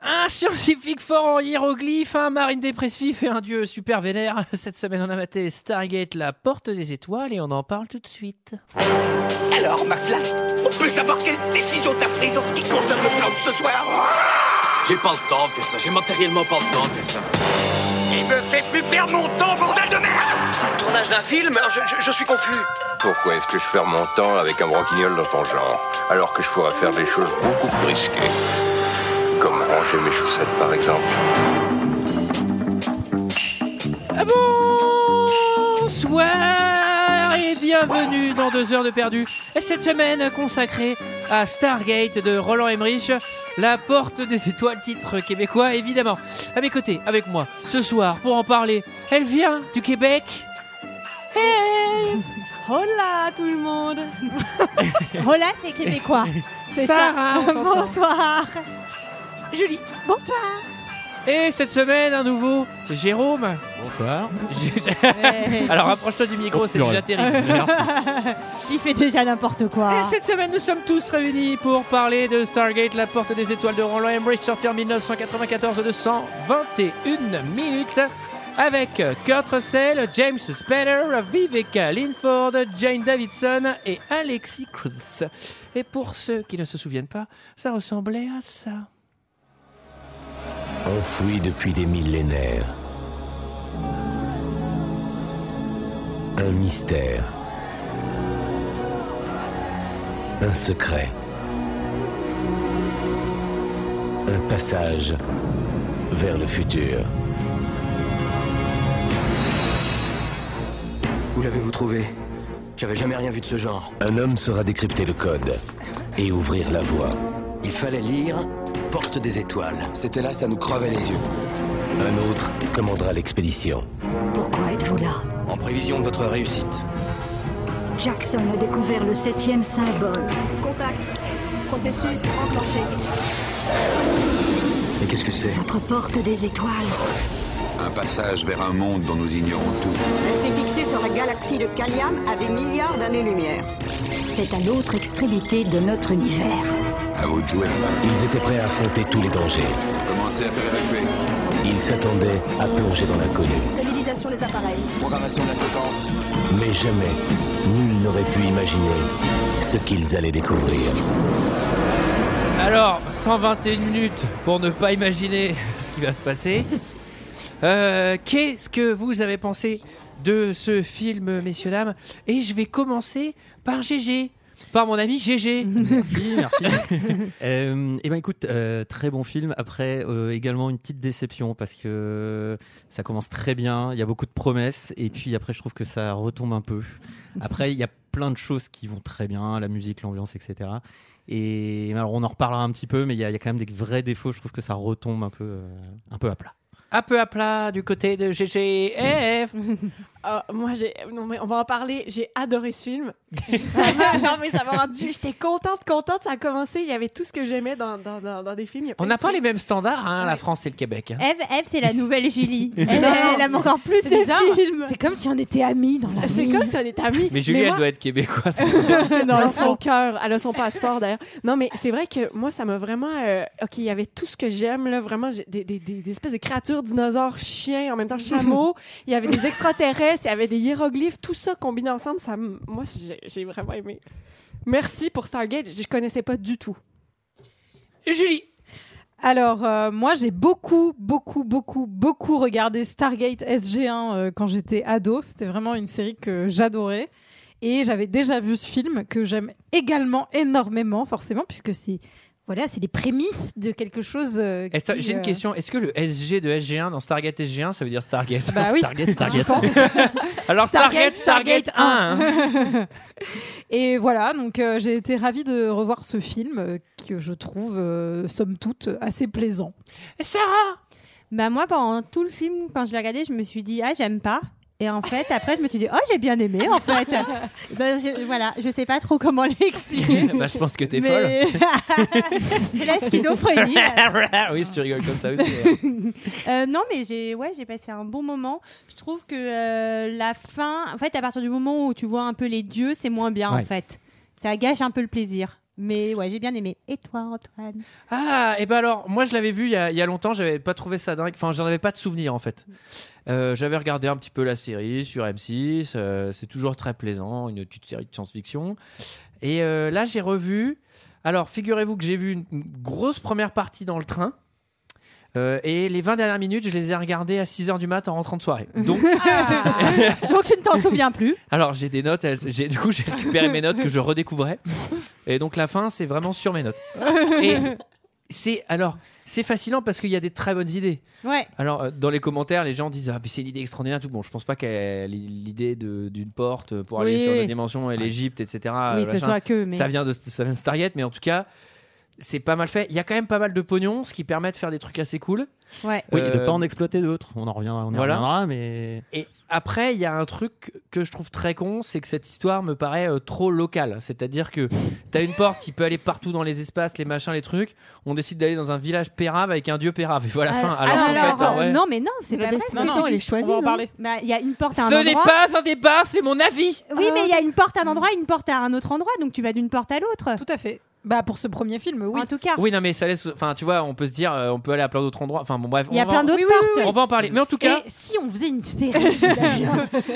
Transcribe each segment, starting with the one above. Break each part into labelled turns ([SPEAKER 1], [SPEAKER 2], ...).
[SPEAKER 1] Un scientifique fort en hiéroglyphes, un marine dépressif et un dieu super vénère. Cette semaine, on a maté Stargate, la porte des étoiles, et on en parle tout de suite.
[SPEAKER 2] Alors, McFly, on peut savoir quelle décision t'as prise en ce qui concerne le plan de ce soir
[SPEAKER 3] J'ai pas le temps de faire ça, j'ai matériellement pas le temps de faire ça.
[SPEAKER 2] Il me fait plus perdre mon temps, bordel de merde
[SPEAKER 4] Tournage d'un film Euh, je, je- je suis confus.
[SPEAKER 5] Pourquoi est-ce que je perds mon temps avec un broquignol dans ton genre, alors que je pourrais faire des choses beaucoup plus risquées Comme ranger mes chaussettes, par exemple.
[SPEAKER 1] Ah Bonsoir et bienvenue dans deux heures de perdu. Et Cette semaine consacrée à Stargate de Roland Emmerich, la porte des étoiles, titre québécois évidemment. À mes côtés, avec moi, ce soir pour en parler, elle vient du Québec. Hey,
[SPEAKER 6] Hola tout le monde Hola c'est québécois. C'est
[SPEAKER 1] Sarah, on t'entend.
[SPEAKER 6] Bonsoir.
[SPEAKER 1] Julie.
[SPEAKER 6] Bonsoir.
[SPEAKER 1] Et cette semaine, un nouveau, c'est Jérôme.
[SPEAKER 7] Bonsoir.
[SPEAKER 1] Alors rapproche-toi du micro, c'est
[SPEAKER 7] purée.
[SPEAKER 1] déjà terrible.
[SPEAKER 6] Il fait déjà n'importe quoi.
[SPEAKER 1] Et cette semaine, nous sommes tous réunis pour parler de Stargate, la porte des étoiles de Roland Emmerich, sorti en 1994 de 121 minutes. Avec Kurt Russell, James Spader, Viveka Linford, Jane Davidson et Alexis Cruz. Et pour ceux qui ne se souviennent pas, ça ressemblait à ça.
[SPEAKER 8] Enfoui depuis des millénaires. Un mystère. Un secret. Un passage vers le futur.
[SPEAKER 4] Où l'avez-vous trouvé J'avais jamais rien vu de ce genre.
[SPEAKER 8] Un homme saura décrypter le code et ouvrir la voie.
[SPEAKER 4] Il fallait lire Porte des étoiles.
[SPEAKER 3] C'était là, ça nous crevait les yeux.
[SPEAKER 8] Un autre commandera l'expédition.
[SPEAKER 9] Pourquoi êtes-vous là
[SPEAKER 3] En prévision de votre réussite.
[SPEAKER 9] Jackson a découvert le septième symbole. Contact. Processus enclenché.
[SPEAKER 4] Et qu'est-ce que c'est
[SPEAKER 9] Votre porte des étoiles.
[SPEAKER 10] Un passage vers un monde dont nous ignorons tout.
[SPEAKER 11] Elle s'est fixée sur la galaxie de Kaliam à des milliards d'années-lumière.
[SPEAKER 9] C'est à l'autre extrémité de notre univers.
[SPEAKER 10] À vous de jouer.
[SPEAKER 8] Ils étaient prêts à affronter tous les dangers.
[SPEAKER 10] Commencez à faire évacuer.
[SPEAKER 8] Ils s'attendaient à plonger dans l'inconnu.
[SPEAKER 11] Stabilisation des appareils.
[SPEAKER 3] Programmation de la séquence.
[SPEAKER 8] Mais jamais, nul n'aurait pu imaginer ce qu'ils allaient découvrir.
[SPEAKER 1] Alors, 121 minutes pour ne pas imaginer ce qui va se passer. Euh, Qu'est-ce que vous avez pensé de ce film, messieurs, dames Et je vais commencer par GG, par mon ami GG.
[SPEAKER 7] Merci, merci. euh, et ben écoute, euh, très bon film. Après, euh, également une petite déception parce que ça commence très bien, il y a beaucoup de promesses et puis après, je trouve que ça retombe un peu. Après, il y a plein de choses qui vont très bien, la musique, l'ambiance, etc. Et alors, on en reparlera un petit peu, mais il y, a- il y a quand même des vrais défauts. Je trouve que ça retombe un peu, euh, un peu à plat.
[SPEAKER 1] Un peu à plat du côté de GGF.
[SPEAKER 12] Mm.
[SPEAKER 6] Euh, moi j'ai non mais on va en parler, j'ai adoré ce film. ça m'a non mais ça m'a rendu j'étais contente contente, ça a commencé, il y avait tout ce que j'aimais dans, dans, dans, dans des films. il y a
[SPEAKER 1] On
[SPEAKER 6] de
[SPEAKER 1] n'a pas
[SPEAKER 6] trucs.
[SPEAKER 1] les mêmes standards, hein, la
[SPEAKER 6] Ouais.
[SPEAKER 1] France et le Québec. hein.
[SPEAKER 6] Eve, Eve, c'est la nouvelle Julie. Elle, elle aime encore plus les films. C'est comme si on était amis dans la vie. C'est comme si on était amis.
[SPEAKER 1] Mais Julie, elle doit être québécoise.
[SPEAKER 6] dans son cœur, elle a son passeport d'ailleurs. Non, mais c'est vrai que moi, ça m'a vraiment. euh, ok, il y avait tout ce que j'aime, là, vraiment, j'ai- des, des- des- des espèces de créatures, dinosaures, chiens, en même temps chameaux. Il y avait des extraterrestres, il y avait des hiéroglyphes, tout ça combiné ensemble, ça, m- moi, j'ai, j'ai vraiment aimé. Merci pour Stargate, je connaissais pas du tout.
[SPEAKER 1] Julie,
[SPEAKER 12] Alors, euh, moi, j'ai beaucoup, beaucoup, beaucoup, beaucoup regardé Stargate SG1 euh, quand j'étais ado. C'était vraiment une série que j'adorais. Et j'avais déjà vu ce film que j'aime également énormément, forcément, puisque c'est voilà, c'est les prémices de quelque chose. euh,
[SPEAKER 1] est-ce-
[SPEAKER 12] qui,
[SPEAKER 1] j'ai une
[SPEAKER 12] euh,
[SPEAKER 1] question. Est-ce que le SG de SG1 dans Stargate SG1, ça veut dire Stargate
[SPEAKER 12] Bah oui.
[SPEAKER 7] Stargate, Stargate.
[SPEAKER 1] Alors Stargate,
[SPEAKER 12] Stargate,
[SPEAKER 1] Stargate,
[SPEAKER 12] Stargate
[SPEAKER 1] 1. hein.
[SPEAKER 12] Et voilà, donc euh, j'ai été ravie de revoir ce film euh, que je trouve, euh, somme toute, assez plaisant.
[SPEAKER 1] Et Sarah
[SPEAKER 6] Bah, moi, pendant tout le film, quand je l'ai regardé, je me suis dit, ah, j'aime pas. Et en fait, après, je me suis dit, oh, j'ai bien aimé, en fait. voilà, je sais pas trop comment l'expliquer.
[SPEAKER 1] bah, je pense que t'es folle.
[SPEAKER 6] Mais- c'est la schizophrénie.
[SPEAKER 1] Ah, oui, si tu rigoles comme ça aussi.
[SPEAKER 6] Euh, non, mais j'ai ouais, j'ai passé un bon moment. Je trouve que euh, la fin, en fait, à partir du moment où tu vois un peu les dieux, c'est moins bien
[SPEAKER 7] Ouais.
[SPEAKER 6] en fait. Ça gâche un peu le plaisir. Mais ouais, j'ai bien aimé. Et toi, Antoine
[SPEAKER 1] Ah, et ben alors, moi je l'avais vu il y, a, il y a longtemps, j'avais pas trouvé ça dingue. Enfin, j'en avais pas de souvenir en fait. Euh, j'avais regardé un petit peu la série sur M6, euh, c'est toujours très plaisant, une petite série de science-fiction. Et euh, là, j'ai revu. Alors, figurez-vous que j'ai vu une une grosse première partie dans le train. Euh, et les 20 dernières minutes, je les ai regardées à 6h du mat en rentrant de soirée. Donc,
[SPEAKER 6] Donc tu ne t'en souviens plus.
[SPEAKER 1] alors j'ai des notes, elles- j'ai- du coup j'ai récupéré mes notes que je redécouvrais. Et donc la fin, c'est vraiment sur mes notes. Et c'est alors c'est fascinant parce qu'il y a des très bonnes idées.
[SPEAKER 6] Ouais.
[SPEAKER 1] Alors euh, dans les commentaires, les gens disent ah mais c'est une idée extraordinaire tout bon. Je pense pas qu'elle l'idée de- d'une porte pour aller
[SPEAKER 6] Oui.
[SPEAKER 1] sur la dimension et l'Égypte etc. euh,
[SPEAKER 6] ce
[SPEAKER 1] machin,
[SPEAKER 6] soit que, mais-
[SPEAKER 1] ça vient de ça vient de Stargate mais en tout cas c'est pas mal fait. Il y a quand même pas mal de pognon, ce qui permet de faire des trucs assez cool.
[SPEAKER 6] Ouais.
[SPEAKER 2] Oui, et de
[SPEAKER 1] Euh,
[SPEAKER 2] pas en exploiter d'autres. On en reviendra, on y
[SPEAKER 1] voilà.
[SPEAKER 2] reviendra, mais
[SPEAKER 1] et après, il y a un truc que je trouve très con, c'est que cette histoire me paraît euh, trop locale. C'est-à-dire que t'as une porte qui peut aller partout dans les espaces, les machins, les trucs. On décide d'aller dans un village pérave avec un dieu pérave. Et voilà la fin. Alors, qu'en fait, en
[SPEAKER 6] euh,
[SPEAKER 1] vrai,
[SPEAKER 6] Ah, non, mais non,
[SPEAKER 2] Eh
[SPEAKER 6] c'est
[SPEAKER 2] ben,
[SPEAKER 12] Mais
[SPEAKER 6] pas
[SPEAKER 12] la
[SPEAKER 6] vrai.
[SPEAKER 12] description, Non, non, elle est choisie, on va en non parler.
[SPEAKER 6] Bah, Il y a une porte à un
[SPEAKER 1] ce n'est
[SPEAKER 6] endroit.
[SPEAKER 1] pas un débat, c'est mon avis.
[SPEAKER 6] Oui, mais il y a une porte à un endroit, une porte à un autre endroit, donc tu vas d'une porte à l'autre.
[SPEAKER 12] Tout à fait. Bah pour ce premier film, oui.
[SPEAKER 6] En tout cas.
[SPEAKER 1] Oui, non, mais ça laisse. Enfin, tu vois, on peut se dire, euh, on peut aller à plein d'autres endroits. Enfin, bon, bref.
[SPEAKER 6] Il y a
[SPEAKER 1] on va
[SPEAKER 6] plein
[SPEAKER 1] en-
[SPEAKER 6] d'autres portes.
[SPEAKER 1] On va en parler. Mais en tout cas,
[SPEAKER 12] Et si on faisait une série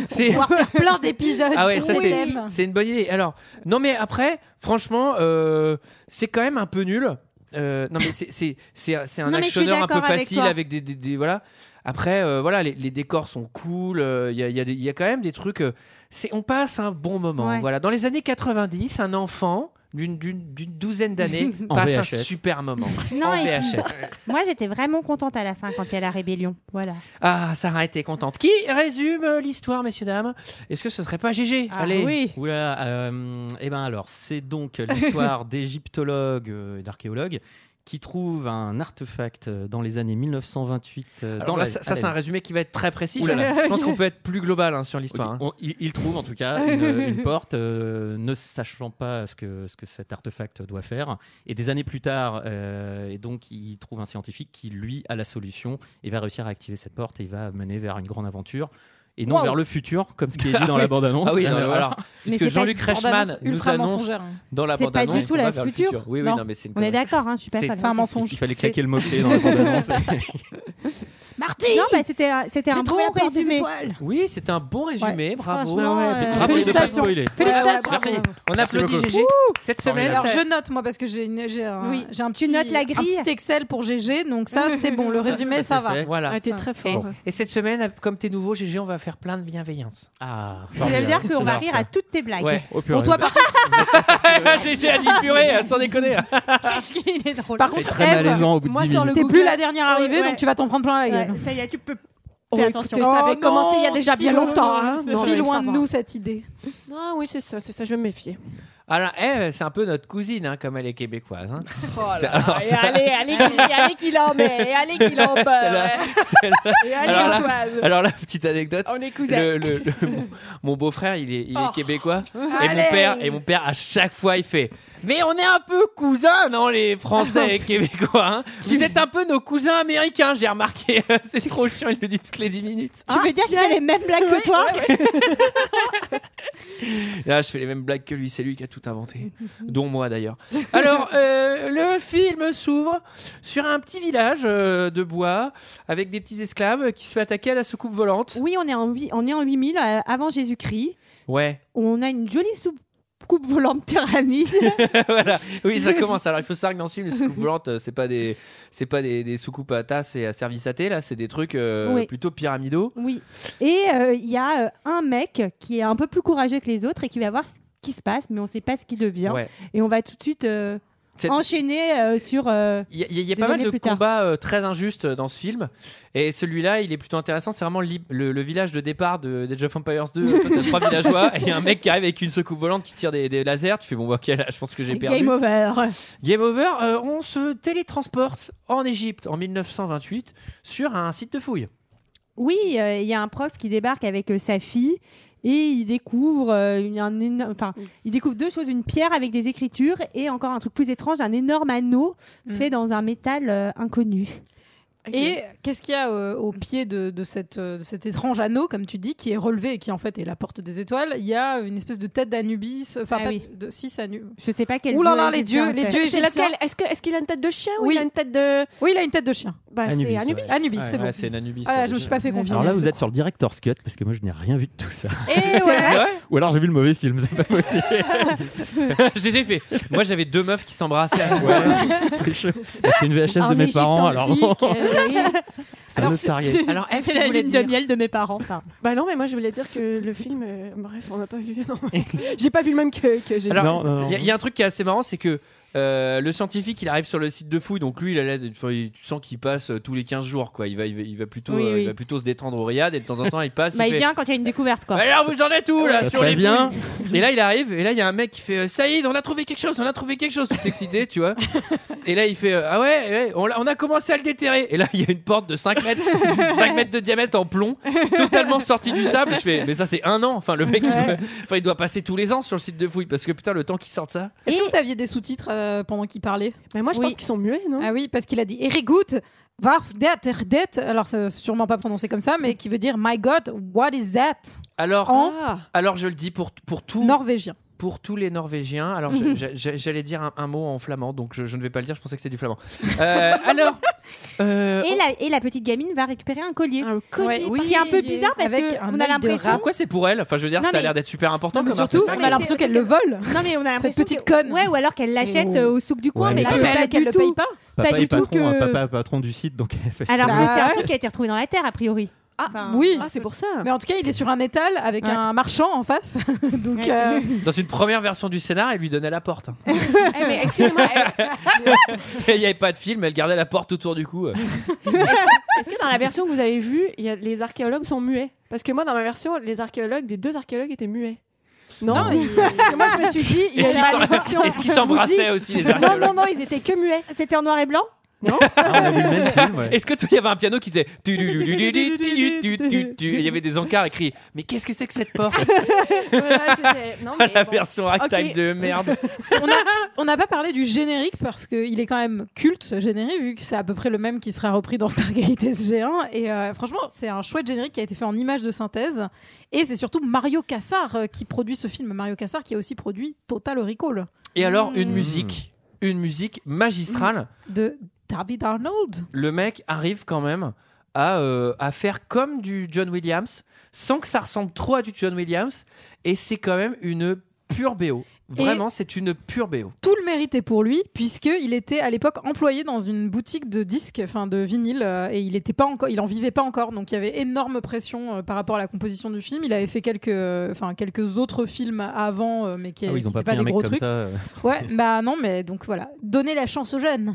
[SPEAKER 1] c'est.
[SPEAKER 12] pour faire plein d'épisodes
[SPEAKER 1] Ah ouais,
[SPEAKER 12] sur
[SPEAKER 1] ça
[SPEAKER 12] le
[SPEAKER 1] c'est,
[SPEAKER 12] thème.
[SPEAKER 1] c'est une bonne idée. Alors, non mais après, franchement, euh, c'est quand même un peu nul. Euh, non mais c'est, c'est, c'est, c'est un
[SPEAKER 6] Non, mais je suis
[SPEAKER 1] actionneur un peu
[SPEAKER 6] d'accord avec
[SPEAKER 1] facile
[SPEAKER 6] toi.
[SPEAKER 1] avec, des, des- des- voilà. Après, euh, voilà, les, les décors sont cool. euh, Il y, a, il y a des- il y a quand même des trucs. euh, c'est, on passe un bon moment.
[SPEAKER 6] Ouais.
[SPEAKER 1] Voilà. Dans les années 90, un enfant d'une, d'une, d'une douzaine d'années
[SPEAKER 2] En
[SPEAKER 1] passe un
[SPEAKER 2] VHS.
[SPEAKER 1] super moment
[SPEAKER 6] Non,
[SPEAKER 1] en
[SPEAKER 6] et-
[SPEAKER 1] VHS.
[SPEAKER 6] Moi, j'étais vraiment contente à la fin quand il y a la rébellion. Voilà.
[SPEAKER 1] Ah, Sarah était contente. Qui résume euh, l'histoire, messieurs dames Est-ce que ce serait pas GG
[SPEAKER 12] Ah
[SPEAKER 6] Ah
[SPEAKER 1] Allez.
[SPEAKER 2] Oula, euh, eh ben alors, c'est donc l'histoire d'égyptologues euh, et d'archéologues qui trouvent un artefact euh, dans les années 1928. euh,
[SPEAKER 1] Alors
[SPEAKER 2] dans
[SPEAKER 1] là,
[SPEAKER 2] la-
[SPEAKER 1] ça,
[SPEAKER 2] à
[SPEAKER 1] ça,
[SPEAKER 2] la-
[SPEAKER 1] c'est un résumé qui va être très précis.
[SPEAKER 2] Ouh là là.
[SPEAKER 1] Je pense qu'on peut être plus global hein, sur l'histoire.
[SPEAKER 2] On- il, il trouve en tout cas une, une porte, euh, ne sachant pas ce que, ce que cet artefact doit faire. Et des années plus tard, euh, et donc il trouve un scientifique qui, lui, a la solution et va réussir à activer cette porte et va mener vers une grande aventure. Et non
[SPEAKER 1] Wow.
[SPEAKER 2] vers le futur, comme ce qui est dit
[SPEAKER 1] Ah
[SPEAKER 2] dans
[SPEAKER 1] oui.
[SPEAKER 2] la bande-annonce.
[SPEAKER 1] Ah oui, non,
[SPEAKER 2] Rien à voir.
[SPEAKER 1] alors, Mais puisque c'est pas Jean-Luc une Reichmann bande-annonce nous ultra annonce mensongère, hein. dans la
[SPEAKER 6] C'est pas
[SPEAKER 1] bande-annonce
[SPEAKER 6] du tout
[SPEAKER 1] qu'on va
[SPEAKER 6] la
[SPEAKER 1] vers le
[SPEAKER 6] future.
[SPEAKER 1] futur. Oui, oui, non, mais c'est une
[SPEAKER 6] On est
[SPEAKER 1] connerie.
[SPEAKER 6] d'accord, hein, je suis pas
[SPEAKER 1] bah C'est-
[SPEAKER 6] folle.
[SPEAKER 1] c'est un mensonge.
[SPEAKER 2] Il fallait
[SPEAKER 1] C'est-
[SPEAKER 2] claquer le mot-clé dans la bande-annonce.
[SPEAKER 6] Marty Non, bah, c'était un- c'était
[SPEAKER 12] J'ai
[SPEAKER 6] un bon
[SPEAKER 12] trouvé la porte des
[SPEAKER 6] résumé.
[SPEAKER 12] étoiles.
[SPEAKER 1] Oui, c'était un bon résumé. bravo.
[SPEAKER 6] franchement, ouais.
[SPEAKER 1] Bravo de pas
[SPEAKER 12] Félicitations.
[SPEAKER 1] spoiler.
[SPEAKER 12] Félicitations.
[SPEAKER 1] Ouais, ouais, bravo.
[SPEAKER 12] Merci.
[SPEAKER 1] On
[SPEAKER 12] Merci
[SPEAKER 1] applaudit
[SPEAKER 12] beaucoup.
[SPEAKER 1] GG.
[SPEAKER 12] Ouh.
[SPEAKER 1] Cette semaine, euh,
[SPEAKER 12] Alors
[SPEAKER 1] ça-
[SPEAKER 12] je note moi parce que j'ai une- j'ai un,
[SPEAKER 6] Oui.
[SPEAKER 12] j'ai un
[SPEAKER 6] Tu
[SPEAKER 12] petit
[SPEAKER 6] notes la
[SPEAKER 12] un
[SPEAKER 6] grille.
[SPEAKER 12] petit Excel pour GG donc ça c'est bon le résumé ça, va.
[SPEAKER 1] Voilà.
[SPEAKER 12] Ah, t'es très fort.
[SPEAKER 1] Et- Et, cette semaine, comme t'es nouveau, GG, on va faire plein de bienveillance.
[SPEAKER 2] Ah,
[SPEAKER 6] Ça veut dire qu'on va rire à toutes tes blagues.
[SPEAKER 1] Ouais.
[SPEAKER 2] Oh,
[SPEAKER 6] Pour toi, par contre,
[SPEAKER 1] GG a dit purée, euh, sans déconner.
[SPEAKER 6] qu'est-ce qu'il est drôle.
[SPEAKER 12] Par contre
[SPEAKER 2] très
[SPEAKER 12] Ève,
[SPEAKER 2] malaisant au bout de
[SPEAKER 12] moi,
[SPEAKER 2] 10
[SPEAKER 12] sur le
[SPEAKER 2] minutes.
[SPEAKER 12] T'es
[SPEAKER 6] Google-
[SPEAKER 12] plus la dernière arrivée
[SPEAKER 6] Ouais, ouais.
[SPEAKER 12] donc tu vas t'en prendre plein la gueule.
[SPEAKER 6] Ouais, ça y est, tu peux.
[SPEAKER 12] Oh,
[SPEAKER 6] Fais
[SPEAKER 12] écoutez,
[SPEAKER 6] attention.
[SPEAKER 12] ça
[SPEAKER 13] Oh
[SPEAKER 12] avait commencé il y a
[SPEAKER 13] non,
[SPEAKER 12] déjà
[SPEAKER 13] si
[SPEAKER 12] bien
[SPEAKER 13] loin,
[SPEAKER 12] longtemps.
[SPEAKER 13] hein.
[SPEAKER 12] hein.
[SPEAKER 13] Non,
[SPEAKER 12] si
[SPEAKER 13] mais
[SPEAKER 12] loin
[SPEAKER 13] ça
[SPEAKER 12] de
[SPEAKER 13] va.
[SPEAKER 12] nous cette idée.
[SPEAKER 13] Ah oui, c'est ça, c'est ça, je vais me méfier.
[SPEAKER 1] Alors, eh, c'est un peu notre cousine, hein, comme elle est québécoise. hein. Alors,
[SPEAKER 13] Et
[SPEAKER 1] ça-
[SPEAKER 13] allez, allez, qu'il- allez qu'il en met, et allez qu'il en
[SPEAKER 1] Celle-là,
[SPEAKER 13] beurre.
[SPEAKER 1] celle-là.
[SPEAKER 13] Et allez,
[SPEAKER 1] alors, là,
[SPEAKER 13] Antoine.
[SPEAKER 1] alors là, petite anecdote.
[SPEAKER 13] On est cousins.
[SPEAKER 1] Le- le- le- mon, mon beau-frère, il est, il est
[SPEAKER 13] Oh.
[SPEAKER 1] québécois. Et
[SPEAKER 13] Allez.
[SPEAKER 1] mon, père, et mon père, à chaque fois, il fait Mais on est un peu cousins, non, les Français et Québécois. hein Vous êtes un peu nos cousins américains, j'ai remarqué. C'est trop chiant, il le dit toutes les 10 minutes.
[SPEAKER 13] Ah,
[SPEAKER 6] Tu veux dire qu'il a les mêmes blagues que toi
[SPEAKER 1] Là, je fais les mêmes blagues que lui. C'est lui qui a tout inventé, dont moi d'ailleurs. Alors, euh, le film s'ouvre sur un petit village euh, de bois avec des petits esclaves qui se fait attaquer à la soucoupe volante.
[SPEAKER 6] Oui, on est en, huit- on est en 8000 euh, avant Jésus-Christ.
[SPEAKER 1] Ouais,
[SPEAKER 6] On a une jolie soucoupe volante pyramide.
[SPEAKER 1] voilà. Oui, ça commence. Alors, il faut savoir que dans ce film, les soucoupes volantes, euh, c'est pas des, c'est pas des, des soucoupes à tasse et à service à thé. Là, c'est des trucs euh,
[SPEAKER 6] Oui.
[SPEAKER 1] plutôt pyramidaux.
[SPEAKER 6] Oui. Et euh, il y a euh, un mec qui est un peu plus courageux que les autres et qui va voir ce qui se passe, mais on ne sait pas ce qui devient.
[SPEAKER 1] Ouais.
[SPEAKER 6] Et on va tout de suite euh,
[SPEAKER 1] Cette-
[SPEAKER 6] enchaîner euh, sur. euh,
[SPEAKER 1] Il y a, il y a- il y a
[SPEAKER 6] Des
[SPEAKER 1] pas mal
[SPEAKER 6] années
[SPEAKER 1] de
[SPEAKER 6] plus tard.
[SPEAKER 1] combats euh, très injustes euh, dans ce film. Et celui-là, il est plutôt intéressant. C'est vraiment l'ib- le, le village de départ de Age of Empires 2. Toi, T'as trois villageois et il y a un mec qui arrive avec une secoupe volante qui tire des, des lasers. Tu fais bon, bah, ok, là, je pense que j'ai perdu.
[SPEAKER 6] Game over.
[SPEAKER 1] Game over. euh, on se télétransporte en Égypte en 1928 sur un site de fouilles.
[SPEAKER 6] Oui, euh, il y a un prof qui débarque avec euh, sa fille et il découvre euh, une- un éno- enfin,
[SPEAKER 1] Mm.
[SPEAKER 6] il découvre deux choses une pierre avec des
[SPEAKER 1] Mm.
[SPEAKER 6] écritures et encore un truc plus étrange, un énorme anneau fait dans un métal euh, inconnu.
[SPEAKER 12] Et qu'est-ce qu'il y a euh, au pied de, de cette, euh, de cet étrange anneau, comme tu dis, qui est relevé et qui en fait est la porte des étoiles Il y a une espèce de tête d'Anubis, euh, enfin
[SPEAKER 6] Ah
[SPEAKER 12] pas
[SPEAKER 6] oui.
[SPEAKER 12] de si c'est Anubis.
[SPEAKER 6] Je sais pas quel.
[SPEAKER 12] Ouh là
[SPEAKER 6] dieu égyptien
[SPEAKER 12] là, les dieux, les
[SPEAKER 6] c'est.
[SPEAKER 12] dieux
[SPEAKER 6] C'est
[SPEAKER 12] égyptiens.
[SPEAKER 6] lequel
[SPEAKER 13] Est-ce que- est-ce qu'il a une tête de chien
[SPEAKER 12] Oui.
[SPEAKER 13] ou il a une tête de
[SPEAKER 12] Oui, il a une tête de chien.
[SPEAKER 13] Bah,
[SPEAKER 2] Anubis,
[SPEAKER 13] c'est Anubis.
[SPEAKER 2] ouais.
[SPEAKER 12] Anubis, c'est bon.
[SPEAKER 2] Ouais, c'est Anubis,
[SPEAKER 12] Ah là,
[SPEAKER 1] euh,
[SPEAKER 2] ouais.
[SPEAKER 12] je me suis pas fait confiance.
[SPEAKER 2] Alors là,
[SPEAKER 12] du
[SPEAKER 2] vous
[SPEAKER 12] tout.
[SPEAKER 2] êtes sur le director's cut parce que moi, je n'ai rien vu de tout ça.
[SPEAKER 12] Et voilà.
[SPEAKER 2] Ou alors j'ai vu le mauvais film, c'est pas possible.
[SPEAKER 1] GG fait. Moi j'avais deux meufs qui s'embrassaient à ce moment.
[SPEAKER 2] C'était chaud. C'était une VHS de mes parents, alors.
[SPEAKER 13] euh,
[SPEAKER 2] C'était un autre Stargate.
[SPEAKER 1] Alors, F,
[SPEAKER 6] c'est
[SPEAKER 1] tu
[SPEAKER 6] la
[SPEAKER 1] voulais
[SPEAKER 6] lune de
[SPEAKER 1] dire.
[SPEAKER 6] miel de mes parents. pardon.
[SPEAKER 13] Bah non, mais moi je voulais dire que le film, euh, bref, on n'a pas vu. non. j'ai pas vu le même que, que j'ai.
[SPEAKER 1] Alors, il y a- il y, a un truc qui est assez marrant, c'est que euh, le scientifique, il arrive sur le site de fouille, donc lui, il a l'air d'être- enfin, il- tu sens qu'il passe euh, tous les 15 jours, quoi. Il va, il va, il va plutôt,
[SPEAKER 6] Oui,
[SPEAKER 1] euh,
[SPEAKER 6] oui.
[SPEAKER 1] il va plutôt se détendre au Riyad et de temps en temps, il passe.
[SPEAKER 6] Bah, il
[SPEAKER 1] fait,
[SPEAKER 6] vient quand il y a une découverte, quoi.
[SPEAKER 1] Alors vous en êtes où là
[SPEAKER 6] Ah Ça
[SPEAKER 1] sur
[SPEAKER 6] se
[SPEAKER 1] les
[SPEAKER 6] passe bien
[SPEAKER 1] fouilles Et là il arrive et là il y a un mec qui fait euh, Saïd on a trouvé quelque chose on a trouvé quelque chose tout excité tu vois et là il fait euh, ah ouais, ouais, on, l'a- on a commencé à le déterrer et là il y a une porte de 5 mètres 5 mètres de diamètre en plomb totalement sortie du sable je fais mais ça c'est un an enfin le mec il doit, enfin, il doit passer tous les ans sur le site de fouilles parce que putain le temps qu'il sorte ça
[SPEAKER 12] Est-ce que vous aviez des sous-titres euh, pendant qu'il parlait
[SPEAKER 13] Mais moi, je pense qu'ils sont muets, non
[SPEAKER 12] Ah oui, parce qu'il a dit Erigut Warf der Terdet. Alors, c'est sûrement pas prononcé comme ça, mais qui veut dire My God, what is that
[SPEAKER 1] alors
[SPEAKER 12] En
[SPEAKER 13] Ah.
[SPEAKER 1] alors je le dis pour pour tout
[SPEAKER 12] norvégien
[SPEAKER 1] pour tous les Norvégiens, alors
[SPEAKER 6] Mhm.
[SPEAKER 1] je- je- je- j'allais dire un, un mot en flamand, donc je, je ne vais pas le dire, je pensais que c'était du flamand. Euh, alors, euh,
[SPEAKER 6] Et la, et la petite gamine va récupérer un collier. Un
[SPEAKER 12] collier.
[SPEAKER 6] Ce qui est un peu bizarre parce
[SPEAKER 12] Avec un
[SPEAKER 6] qu'on
[SPEAKER 12] œil
[SPEAKER 6] a
[SPEAKER 12] de
[SPEAKER 6] l'impression.
[SPEAKER 12] rat.
[SPEAKER 1] Pourquoi c'est pour elle Enfin, je veux dire,
[SPEAKER 6] Non,
[SPEAKER 1] ça a
[SPEAKER 6] mais-
[SPEAKER 1] l'air d'être super important
[SPEAKER 6] Non, mais
[SPEAKER 1] comme
[SPEAKER 6] surtout,
[SPEAKER 1] artefact.
[SPEAKER 12] on a l'impression qu'elle le vole.
[SPEAKER 6] Non, mais on a l'impression. petite conne. Ouais, ou alors qu'elle l'achète euh, au souk du coin,
[SPEAKER 2] Ouais,
[SPEAKER 6] mais
[SPEAKER 2] mais
[SPEAKER 6] là,
[SPEAKER 2] papa-
[SPEAKER 6] pas
[SPEAKER 12] qu'elle
[SPEAKER 6] du
[SPEAKER 12] le
[SPEAKER 6] tout.
[SPEAKER 12] paye pas
[SPEAKER 2] Papa
[SPEAKER 6] du
[SPEAKER 2] est
[SPEAKER 6] tout
[SPEAKER 2] patron,
[SPEAKER 6] que-
[SPEAKER 2] hein, papa est patron du site, donc elle fait ce
[SPEAKER 6] Alors
[SPEAKER 2] qu'elle
[SPEAKER 6] que
[SPEAKER 2] veut.
[SPEAKER 6] c'est un truc qui a été retrouvé dans la terre, a priori.
[SPEAKER 12] Oui.
[SPEAKER 6] Ah, c'est pour ça.
[SPEAKER 12] Mais en tout cas, il est sur un étal avec un marchand en face. Donc, euh,
[SPEAKER 1] Dans une première version du scénar, elle lui donnait la porte.
[SPEAKER 13] mais excusez-moi,
[SPEAKER 1] Et Il n'y avait pas de film, elle gardait la porte autour du cou.
[SPEAKER 13] Est-ce que dans la version que vous avez vue, il y a- les archéologues sont muets Parce que moi, dans ma version, les archéologues, des deux archéologues étaient muets. Non,
[SPEAKER 12] Non, ils-
[SPEAKER 13] Parce que moi je me suis dit, il y a
[SPEAKER 1] Est-ce
[SPEAKER 13] une
[SPEAKER 1] qu'ils s'en-
[SPEAKER 13] malédiction.
[SPEAKER 1] est-ce
[SPEAKER 13] Je
[SPEAKER 1] qu'ils
[SPEAKER 13] vous
[SPEAKER 1] s'embrassaient
[SPEAKER 13] dis-
[SPEAKER 1] aussi, les
[SPEAKER 13] Non,
[SPEAKER 1] archéologues
[SPEAKER 13] non, non, ils étaient que muets.
[SPEAKER 6] C'était en noir et blanc
[SPEAKER 1] Est-ce que tout- il y avait un piano qui faisait tu, du, du, du, du, du, du, du, du, du et il y avait des encarts écrits Mais qu'est-ce que c'est que cette porte
[SPEAKER 13] Voilà, c'était- non, mais
[SPEAKER 1] La
[SPEAKER 13] bon.
[SPEAKER 1] version ragtime
[SPEAKER 13] Ok.
[SPEAKER 1] de merde.
[SPEAKER 12] on a- on n'a pas parlé du générique parce qu'il est quand même culte ce générique vu que c'est à peu près le même qui sera repris dans Stargate SG1 et euh, franchement c'est un chouette générique qui a été fait en images de synthèse et c'est surtout Mario Cassar euh, qui produit ce film Mario Cassar qui a aussi produit Total Recall
[SPEAKER 1] Et alors une musique, une musique magistrale.
[SPEAKER 12] de David Arnold
[SPEAKER 1] Le mec arrive quand même à, euh, à faire comme du John Williams sans que ça ressemble trop à du John Williams et c'est quand même une pure BO. Vraiment, c'est une pure BO.
[SPEAKER 12] tout le mérite est pour lui puisque il était à l'époque employé dans une boutique de disques, enfin de vinyle, euh, et il était pas encore, il en vivait pas encore, donc il y avait énorme pression euh, par rapport à la composition du film. Il avait fait quelques, euh, enfin quelques autres films avant, euh, mais qui
[SPEAKER 2] Ah oui, ils
[SPEAKER 12] qui
[SPEAKER 2] ont pas
[SPEAKER 12] étaient pas
[SPEAKER 2] pris un
[SPEAKER 12] des
[SPEAKER 2] mec
[SPEAKER 12] gros
[SPEAKER 2] comme
[SPEAKER 12] trucs.
[SPEAKER 2] ça, euh,
[SPEAKER 12] ouais, bah non, mais donc voilà, donner la chance aux jeunes.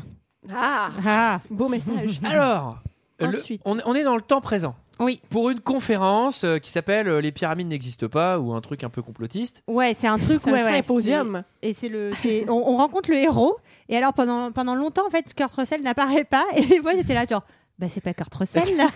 [SPEAKER 13] Ah, beau message.
[SPEAKER 1] Alors, euh, le-
[SPEAKER 13] Ensuite.
[SPEAKER 1] on, on est dans le temps présent.
[SPEAKER 6] Oui.
[SPEAKER 1] Pour une conférence euh, qui s'appelle euh, Les pyramides n'existent pas ou un truc un peu complotiste.
[SPEAKER 6] Ouais, c'est un truc.
[SPEAKER 13] C'est un
[SPEAKER 6] ouais, ouais,
[SPEAKER 13] symposium.
[SPEAKER 6] c'est- et c'est le. c'est- On, on rencontre le héros. Et alors pendant pendant longtemps, en fait, Kurt Russell n'apparaît pas. Et moi, j'étais là genre. Bah, c'est pas Kurt Russell là!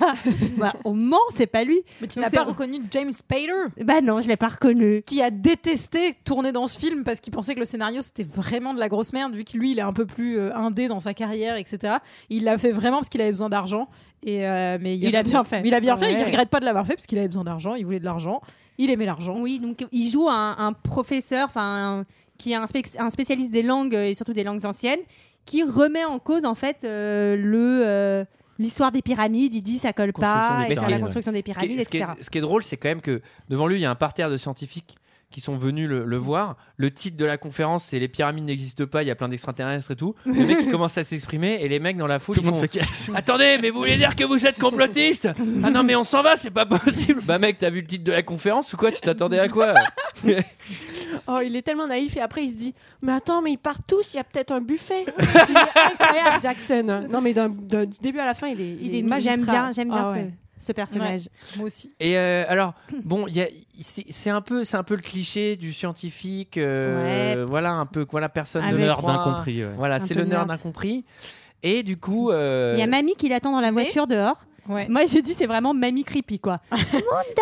[SPEAKER 6] Bah, on ment, c'est pas lui!
[SPEAKER 12] Mais tu
[SPEAKER 6] Donc,
[SPEAKER 12] n'as
[SPEAKER 6] c'est-
[SPEAKER 12] pas reconnu James Spader
[SPEAKER 6] Bah non, je l'ai pas reconnu.
[SPEAKER 12] qui a détesté tourner dans ce film parce qu'il pensait que le scénario c'était vraiment de la grosse merde vu que lui il est un peu plus euh, indé dans sa carrière etc il l'a fait vraiment parce qu'il avait besoin d'argent et euh, mais
[SPEAKER 6] Il a bien fait.
[SPEAKER 12] il a bien fait il
[SPEAKER 6] Ouais.
[SPEAKER 12] regrette pas de l'avoir fait parce qu'il avait besoin d'argent il voulait de l'argent il aimait l'argent
[SPEAKER 6] Oui, donc il joue un, un professeur, enfin, un- qui est un, spec- un spécialiste des langues euh, et surtout des langues anciennes, qui remet en cause en fait euh, le euh, l'histoire des pyramides. Il dit ça colle pas,
[SPEAKER 1] des
[SPEAKER 6] et sur la
[SPEAKER 1] pyramides.
[SPEAKER 6] construction des
[SPEAKER 1] Ce qui,
[SPEAKER 6] pyramides,
[SPEAKER 1] est, ce qui est-
[SPEAKER 6] etc.
[SPEAKER 1] ce qui est drôle, c'est quand même que devant lui, il y a un parterre de scientifiques qui sont venus le, le voir. Le titre de la conférence, c'est Les pyramides n'existent pas, il y a plein d'extraterrestres et tout. Le mec, il commence à s'exprimer et les mecs dans la foule, ils font, Attendez, mais vous voulez dire que vous êtes complotiste Ah non, mais on s'en va, c'est pas possible Bah mec, t'as vu le titre de la conférence ou quoi Tu t'attendais à quoi
[SPEAKER 13] Oh, il est tellement naïf et après il se dit Mais attends, mais ils partent tous, il y a peut-être un buffet. il est incroyable, Jackson. Non, mais d'un- d'un- du début à la fin, il est,
[SPEAKER 6] Il
[SPEAKER 13] est
[SPEAKER 6] est-
[SPEAKER 13] magistral.
[SPEAKER 6] J'aime bien, j'aime bien
[SPEAKER 13] Ah ouais.
[SPEAKER 6] ce, ce personnage.
[SPEAKER 12] moi aussi
[SPEAKER 1] Et euh, alors, bon, il y a- c'est c'est un peu, c'est un peu le cliché du scientifique. euh, Voilà, un peu, voilà, personne ne
[SPEAKER 6] Avec-
[SPEAKER 1] le
[SPEAKER 6] Nerd
[SPEAKER 1] croit.
[SPEAKER 2] incompris, ouais.
[SPEAKER 1] Voilà,
[SPEAKER 6] Un
[SPEAKER 1] c'est
[SPEAKER 6] peu
[SPEAKER 1] le nerd
[SPEAKER 6] nerd.
[SPEAKER 1] incompris. Et du coup, euh,
[SPEAKER 6] Il y a mamie qui l'attend dans la voiture dehors.
[SPEAKER 12] Ouais.
[SPEAKER 6] Moi, j'ai dit c'est vraiment mamie creepy quoi. Monte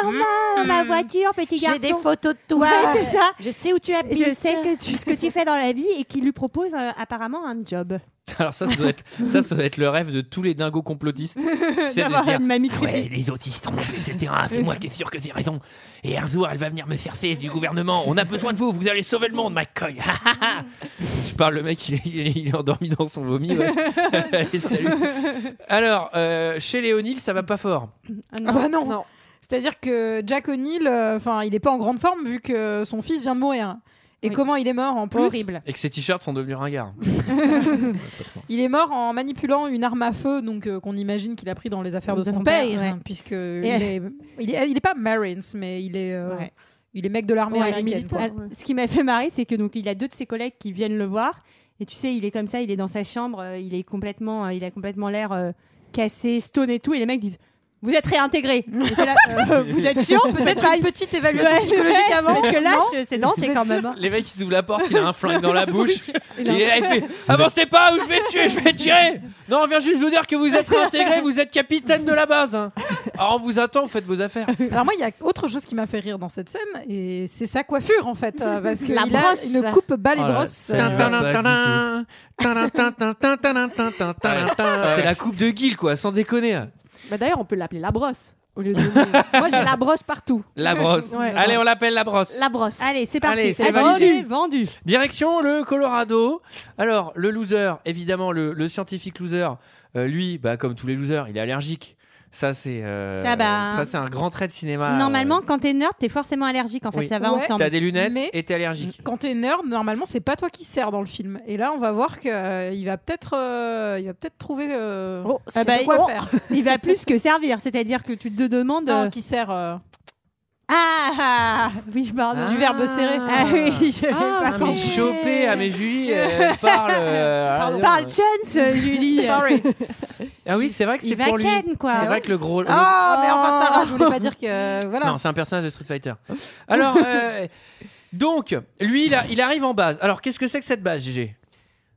[SPEAKER 6] dans ma, ma voiture, petit
[SPEAKER 12] Mm. J'ai
[SPEAKER 6] garçon.
[SPEAKER 12] des photos de toi.
[SPEAKER 6] Ouais, c'est ça.
[SPEAKER 13] Je sais où tu habites.
[SPEAKER 6] Je sais que tu- ce que tu fais dans la vie et qui lui propose euh, apparemment un job.
[SPEAKER 1] Alors ça, ça doit, être, ça, ça doit être le rêve de tous les dingos complotistes. C'est de
[SPEAKER 14] D'avoir
[SPEAKER 1] dire, Ah
[SPEAKER 14] une mamie creepy.
[SPEAKER 1] ouais, les autres ils se trompent, etc. C'est moi qui est sûr que j'ai raison. Et un jour, elle va venir me faire cesse du gouvernement. On a besoin de vous. Vous allez sauver le monde, McCoy. tu parles, le mec, il est, il est- il est endormi dans son vomi. ouais. Allez, salut. Alors, euh, chez les O'Neill, ça va pas fort.
[SPEAKER 12] Ah bah non. C'est-à-dire que Jack O'Neill, euh, enfin, il est pas en grande forme vu que son fils vient de mourir. Et comment il est mort en plus
[SPEAKER 1] Et que ses t-shirts sont devenus ringards.
[SPEAKER 12] Il est mort en manipulant une arme à feu, donc euh, qu'on imagine qu'il a pris dans les affaires de, son père, hein, puisque il, est, il, est, il est pas Marines, mais il est, euh, il est mec de l'armée
[SPEAKER 6] Ouais,
[SPEAKER 12] américaine.
[SPEAKER 6] militaire.
[SPEAKER 12] quoi.
[SPEAKER 6] Alors, Ce qui m'a fait marrer, c'est que donc il a deux de ses collègues qui viennent le voir, et tu sais, il est comme ça, il est dans sa chambre, euh, il est complètement, euh, il a complètement l'air euh, cassé, stone et tout, et les mecs disent. Vous êtes réintégré. Et c'est là, euh, vous êtes sûr
[SPEAKER 12] Peut-être une petite évaluation
[SPEAKER 6] Ouais,
[SPEAKER 12] psychologique
[SPEAKER 6] ouais,
[SPEAKER 12] avant,
[SPEAKER 6] Parce que là,
[SPEAKER 12] non
[SPEAKER 6] je- c'est dangereux
[SPEAKER 12] Vous êtes
[SPEAKER 6] quand
[SPEAKER 12] sûr
[SPEAKER 6] même. hein.
[SPEAKER 1] Les mecs, ils ouvrent la porte, il a un flingue dans la bouche.
[SPEAKER 6] Il
[SPEAKER 1] il,
[SPEAKER 6] a un
[SPEAKER 1] est là, il fait Avancez pas ou je vais tuer, je vais tirer Non, on vient juste vous dire que vous êtes réintégré, vous êtes capitaine de la base. hein. Alors on vous attend, vous faites vos affaires.
[SPEAKER 12] Alors moi, il y a autre chose qui m'a fait rire dans cette scène, et c'est sa coiffure en fait, euh, parce qu'il
[SPEAKER 1] La
[SPEAKER 12] a
[SPEAKER 1] brosse.
[SPEAKER 12] une coupe bas les
[SPEAKER 1] Oh là,
[SPEAKER 12] brosses.
[SPEAKER 1] ça ne va pas du tout. C'est la coupe de Guil, quoi, sans déconner.
[SPEAKER 13] Bah, D'ailleurs, on peut l'appeler la brosse. Au lieu de... Moi, j'ai la brosse partout.
[SPEAKER 1] La brosse.
[SPEAKER 13] Ouais.
[SPEAKER 1] Allez, on l'appelle la brosse.
[SPEAKER 13] La brosse.
[SPEAKER 6] Allez, c'est
[SPEAKER 1] parti. Allez, c'est
[SPEAKER 6] Ah,
[SPEAKER 1] validé.
[SPEAKER 6] vendu, vendu.
[SPEAKER 1] Direction le Colorado. Alors, le loser, évidemment, le, le scientifique loser, euh, lui, bah, comme tous les losers, il est allergique. Ça, c'est euh,
[SPEAKER 6] Ça, bah,
[SPEAKER 1] ça, c'est un grand trait de cinéma.
[SPEAKER 6] Normalement, quand t'es nerd, t'es forcément allergique. En fait,
[SPEAKER 1] Oui.
[SPEAKER 6] ça va ensemble.
[SPEAKER 1] T'as des lunettes et t'es allergique.
[SPEAKER 12] Quand t'es nerd, normalement, c'est pas toi qui sers dans le film. Et là, on va voir qu'il va peut-être, euh, il va peut-être trouver euh, ce
[SPEAKER 6] Ah bah,
[SPEAKER 12] de quoi
[SPEAKER 6] oh,
[SPEAKER 12] faire.
[SPEAKER 6] Il va plus que servir, c'est-à-dire que tu te demandes.
[SPEAKER 12] Non, qui sert. euh,
[SPEAKER 6] Ah, ah, oui, pardon.
[SPEAKER 12] Du verbe serré.
[SPEAKER 6] Ah oui, je-
[SPEAKER 1] Ah, mais chopé, ah, mais Julie, euh, elle parle. euh, alors,
[SPEAKER 6] Parle
[SPEAKER 1] euh,
[SPEAKER 6] chance, euh, Julie.
[SPEAKER 12] Sorry.
[SPEAKER 1] Ah oui, c'est vrai que
[SPEAKER 6] Il
[SPEAKER 1] c'est
[SPEAKER 6] va
[SPEAKER 1] pour lui.
[SPEAKER 6] ken, quoi. Oh,
[SPEAKER 1] C'est vrai que le gros. le-
[SPEAKER 12] Ah, mais enfin, Sarah, je
[SPEAKER 2] Ah.
[SPEAKER 12] voulais pas dire que euh, voilà.
[SPEAKER 1] Non, c'est un personnage de Street Fighter. Alors, euh, donc, lui, il, a- il arrive en base. Alors, qu'est-ce que c'est que cette base, GG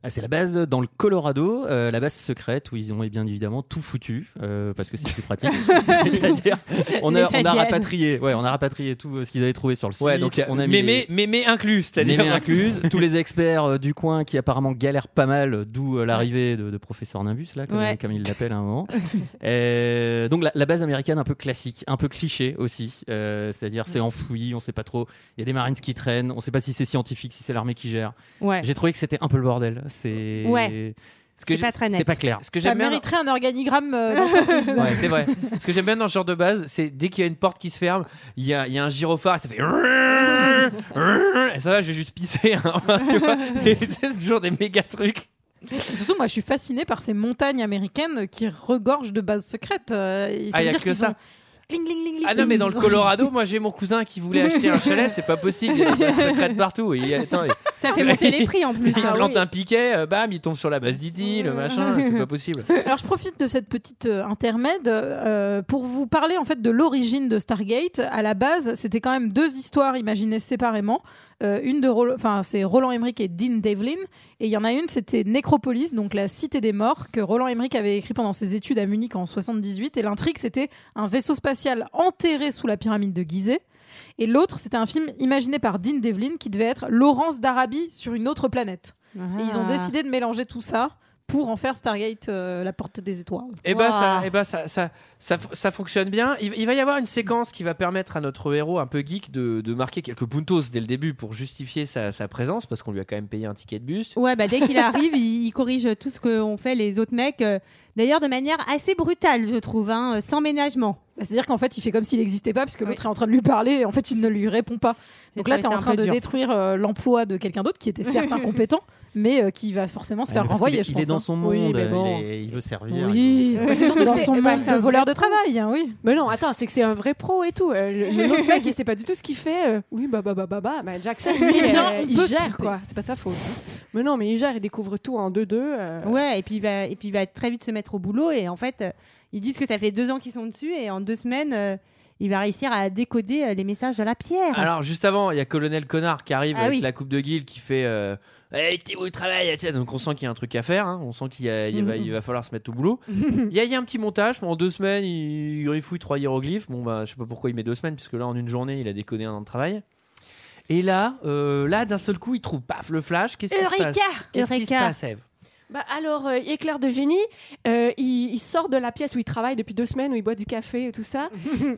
[SPEAKER 2] Ah, c'est la base dans le Colorado, euh, la base secrète où ils ont eh bien évidemment tout foutu euh, parce que c'est plus pratique. C'est-à-dire, on
[SPEAKER 1] Les
[SPEAKER 2] a, on a
[SPEAKER 1] aliens.
[SPEAKER 2] rapatrié, ouais, on a rapatrié tout euh, ce qu'ils avaient trouvé sur le site.
[SPEAKER 1] Ouais, donc, il y a
[SPEAKER 2] on a mis
[SPEAKER 1] mémé, mémé inclus, c'est-à-dire.
[SPEAKER 2] Mémé incluse, tous les experts euh, du coin qui apparemment galèrent pas mal, euh, d'où euh, l'arrivée de, de professeur Nimbus, là, comme,
[SPEAKER 1] Ouais.
[SPEAKER 2] comme il l'appelle à un moment. Euh, donc la, la base américaine un peu classique, un peu cliché aussi, euh, c'est-à-dire c'est enfoui, on sait pas trop, il y a des marines qui traînent, on sait pas si c'est scientifique, si c'est l'armée qui gère.
[SPEAKER 6] Ouais.
[SPEAKER 2] J'ai trouvé que c'était un peu le bordel, c'est
[SPEAKER 6] Ouais.
[SPEAKER 2] Ce que
[SPEAKER 6] C'est
[SPEAKER 2] j'ai-
[SPEAKER 6] pas très net.
[SPEAKER 2] C'est pas clair.
[SPEAKER 1] Ce que
[SPEAKER 12] ça
[SPEAKER 1] j'aime bien-
[SPEAKER 12] mériterait un organigramme. euh, d'entreprise.
[SPEAKER 1] Ouais, c'est vrai. Ce que j'aime bien dans ce genre de base, c'est dès qu'il y a une porte qui se ferme, il y a, il y a un gyrophare, ça fait. Et ça va, je vais juste pisser. hein. Tu vois Et tu sais, c'est toujours des méga trucs.
[SPEAKER 12] Et Surtout, moi, je suis fascinée par ces montagnes américaines qui regorgent de bases secrètes. euh, et
[SPEAKER 1] Ah, il y a
[SPEAKER 12] veut dire
[SPEAKER 1] que
[SPEAKER 12] qu'ils
[SPEAKER 1] ça.
[SPEAKER 12] ont- Cling, cling, cling,
[SPEAKER 1] Ah non,
[SPEAKER 12] cling,
[SPEAKER 1] mais dans
[SPEAKER 12] ils
[SPEAKER 1] le
[SPEAKER 12] ont-
[SPEAKER 1] Colorado, moi j'ai mon cousin qui voulait acheter un chalet, c'est pas possible. Il y a des bases secrètes partout. Il, attends, il-
[SPEAKER 6] Ça fait monter les prix en plus.
[SPEAKER 1] il plante un piquet, euh, bam, il tombe sur la base d'Iti, le machin, c'est pas possible.
[SPEAKER 12] Alors je profite de cette petite euh, intermède euh, pour vous parler en fait de l'origine de Stargate. À la base, c'était quand même deux histoires imaginées séparément. Euh, une de Roland- enfin c'est Roland Emmerich et Dean Devlin, et il y en a une c'était Nécropolis, donc la cité des morts que Roland Emmerich avait écrit pendant ses études à Munich en 78. Et l'intrigue c'était un vaisseau spatial enterré sous la pyramide de Gizeh. Et l'autre, c'était un film imaginé par Dean Devlin qui devait être Laurence d'Arabie sur une autre planète.
[SPEAKER 6] Ah.
[SPEAKER 12] Et ils ont décidé de mélanger tout ça pour en faire Stargate euh, la porte des étoiles.
[SPEAKER 1] Et bah, ça, eh ben, ça, ça, ça, ça fonctionne bien. Il, il va y avoir une séquence qui va permettre à notre héros un peu geek de, de marquer quelques puntos dès le début pour justifier sa, sa présence parce qu'on lui a quand même payé un ticket de bus.
[SPEAKER 6] Ouais, bah dès qu'il arrive, il, il corrige tout ce qu'ont fait les autres mecs. euh, D'ailleurs, de manière assez brutale, je trouve, hein, euh, sans ménagement.
[SPEAKER 12] Bah, C'est-à-dire qu'en fait, il fait comme s'il n'existait pas, puisque l'autre est en train de lui parler, et en fait, il ne lui répond pas. Donc
[SPEAKER 6] trouvé
[SPEAKER 12] là, tu es en
[SPEAKER 6] ça un
[SPEAKER 12] train
[SPEAKER 6] peu
[SPEAKER 12] de
[SPEAKER 6] dur.
[SPEAKER 12] détruire euh, l'emploi de quelqu'un d'autre qui était certes incompétent, mais euh, qui va forcément se
[SPEAKER 2] Ouais,
[SPEAKER 12] faire
[SPEAKER 2] Ah, parce qu'il
[SPEAKER 12] renvoyer,
[SPEAKER 2] est-
[SPEAKER 12] je
[SPEAKER 2] il
[SPEAKER 12] pense.
[SPEAKER 2] est dans
[SPEAKER 12] hein.
[SPEAKER 2] son monde, il, est- il veut servir.
[SPEAKER 12] Oui,
[SPEAKER 2] il veut-
[SPEAKER 12] c'est surtout
[SPEAKER 13] Dans
[SPEAKER 12] dans
[SPEAKER 13] son
[SPEAKER 12] son
[SPEAKER 13] monde
[SPEAKER 12] de voleur de travail, hein, oui.
[SPEAKER 13] Mais non, attends, c'est que c'est un vrai pro et tout. Euh, le- le- L'autre mec, il sait pas du tout ce qu'il fait. Euh, oui, bah bah bah bah bah. Mais Jackson, lui,
[SPEAKER 6] Eh bien,
[SPEAKER 13] euh,
[SPEAKER 6] on
[SPEAKER 13] il
[SPEAKER 6] peut se
[SPEAKER 13] gère
[SPEAKER 6] tromper.
[SPEAKER 13] quoi. C'est pas de sa faute. hein. Mais non, mais il gère, il découvre tout en 2-2. euh.
[SPEAKER 6] Ouais, et puis, il va, et puis il va très vite se mettre au boulot. Et en fait, euh, ils disent que ça fait deux ans qu'ils sont dessus. Et en deux semaines, euh, il va réussir à décoder euh, les messages de la pierre.
[SPEAKER 1] Alors, juste avant, il y a Colonel Connard qui arrive
[SPEAKER 6] Ah
[SPEAKER 1] avec
[SPEAKER 6] oui.
[SPEAKER 1] la coupe de Guil qui fait. euh, Eh, t'es où le travail etc. Donc, on sent qu'il y a un truc à faire. hein. On sent qu'il y a- il va, il va falloir se mettre au boulot. Il y, a, il y a un petit montage. En deux semaines, il grifouille trois hiéroglyphes. Bon, bah, je sais pas pourquoi il met deux semaines, puisque là, en une journée, il a déconné un an de travail. Et là, euh, là d'un seul coup, il trouve paf le flash. Qu'est-ce qui se passe
[SPEAKER 6] Eureka
[SPEAKER 1] Qu'est-ce qui se
[SPEAKER 6] Eureka
[SPEAKER 1] passe, Ève
[SPEAKER 13] Bah, alors, euh, éclair de génie, euh, il, il sort de la pièce où il travaille depuis deux semaines, où il boit du café et tout ça.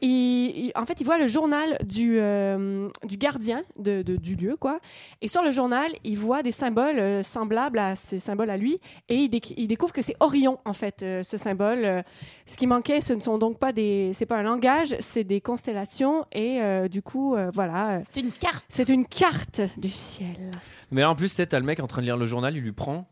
[SPEAKER 13] il, il- en fait, il voit le journal du, euh, du gardien de, de- du lieu, quoi. Et sur le journal, il voit des symboles euh, semblables à ces symboles à lui. Et il, déc- il découvre que c'est Orion, en fait, euh, ce symbole. Euh, ce qui manquait, ce ne sont donc pas des. C'est pas un langage, c'est des constellations. Et euh, du coup, euh, voilà.
[SPEAKER 6] C'est une carte.
[SPEAKER 13] C'est une carte du ciel.
[SPEAKER 1] Mais là, en plus, tu sais, t'as le mec en train de lire le journal, il lui prend.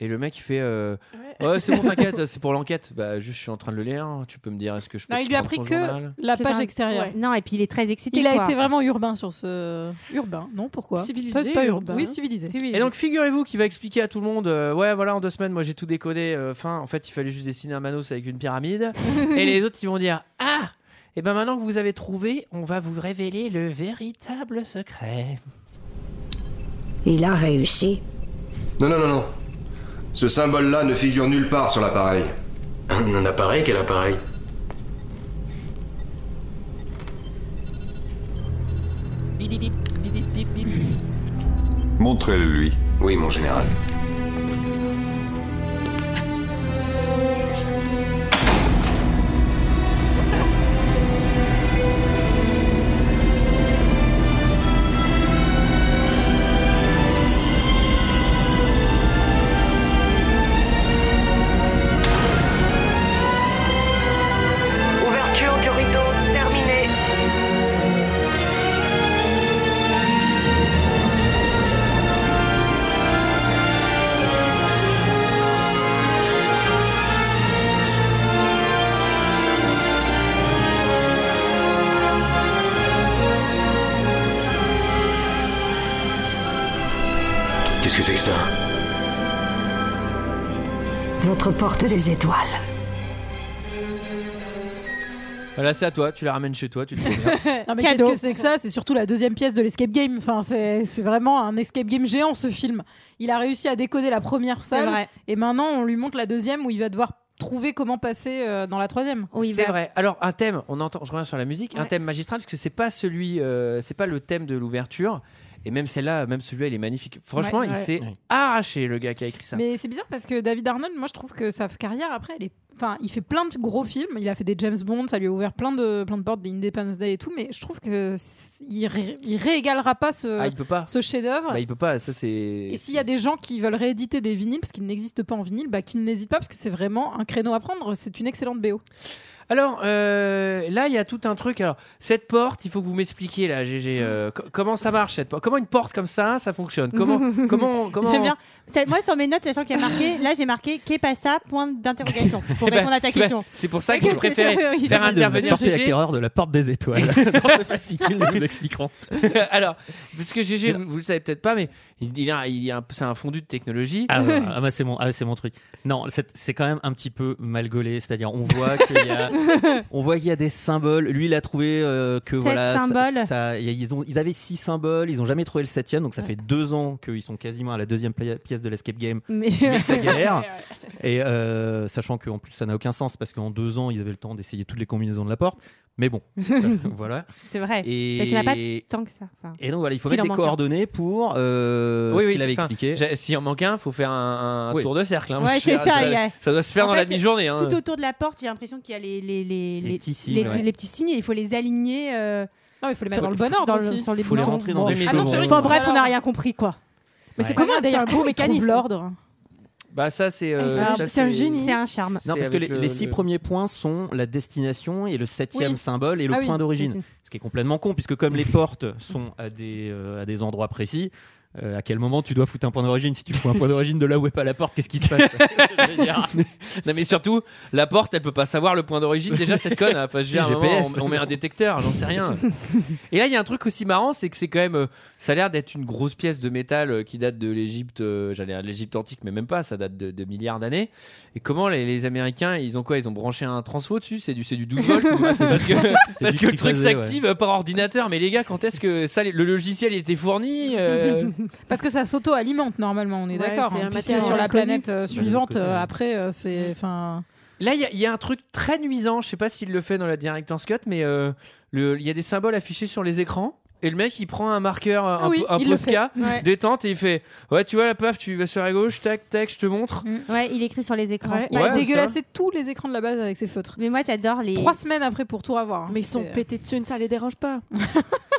[SPEAKER 1] Et le mec, il fait euh, Ouais, c'est bon, t'inquiète, c'est pour l'enquête. Bah, juste, je suis en train de le lire. Tu peux me dire, est-ce que je peux.
[SPEAKER 12] Non, il lui a
[SPEAKER 1] prendre
[SPEAKER 12] pris
[SPEAKER 1] ton
[SPEAKER 12] que
[SPEAKER 1] journal
[SPEAKER 12] la
[SPEAKER 6] C'est
[SPEAKER 12] page
[SPEAKER 6] un-
[SPEAKER 12] extérieure.
[SPEAKER 6] ouais. Non, et puis il est très excité.
[SPEAKER 12] Il a
[SPEAKER 6] quoi.
[SPEAKER 12] été vraiment urbain sur ce. Urbain, non Pourquoi
[SPEAKER 6] Civilisé,
[SPEAKER 12] Pas, pas urbain.
[SPEAKER 6] urbain.
[SPEAKER 12] Oui, civilisé.
[SPEAKER 1] Et donc, figurez-vous qu'il va expliquer à tout le monde euh, Ouais, voilà, en deux semaines, moi j'ai tout décodé. euh, fin, en fait, il fallait juste dessiner un manos avec une pyramide. et les autres, ils vont dire Ah Et ben maintenant que vous avez trouvé, on va vous révéler le véritable secret.
[SPEAKER 14] Il a réussi.
[SPEAKER 5] Non, non, non, non. Ce symbole-là ne figure nulle part sur l'appareil.
[SPEAKER 4] Un appareil, quel appareil
[SPEAKER 10] Montrez-le lui.
[SPEAKER 5] Oui, mon général.
[SPEAKER 15] Ouverture du rideau terminée.
[SPEAKER 4] Qu'est-ce que c'est que ça
[SPEAKER 14] Votre porte des étoiles.
[SPEAKER 1] Voilà, c'est à toi, tu la ramènes chez toi, tu te préviens.
[SPEAKER 12] Non, mais
[SPEAKER 6] Cadeau.
[SPEAKER 12] qu'est-ce que c'est que ça C'est surtout la deuxième pièce de l'escape game. Enfin, c'est c'est vraiment un escape game géant ce film. Il a réussi à décoder la première salle
[SPEAKER 6] vrai.
[SPEAKER 12] et maintenant on lui montre la deuxième où il va devoir trouver comment passer euh, dans la troisième.
[SPEAKER 6] bah.
[SPEAKER 1] c'est vrai. Alors un thème, on entend. Je reviens sur la musique. Un
[SPEAKER 12] Ouais.
[SPEAKER 1] thème magistral parce que c'est pas celui, euh, c'est pas le thème de l'ouverture. Et même celle-là, même celui-là, il est magnifique. Franchement,
[SPEAKER 12] Ouais,
[SPEAKER 1] il
[SPEAKER 12] ouais.
[SPEAKER 1] s'est
[SPEAKER 12] Ouais.
[SPEAKER 1] arraché le gars qui a écrit ça.
[SPEAKER 12] Mais c'est bizarre parce que David Arnold, moi je trouve que sa carrière après, elle est... enfin, il fait plein de gros films. Il a fait des James Bond, ça lui a ouvert plein de plein de portes, des Independence Day et tout. Mais je trouve que c'est- il, ré- il réégalera pas ce
[SPEAKER 1] Ah, il peut pas.
[SPEAKER 12] ce chef-d'œuvre.
[SPEAKER 1] Bah, il peut pas. Ça c'est.
[SPEAKER 12] euh, Et s'il y a des gens qui veulent rééditer des vinyles parce qu'ils n'existent pas en vinyle, bah qu'ils n'hésitent pas parce que c'est vraiment un créneau à prendre. C'est une excellente BO.
[SPEAKER 1] Alors euh, là, il y a tout un truc. Alors cette porte, il faut que vous m'expliquiez là, GG, euh, co- comment ça marche cette porte. Comment une porte comme ça, ça fonctionne Comment comment comment
[SPEAKER 6] J'aime bien. Ça- Moi, sur mes notes, sachant qu'il y a marqué, là, j'ai marqué Kepassa, point d'interrogation, pour
[SPEAKER 1] Eh ben,
[SPEAKER 6] répondre à ta
[SPEAKER 1] bah,
[SPEAKER 6] question.
[SPEAKER 1] c'est pour ça que j'ai préféré
[SPEAKER 6] Oui,
[SPEAKER 1] faire
[SPEAKER 6] oui.
[SPEAKER 1] intervenir
[SPEAKER 2] Parfait
[SPEAKER 1] GG.
[SPEAKER 2] acquéreur de la porte des étoiles. Dans ce fascicule, nous vous expliquerons.
[SPEAKER 1] Alors, parce que GG, vous, vous le savez peut-être pas, mais il, il a, il a un- c'est un fondu de technologie.
[SPEAKER 2] Ah, ouais, ah bah c'est mon, ah, c'est mon truc. Non, c'est c'est quand même un petit peu mal gaulé. C'est-à-dire, on voit qu'il y a, on voit qu'il y a des symboles. Lui, il a trouvé euh, que voilà, ça-
[SPEAKER 6] symboles.
[SPEAKER 2] ça- y a- ils ont, ils avaient six symboles. Ils ont jamais trouvé le septième, donc ça fait deux ans qu'ils sont quasiment à la deuxième pla- pièce de l'escape game.
[SPEAKER 6] Mais-
[SPEAKER 2] Vu que ça galère. Et euh, sachant qu'en plus, ça n'a aucun sens parce qu'en deux ans, ils avaient le temps d'essayer toutes les combinaisons de la porte. Mais bon, ça- voilà.
[SPEAKER 6] C'est vrai.
[SPEAKER 2] Et-
[SPEAKER 6] Mais ça n'a pas tant que ça. Enfin,
[SPEAKER 2] Et donc voilà, il faut
[SPEAKER 6] s'il
[SPEAKER 2] mettre
[SPEAKER 6] en
[SPEAKER 2] des
[SPEAKER 6] manque un.
[SPEAKER 2] coordonnées pour euh,
[SPEAKER 1] Oui,
[SPEAKER 2] ce
[SPEAKER 1] oui,
[SPEAKER 2] qu'il
[SPEAKER 1] c'est-
[SPEAKER 2] avait
[SPEAKER 1] enfin,
[SPEAKER 2] expliqué.
[SPEAKER 1] j'ai- S'il en manque un, faut faire un, un
[SPEAKER 2] Oui.
[SPEAKER 1] tour de cercle. hein.
[SPEAKER 6] Ouais,
[SPEAKER 1] En
[SPEAKER 6] c'est
[SPEAKER 1] général,
[SPEAKER 6] ça, il y a-
[SPEAKER 1] ça doit se faire
[SPEAKER 6] En
[SPEAKER 1] dans la
[SPEAKER 6] fait,
[SPEAKER 1] demi-journée. hein.
[SPEAKER 6] Tout autour de la porte, j'ai l'impression qu'il y a les, les, les,
[SPEAKER 1] Les petits signes, ouais.
[SPEAKER 6] les petits signes et il faut les aligner. euh,
[SPEAKER 12] Non, il faut les mettre dans le bon ordre aussi.
[SPEAKER 6] sur les
[SPEAKER 2] Faut les
[SPEAKER 6] bons-
[SPEAKER 2] rentrer dans
[SPEAKER 6] bons-
[SPEAKER 2] des
[SPEAKER 6] Ah non,
[SPEAKER 2] maisons.
[SPEAKER 6] c'est vrai
[SPEAKER 2] Bon,
[SPEAKER 6] que- bref, on n'a
[SPEAKER 12] Alors-
[SPEAKER 6] rien compris, quoi.
[SPEAKER 12] Mais
[SPEAKER 2] Ouais.
[SPEAKER 12] c'est comment
[SPEAKER 6] Comment d'ailleurs
[SPEAKER 12] d'ailleurs un beau
[SPEAKER 6] il trouve
[SPEAKER 12] mécanisme
[SPEAKER 6] l'ordre
[SPEAKER 1] Bah ça c'est. euh,
[SPEAKER 6] Ah,
[SPEAKER 1] ça,
[SPEAKER 6] c'est un génie. C'est un charme.
[SPEAKER 2] Non,
[SPEAKER 1] C'est
[SPEAKER 2] parce que les,
[SPEAKER 1] avec le-
[SPEAKER 2] les six
[SPEAKER 1] le-
[SPEAKER 2] premiers points sont la destination et le septième
[SPEAKER 1] Oui.
[SPEAKER 2] symbole et le
[SPEAKER 1] Ah oui,
[SPEAKER 2] point d'origine.
[SPEAKER 1] l'origine.
[SPEAKER 2] Ce qui est complètement con, puisque comme les portes sont à des, euh, à des endroits précis, euh, à quel moment tu dois foutre un point d'origine Si tu fous un point d'origine de là où est pas la porte, qu'est-ce qui se passe Je veux dire,
[SPEAKER 1] Non mais surtout, la porte, elle peut pas savoir le point d'origine. Déjà cette conne. hein. Enfin, je veux
[SPEAKER 2] Si,
[SPEAKER 1] dire, à un moment,
[SPEAKER 2] GPS.
[SPEAKER 1] on, on met un détecteur, j'en sais rien. Et là, il y a un truc aussi marrant, c'est que c'est quand même, euh, ça a l'air d'être une grosse pièce de métal euh, qui date de l'Égypte, euh, j'allais dire de l'Égypte antique, mais même pas, ça date de, de milliards d'années. Et comment les, les Américains, ils ont quoi Ils ont branché un transfo dessus C'est du, c'est du 12 volts ou quoi C'est parce que,
[SPEAKER 2] C'est
[SPEAKER 1] parce
[SPEAKER 2] du
[SPEAKER 1] que le truc
[SPEAKER 2] triphasé, ouais.
[SPEAKER 1] s'active euh, par ordinateur. Mais les gars, quand est-ce que ça, le logiciel il était fourni euh,
[SPEAKER 12] Parce que ça s'auto-alimente normalement, on est
[SPEAKER 13] Ouais,
[SPEAKER 12] d'accord.
[SPEAKER 13] c'est
[SPEAKER 12] hein,
[SPEAKER 13] un
[SPEAKER 12] puisque
[SPEAKER 13] matériau
[SPEAKER 12] sur la
[SPEAKER 13] inconnu.
[SPEAKER 12] planète euh,
[SPEAKER 1] Bah,
[SPEAKER 12] suivante,
[SPEAKER 1] de l'autre côté,
[SPEAKER 12] euh,
[SPEAKER 1] ouais.
[SPEAKER 12] après, euh, c'est. Enfin.
[SPEAKER 1] Là, il y, a- il y a un truc très nuisant. Je sais pas s'il le fait dans la director's cut, mais euh, le- il y a des symboles affichés sur les écrans. et le mec il prend un marqueur, un,
[SPEAKER 12] Ah oui,
[SPEAKER 1] po- un
[SPEAKER 12] il le
[SPEAKER 1] Posca,
[SPEAKER 12] fait. Ouais.
[SPEAKER 1] détente, et il fait Ouais, tu vois la paf, tu vas sur la gauche, tac, tac, je te montre.
[SPEAKER 6] Ouais, il écrit sur les écrans.
[SPEAKER 1] Bah, il Ouais, dégueulassait
[SPEAKER 6] tous les écrans de la base avec ses feutres. Mais moi, j'adore les.
[SPEAKER 12] Trois semaines après pour tout hein, avoir.
[SPEAKER 6] Mais ils sont
[SPEAKER 12] pétés de thunes, ça les dérange pas.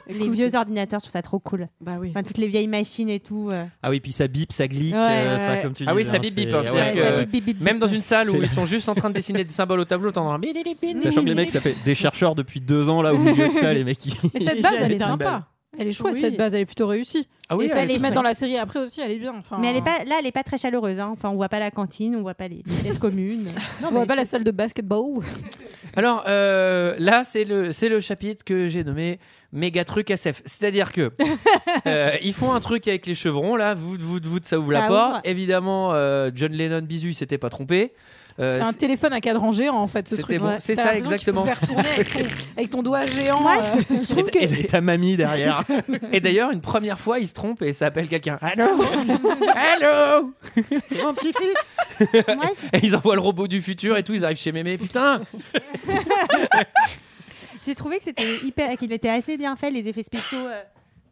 [SPEAKER 6] les vieux ordinateurs, je trouve ça trop cool. Bah oui. toutes les vieilles machines et tout. euh.
[SPEAKER 2] Ah oui, puis ça bip, ça glique,
[SPEAKER 6] Ouais,
[SPEAKER 2] euh,
[SPEAKER 6] ouais,
[SPEAKER 2] ça
[SPEAKER 6] ouais.
[SPEAKER 2] comme tu dis.
[SPEAKER 1] Ah oui, ça bip bip. hein, c'est-à-dire que Même dans une salle où ils sont juste en train de dessiner des symboles au tableau, t'entends bip, bip, bip,
[SPEAKER 2] Sachant que les
[SPEAKER 1] bip,
[SPEAKER 2] mecs,
[SPEAKER 1] bip.
[SPEAKER 2] ça fait des chercheurs depuis deux ans là au milieu de ça, les mecs. Ils...
[SPEAKER 12] Mais cette base,
[SPEAKER 2] ils
[SPEAKER 12] elle
[SPEAKER 2] mettent
[SPEAKER 12] est
[SPEAKER 2] une balle.
[SPEAKER 12] sympa. Elle est chouette,
[SPEAKER 6] Oui.
[SPEAKER 12] cette base, elle est plutôt réussie.
[SPEAKER 2] Ah oui,
[SPEAKER 12] et
[SPEAKER 2] elle
[SPEAKER 12] ça,
[SPEAKER 2] est
[SPEAKER 12] les
[SPEAKER 2] chouette.
[SPEAKER 12] mettre dans la série après aussi, elle est bien. Enfin,
[SPEAKER 6] Mais elle est pas, là, elle est pas très chaleureuse. hein. Enfin, on voit pas la cantine, on voit pas les les pièces communes.
[SPEAKER 12] on voit pas la salle de basketball.
[SPEAKER 1] Alors euh, là, c'est le, c'est le chapitre que j'ai nommé méga truc SF. C'est-à-dire que euh, ils font un truc avec les chevrons, là, vous, vous, vous, ça ouvre la
[SPEAKER 12] Ça
[SPEAKER 1] porte.
[SPEAKER 12] ouvre.
[SPEAKER 1] Évidemment, euh, John Lennon, bisu, il s'était pas trompé. Euh,
[SPEAKER 12] c'est un téléphone à cadran géant en fait, ce
[SPEAKER 1] C'était
[SPEAKER 12] truc.
[SPEAKER 1] bon, c'est
[SPEAKER 12] T'as
[SPEAKER 1] ça,
[SPEAKER 12] l'impression que tu peux
[SPEAKER 1] exactement.
[SPEAKER 12] faire tourner avec ton, avec ton doigt géant. euh,
[SPEAKER 2] Et ta mamie derrière.
[SPEAKER 1] Et d'ailleurs, une première fois, il se trompe et ça appelle quelqu'un. Allô Allô
[SPEAKER 2] Mon petit-fils
[SPEAKER 1] Et ils envoient le robot du futur et tout, ils arrivent chez Mémé. Putain
[SPEAKER 6] J'ai trouvé que c'était hyper, qu'il était assez bien fait les effets spéciaux euh,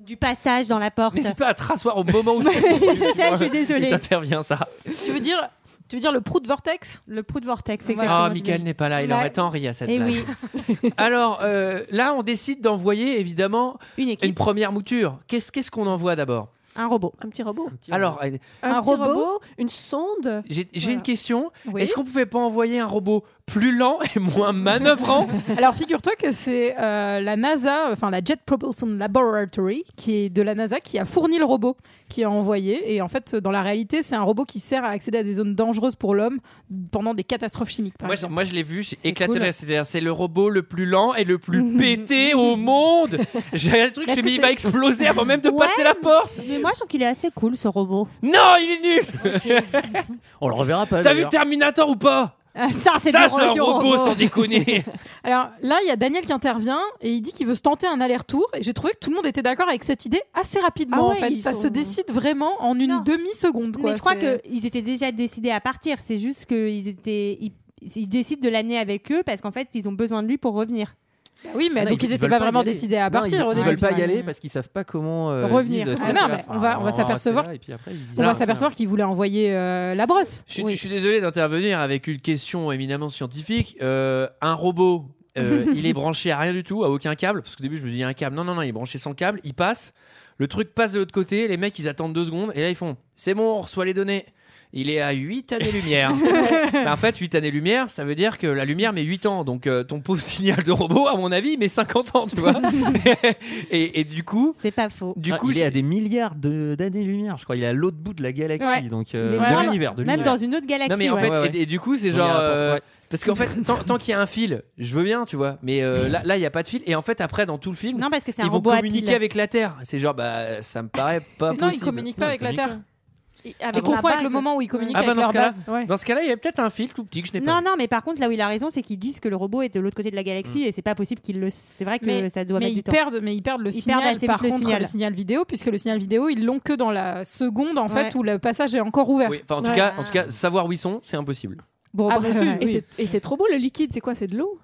[SPEAKER 6] du passage dans la porte.
[SPEAKER 1] N'hésite pas à te rasseoir au moment où tu-
[SPEAKER 6] Je sais, je suis désolée.
[SPEAKER 1] Il t'intervient ça.
[SPEAKER 12] tu veux dire, tu veux dire le prout vortex
[SPEAKER 6] Le prout vortex,
[SPEAKER 1] Ah, Michael n'est pas là, il
[SPEAKER 12] Ouais.
[SPEAKER 1] aurait tant ri à cette
[SPEAKER 12] Eh
[SPEAKER 1] blague.
[SPEAKER 12] oui.
[SPEAKER 1] Alors euh, là, on décide d'envoyer évidemment
[SPEAKER 6] une,
[SPEAKER 1] première mouture. Qu'est-ce qu'est-ce qu'on envoie d'abord
[SPEAKER 6] Un robot.
[SPEAKER 13] Un petit robot.
[SPEAKER 1] Alors, euh,
[SPEAKER 13] un, petit robot, une sonde.
[SPEAKER 1] j'ai j'ai une question.
[SPEAKER 12] Oui.
[SPEAKER 1] Est-ce qu'on pouvait pas envoyer un robot plus lent et moins manœuvrant
[SPEAKER 12] Alors figure-toi que c'est euh, la NASA, enfin la Jet Propulsion Laboratory, qui est de la NASA, qui a fourni le robot, qui a envoyé. Et en fait, dans la réalité, c'est un robot qui sert à accéder à des zones dangereuses pour l'homme pendant des catastrophes chimiques. Par
[SPEAKER 1] Moi, je-
[SPEAKER 12] exemple.
[SPEAKER 1] moi, je l'ai vu, j'ai éclaté
[SPEAKER 12] cool.
[SPEAKER 1] la c'est-à-dire, C'est le robot le plus lent et le plus pété au monde. J'ai regardé le truc,
[SPEAKER 6] Parce
[SPEAKER 1] j'ai
[SPEAKER 6] que
[SPEAKER 1] mis, il
[SPEAKER 6] c'est-
[SPEAKER 1] va exploser avant même de
[SPEAKER 6] Ouais,
[SPEAKER 1] passer la porte.
[SPEAKER 6] Mais moi, je trouve qu'il est assez cool ce robot.
[SPEAKER 1] Non, il est nul.
[SPEAKER 2] On le reverra pas.
[SPEAKER 1] T'as vu
[SPEAKER 2] d'ailleurs.
[SPEAKER 1] Terminator ou pas
[SPEAKER 6] Ça,
[SPEAKER 1] c'est Ça, du c'est un robot, robot. sans déconner.
[SPEAKER 12] Alors là, il y a Daniel qui intervient et il dit qu'il veut se tenter un aller-retour. Et j'ai trouvé que tout le monde était d'accord avec cette idée assez rapidement.
[SPEAKER 6] Ah
[SPEAKER 12] en
[SPEAKER 6] ouais,
[SPEAKER 12] fait,
[SPEAKER 6] ils
[SPEAKER 12] ça
[SPEAKER 6] sont-
[SPEAKER 12] se décide vraiment en une demi-seconde. quoi.
[SPEAKER 6] Mais je crois
[SPEAKER 12] C'est-
[SPEAKER 6] qu'ils étaient déjà décidés à partir. C'est juste qu'ils étaient. Ils, ils décident de l'amener avec eux parce qu'en fait, ils ont besoin de lui pour revenir.
[SPEAKER 12] oui, mais
[SPEAKER 6] Ah,
[SPEAKER 12] donc
[SPEAKER 6] ils-
[SPEAKER 12] ils
[SPEAKER 6] ils
[SPEAKER 12] n'étaient
[SPEAKER 6] veulent
[SPEAKER 12] pas
[SPEAKER 6] pas y
[SPEAKER 12] vraiment
[SPEAKER 6] aller.
[SPEAKER 12] décidés Ah à
[SPEAKER 2] Non,
[SPEAKER 12] partir
[SPEAKER 2] ils,
[SPEAKER 12] au
[SPEAKER 2] ils
[SPEAKER 12] début.
[SPEAKER 2] veulent pas y aller parce qu'ils savent pas comment euh,
[SPEAKER 12] Revenir.
[SPEAKER 2] ils disent,
[SPEAKER 12] Ah
[SPEAKER 2] ça,
[SPEAKER 12] non,
[SPEAKER 2] c'est
[SPEAKER 12] mais
[SPEAKER 2] la-
[SPEAKER 12] on va- on va
[SPEAKER 2] rester
[SPEAKER 12] s'apercevoir.
[SPEAKER 2] là, et puis après, ils disent,
[SPEAKER 12] On
[SPEAKER 2] ah,
[SPEAKER 12] va s'apercevoir qu'il voulait envoyer euh, la brosse.
[SPEAKER 1] Je, suis- je suis désolé d'intervenir avec une question éminemment scientifique. Euh, un robot, euh, il est branché à rien du tout, à aucun câble. Parce qu'au début, je me dis un câble. Non, non, non, il est branché sans câble. Il passe. Le truc passe de l'autre côté. Les mecs, ils attendent deux secondes. Et là, ils font C'est bon, on reçoit les données. Il est à 8 années-lumière. Ben, en fait, 8 années-lumière, ça veut dire que la lumière met 8 ans. Donc, euh, ton pauvre signal de robot, à mon avis, met 50 ans, tu vois. et, et du coup.
[SPEAKER 6] C'est pas faux.
[SPEAKER 1] Du
[SPEAKER 2] Ah,
[SPEAKER 1] coup,
[SPEAKER 2] il est
[SPEAKER 1] c'est-
[SPEAKER 2] à des milliards de- d'années-lumière, je crois. Il est à l'autre bout de la galaxie,
[SPEAKER 6] Ouais.
[SPEAKER 2] donc
[SPEAKER 6] Il
[SPEAKER 2] euh,
[SPEAKER 6] est
[SPEAKER 2] de
[SPEAKER 6] vraiment-
[SPEAKER 2] l'univers. de
[SPEAKER 6] Même
[SPEAKER 2] l'univers.
[SPEAKER 6] dans une autre galaxie.
[SPEAKER 1] Non mais en
[SPEAKER 6] ouais.
[SPEAKER 1] fait,
[SPEAKER 2] Ouais, ouais.
[SPEAKER 1] et, et du coup c'est
[SPEAKER 2] On
[SPEAKER 1] genre
[SPEAKER 2] ira à la porte,
[SPEAKER 1] euh,
[SPEAKER 2] ouais.
[SPEAKER 1] parce qu'en fait tant, tant qu'il y a un fil, je veux bien, tu vois, mais euh, là là il y a pas de fil et en fait après dans tout le film,
[SPEAKER 6] Non, parce que c'est un
[SPEAKER 1] ils vont
[SPEAKER 6] robot à
[SPEAKER 1] communiquer
[SPEAKER 6] pile.
[SPEAKER 1] avec la Terre. C'est genre bah ça me paraît pas
[SPEAKER 12] Non,
[SPEAKER 1] possible.
[SPEAKER 12] ils communiquent pas avec la Terre. Tu
[SPEAKER 6] avec la
[SPEAKER 12] confonds avec le
[SPEAKER 6] base.
[SPEAKER 12] moment où ils communiquent
[SPEAKER 1] Ah bah
[SPEAKER 12] avec
[SPEAKER 1] dans
[SPEAKER 12] leur
[SPEAKER 1] ce cas-là,
[SPEAKER 12] base.
[SPEAKER 1] dans ce cas-là, il y a peut-être un fil tout petit que je n'ai pas.
[SPEAKER 6] Non, non, mais par contre, là où il a raison, c'est qu'ils disent que le robot est de l'autre côté de la
[SPEAKER 13] Mm.
[SPEAKER 6] galaxie et c'est pas possible qu'ils le. C'est vrai que
[SPEAKER 12] Mais,
[SPEAKER 6] ça doit
[SPEAKER 12] mais
[SPEAKER 6] mettre
[SPEAKER 12] ils
[SPEAKER 6] du temps.
[SPEAKER 12] perdent, mais ils perdent le
[SPEAKER 6] Ils
[SPEAKER 12] signal.
[SPEAKER 6] perdent assez
[SPEAKER 12] par
[SPEAKER 6] vite le
[SPEAKER 12] contre,
[SPEAKER 6] signal.
[SPEAKER 12] le signal vidéo, puisque le signal vidéo, ils l'ont que dans la seconde en fait
[SPEAKER 6] Ouais.
[SPEAKER 12] où le passage est encore ouvert.
[SPEAKER 1] Oui, enfin en tout cas, en tout cas, savoir où ils sont, c'est impossible.
[SPEAKER 12] Bon,
[SPEAKER 13] Ah,
[SPEAKER 12] bah,
[SPEAKER 13] bah,
[SPEAKER 12] oui.
[SPEAKER 13] et c'est- et c'est trop beau le liquide. C'est quoi C'est de l'eau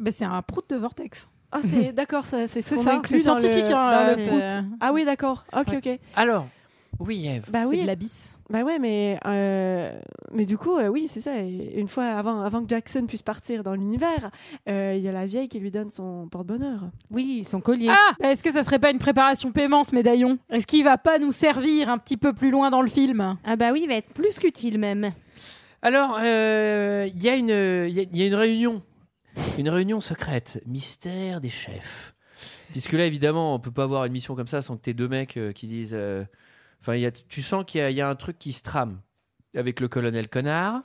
[SPEAKER 12] Bah, c'est un prout de vortex.
[SPEAKER 13] Ah, c'est d'accord, ça- c'est ce
[SPEAKER 12] C'est
[SPEAKER 13] qu'on
[SPEAKER 12] ça,
[SPEAKER 13] inclut
[SPEAKER 12] c'est
[SPEAKER 13] dans le-
[SPEAKER 12] scientifique, hein,
[SPEAKER 13] dans
[SPEAKER 12] euh,
[SPEAKER 13] le
[SPEAKER 12] c'est-
[SPEAKER 6] Bah
[SPEAKER 13] foot. Ah oui, d'accord. Ok, ok.
[SPEAKER 1] Alors, oui Eve.
[SPEAKER 13] Bah oui.
[SPEAKER 12] de la bise.
[SPEAKER 13] Bah ouais, mais euh, mais du coup, euh, oui, c'est ça. Et Une fois avant, avant que Jackson puisse partir dans l'univers, euh, il y a la vieille qui lui donne son porte-bonheur.
[SPEAKER 6] Oui, son collier.
[SPEAKER 12] Ah Bah, Est-ce que ça serait pas une préparation paiement ce médaillon Est-ce qu'il va pas nous servir un petit peu plus loin dans le film
[SPEAKER 6] Ah bah oui, il va être plus qu'utile même.
[SPEAKER 1] Alors euh, il y a une il y a- il y a une réunion, une réunion secrète, mystère des chefs. Puisque là, évidemment, on peut pas avoir une mission comme ça sans que t'aies deux mecs euh, qui disent. euh, Enfin, il y a- tu sens qu'il y, a- il y a un truc qui se trame avec le colonel Connard.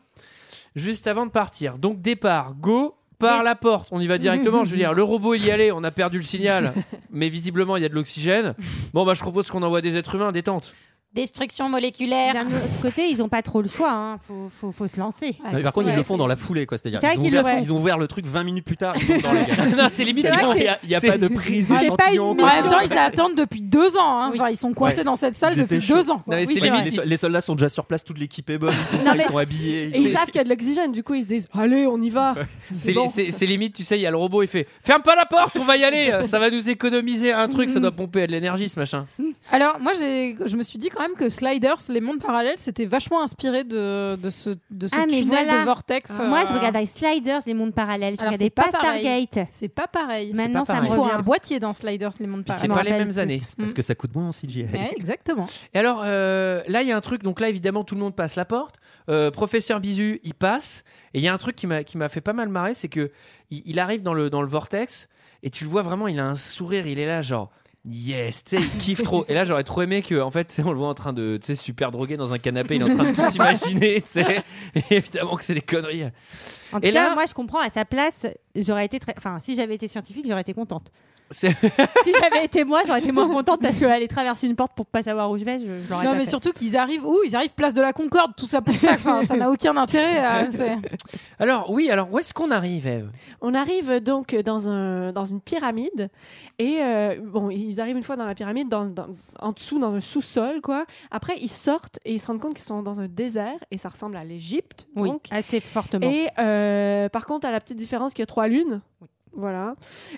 [SPEAKER 1] Juste avant de partir. Donc, départ, go par la porte. On y va directement. je veux dire, le robot, il y allait, on a perdu le signal. mais visiblement, il y a de l'oxygène. Bon, bah, je propose qu'on envoie des êtres humains, détente.
[SPEAKER 16] Destruction moléculaire.
[SPEAKER 6] D'un autre côté, ils n'ont pas trop le choix. hein. Faut, faut- faut se lancer.
[SPEAKER 2] Non, mais par contre, ils le font dans la foulée, quoi. C'est-à-dire,
[SPEAKER 6] C'est vrai
[SPEAKER 2] ils, ont
[SPEAKER 6] qu'ils le
[SPEAKER 2] ouvert-
[SPEAKER 6] font.
[SPEAKER 2] ils ont ouvert le truc 20 minutes plus tard. Ils sont dans les gars.
[SPEAKER 1] Non, c'est limite,
[SPEAKER 2] C'est
[SPEAKER 1] ils
[SPEAKER 2] vrai
[SPEAKER 1] ont-
[SPEAKER 2] que c'est- Il n'y a, pas de prise
[SPEAKER 12] Ouais, pas une
[SPEAKER 2] d'échantillon. quoi.
[SPEAKER 12] mission. En même temps, ils attendent depuis deux ans. hein. Enfin, ils sont coincés
[SPEAKER 2] Ouais.
[SPEAKER 12] dans cette salle
[SPEAKER 2] Ils étaient
[SPEAKER 12] depuis
[SPEAKER 2] chauds.
[SPEAKER 12] deux ans. quoi.
[SPEAKER 2] Non, mais
[SPEAKER 12] Oui,
[SPEAKER 2] c'est
[SPEAKER 12] c'est
[SPEAKER 2] limite,
[SPEAKER 12] vrai.
[SPEAKER 2] les, so- les soldats sont déjà sur place, toute l'équipe est bonne, ils sont,
[SPEAKER 12] Non,
[SPEAKER 2] ils
[SPEAKER 12] mais-
[SPEAKER 2] sont habillés.
[SPEAKER 13] Et ils
[SPEAKER 2] c'est-
[SPEAKER 13] savent qu'il y a de l'oxygène, du coup ils se disent Allez, on y va
[SPEAKER 1] C'est
[SPEAKER 13] bon.
[SPEAKER 1] c'est- c'est limite, tu sais, il y a le robot, il fait Ferme pas la porte, on va y aller, euh, ça va nous économiser un truc, ça doit pomper à de l'énergie ce machin.
[SPEAKER 12] Alors, moi, j'ai- je me suis dit quand même que Sliders, les mondes parallèles, c'était vachement inspiré de, de ce, de ce
[SPEAKER 6] Ah, mais
[SPEAKER 12] tunnel
[SPEAKER 6] voilà.
[SPEAKER 12] de vortex.
[SPEAKER 6] Ah, Moi,
[SPEAKER 12] euh,
[SPEAKER 6] je regardais Sliders, les mondes parallèles. Je
[SPEAKER 12] Alors,
[SPEAKER 6] regardais
[SPEAKER 12] c'est
[SPEAKER 6] pas,
[SPEAKER 12] pas pareil.
[SPEAKER 6] Stargate.
[SPEAKER 12] C'est pas pareil.
[SPEAKER 6] Maintenant,
[SPEAKER 1] pas
[SPEAKER 6] ça me
[SPEAKER 1] pareil.
[SPEAKER 12] Il faut
[SPEAKER 6] revient.
[SPEAKER 12] un boîtier dans Sliders, les mondes
[SPEAKER 1] Puis
[SPEAKER 12] parallèles.
[SPEAKER 1] c'est pas les mêmes années.
[SPEAKER 2] Parce que ça coûte moins en CGI.
[SPEAKER 12] Ouais, exactement.
[SPEAKER 1] Et alors, euh, là, il y a un truc, donc là, évidemment, tout le monde passe la porte. Euh, professeur Bizu, il passe. Et il y a un truc qui m'a qui m'a fait pas mal marrer, c'est que il, il arrive dans le, dans le vortex, et tu le vois vraiment, il a un sourire, il est là, genre. Yes, tu sais, il kiffe trop. Et là, j'aurais trop aimé que, en fait, tu sais, on le voit en train de, tu sais, super drogué dans un canapé, il est en train de tout imaginer, tu sais. Et Évidemment que c'est des conneries.
[SPEAKER 6] En tout
[SPEAKER 1] Et
[SPEAKER 6] cas,
[SPEAKER 1] là-
[SPEAKER 6] moi, je comprends. À sa place, j'aurais été très. Enfin, si j'avais été scientifique, j'aurais été contente.
[SPEAKER 1] C'est-
[SPEAKER 6] si j'avais été moi, j'aurais été moins contente parce que aller traverser une porte pour pas savoir où je vais, je, je l'aurais
[SPEAKER 12] Non,
[SPEAKER 6] pas
[SPEAKER 12] mais
[SPEAKER 6] fait.
[SPEAKER 12] surtout qu'ils arrivent où Ils arrivent place de la Concorde, tout ça pour ça. Enfin, ça n'a aucun intérêt. euh, c'est-
[SPEAKER 1] Alors, oui, alors, où est-ce qu'on arrive, Eve
[SPEAKER 13] On arrive donc dans, un, dans une pyramide et euh, bon, ils arrivent une fois dans la pyramide, dans, dans- en dessous, dans un sous-sol, quoi. Après, ils sortent et ils se rendent compte qu'ils sont dans un désert et ça ressemble à l'Égypte,
[SPEAKER 6] Oui,
[SPEAKER 13] donc.
[SPEAKER 6] assez fortement.
[SPEAKER 13] Et euh, par contre, à la petite différence qu'il y a trois lunes. Voilà.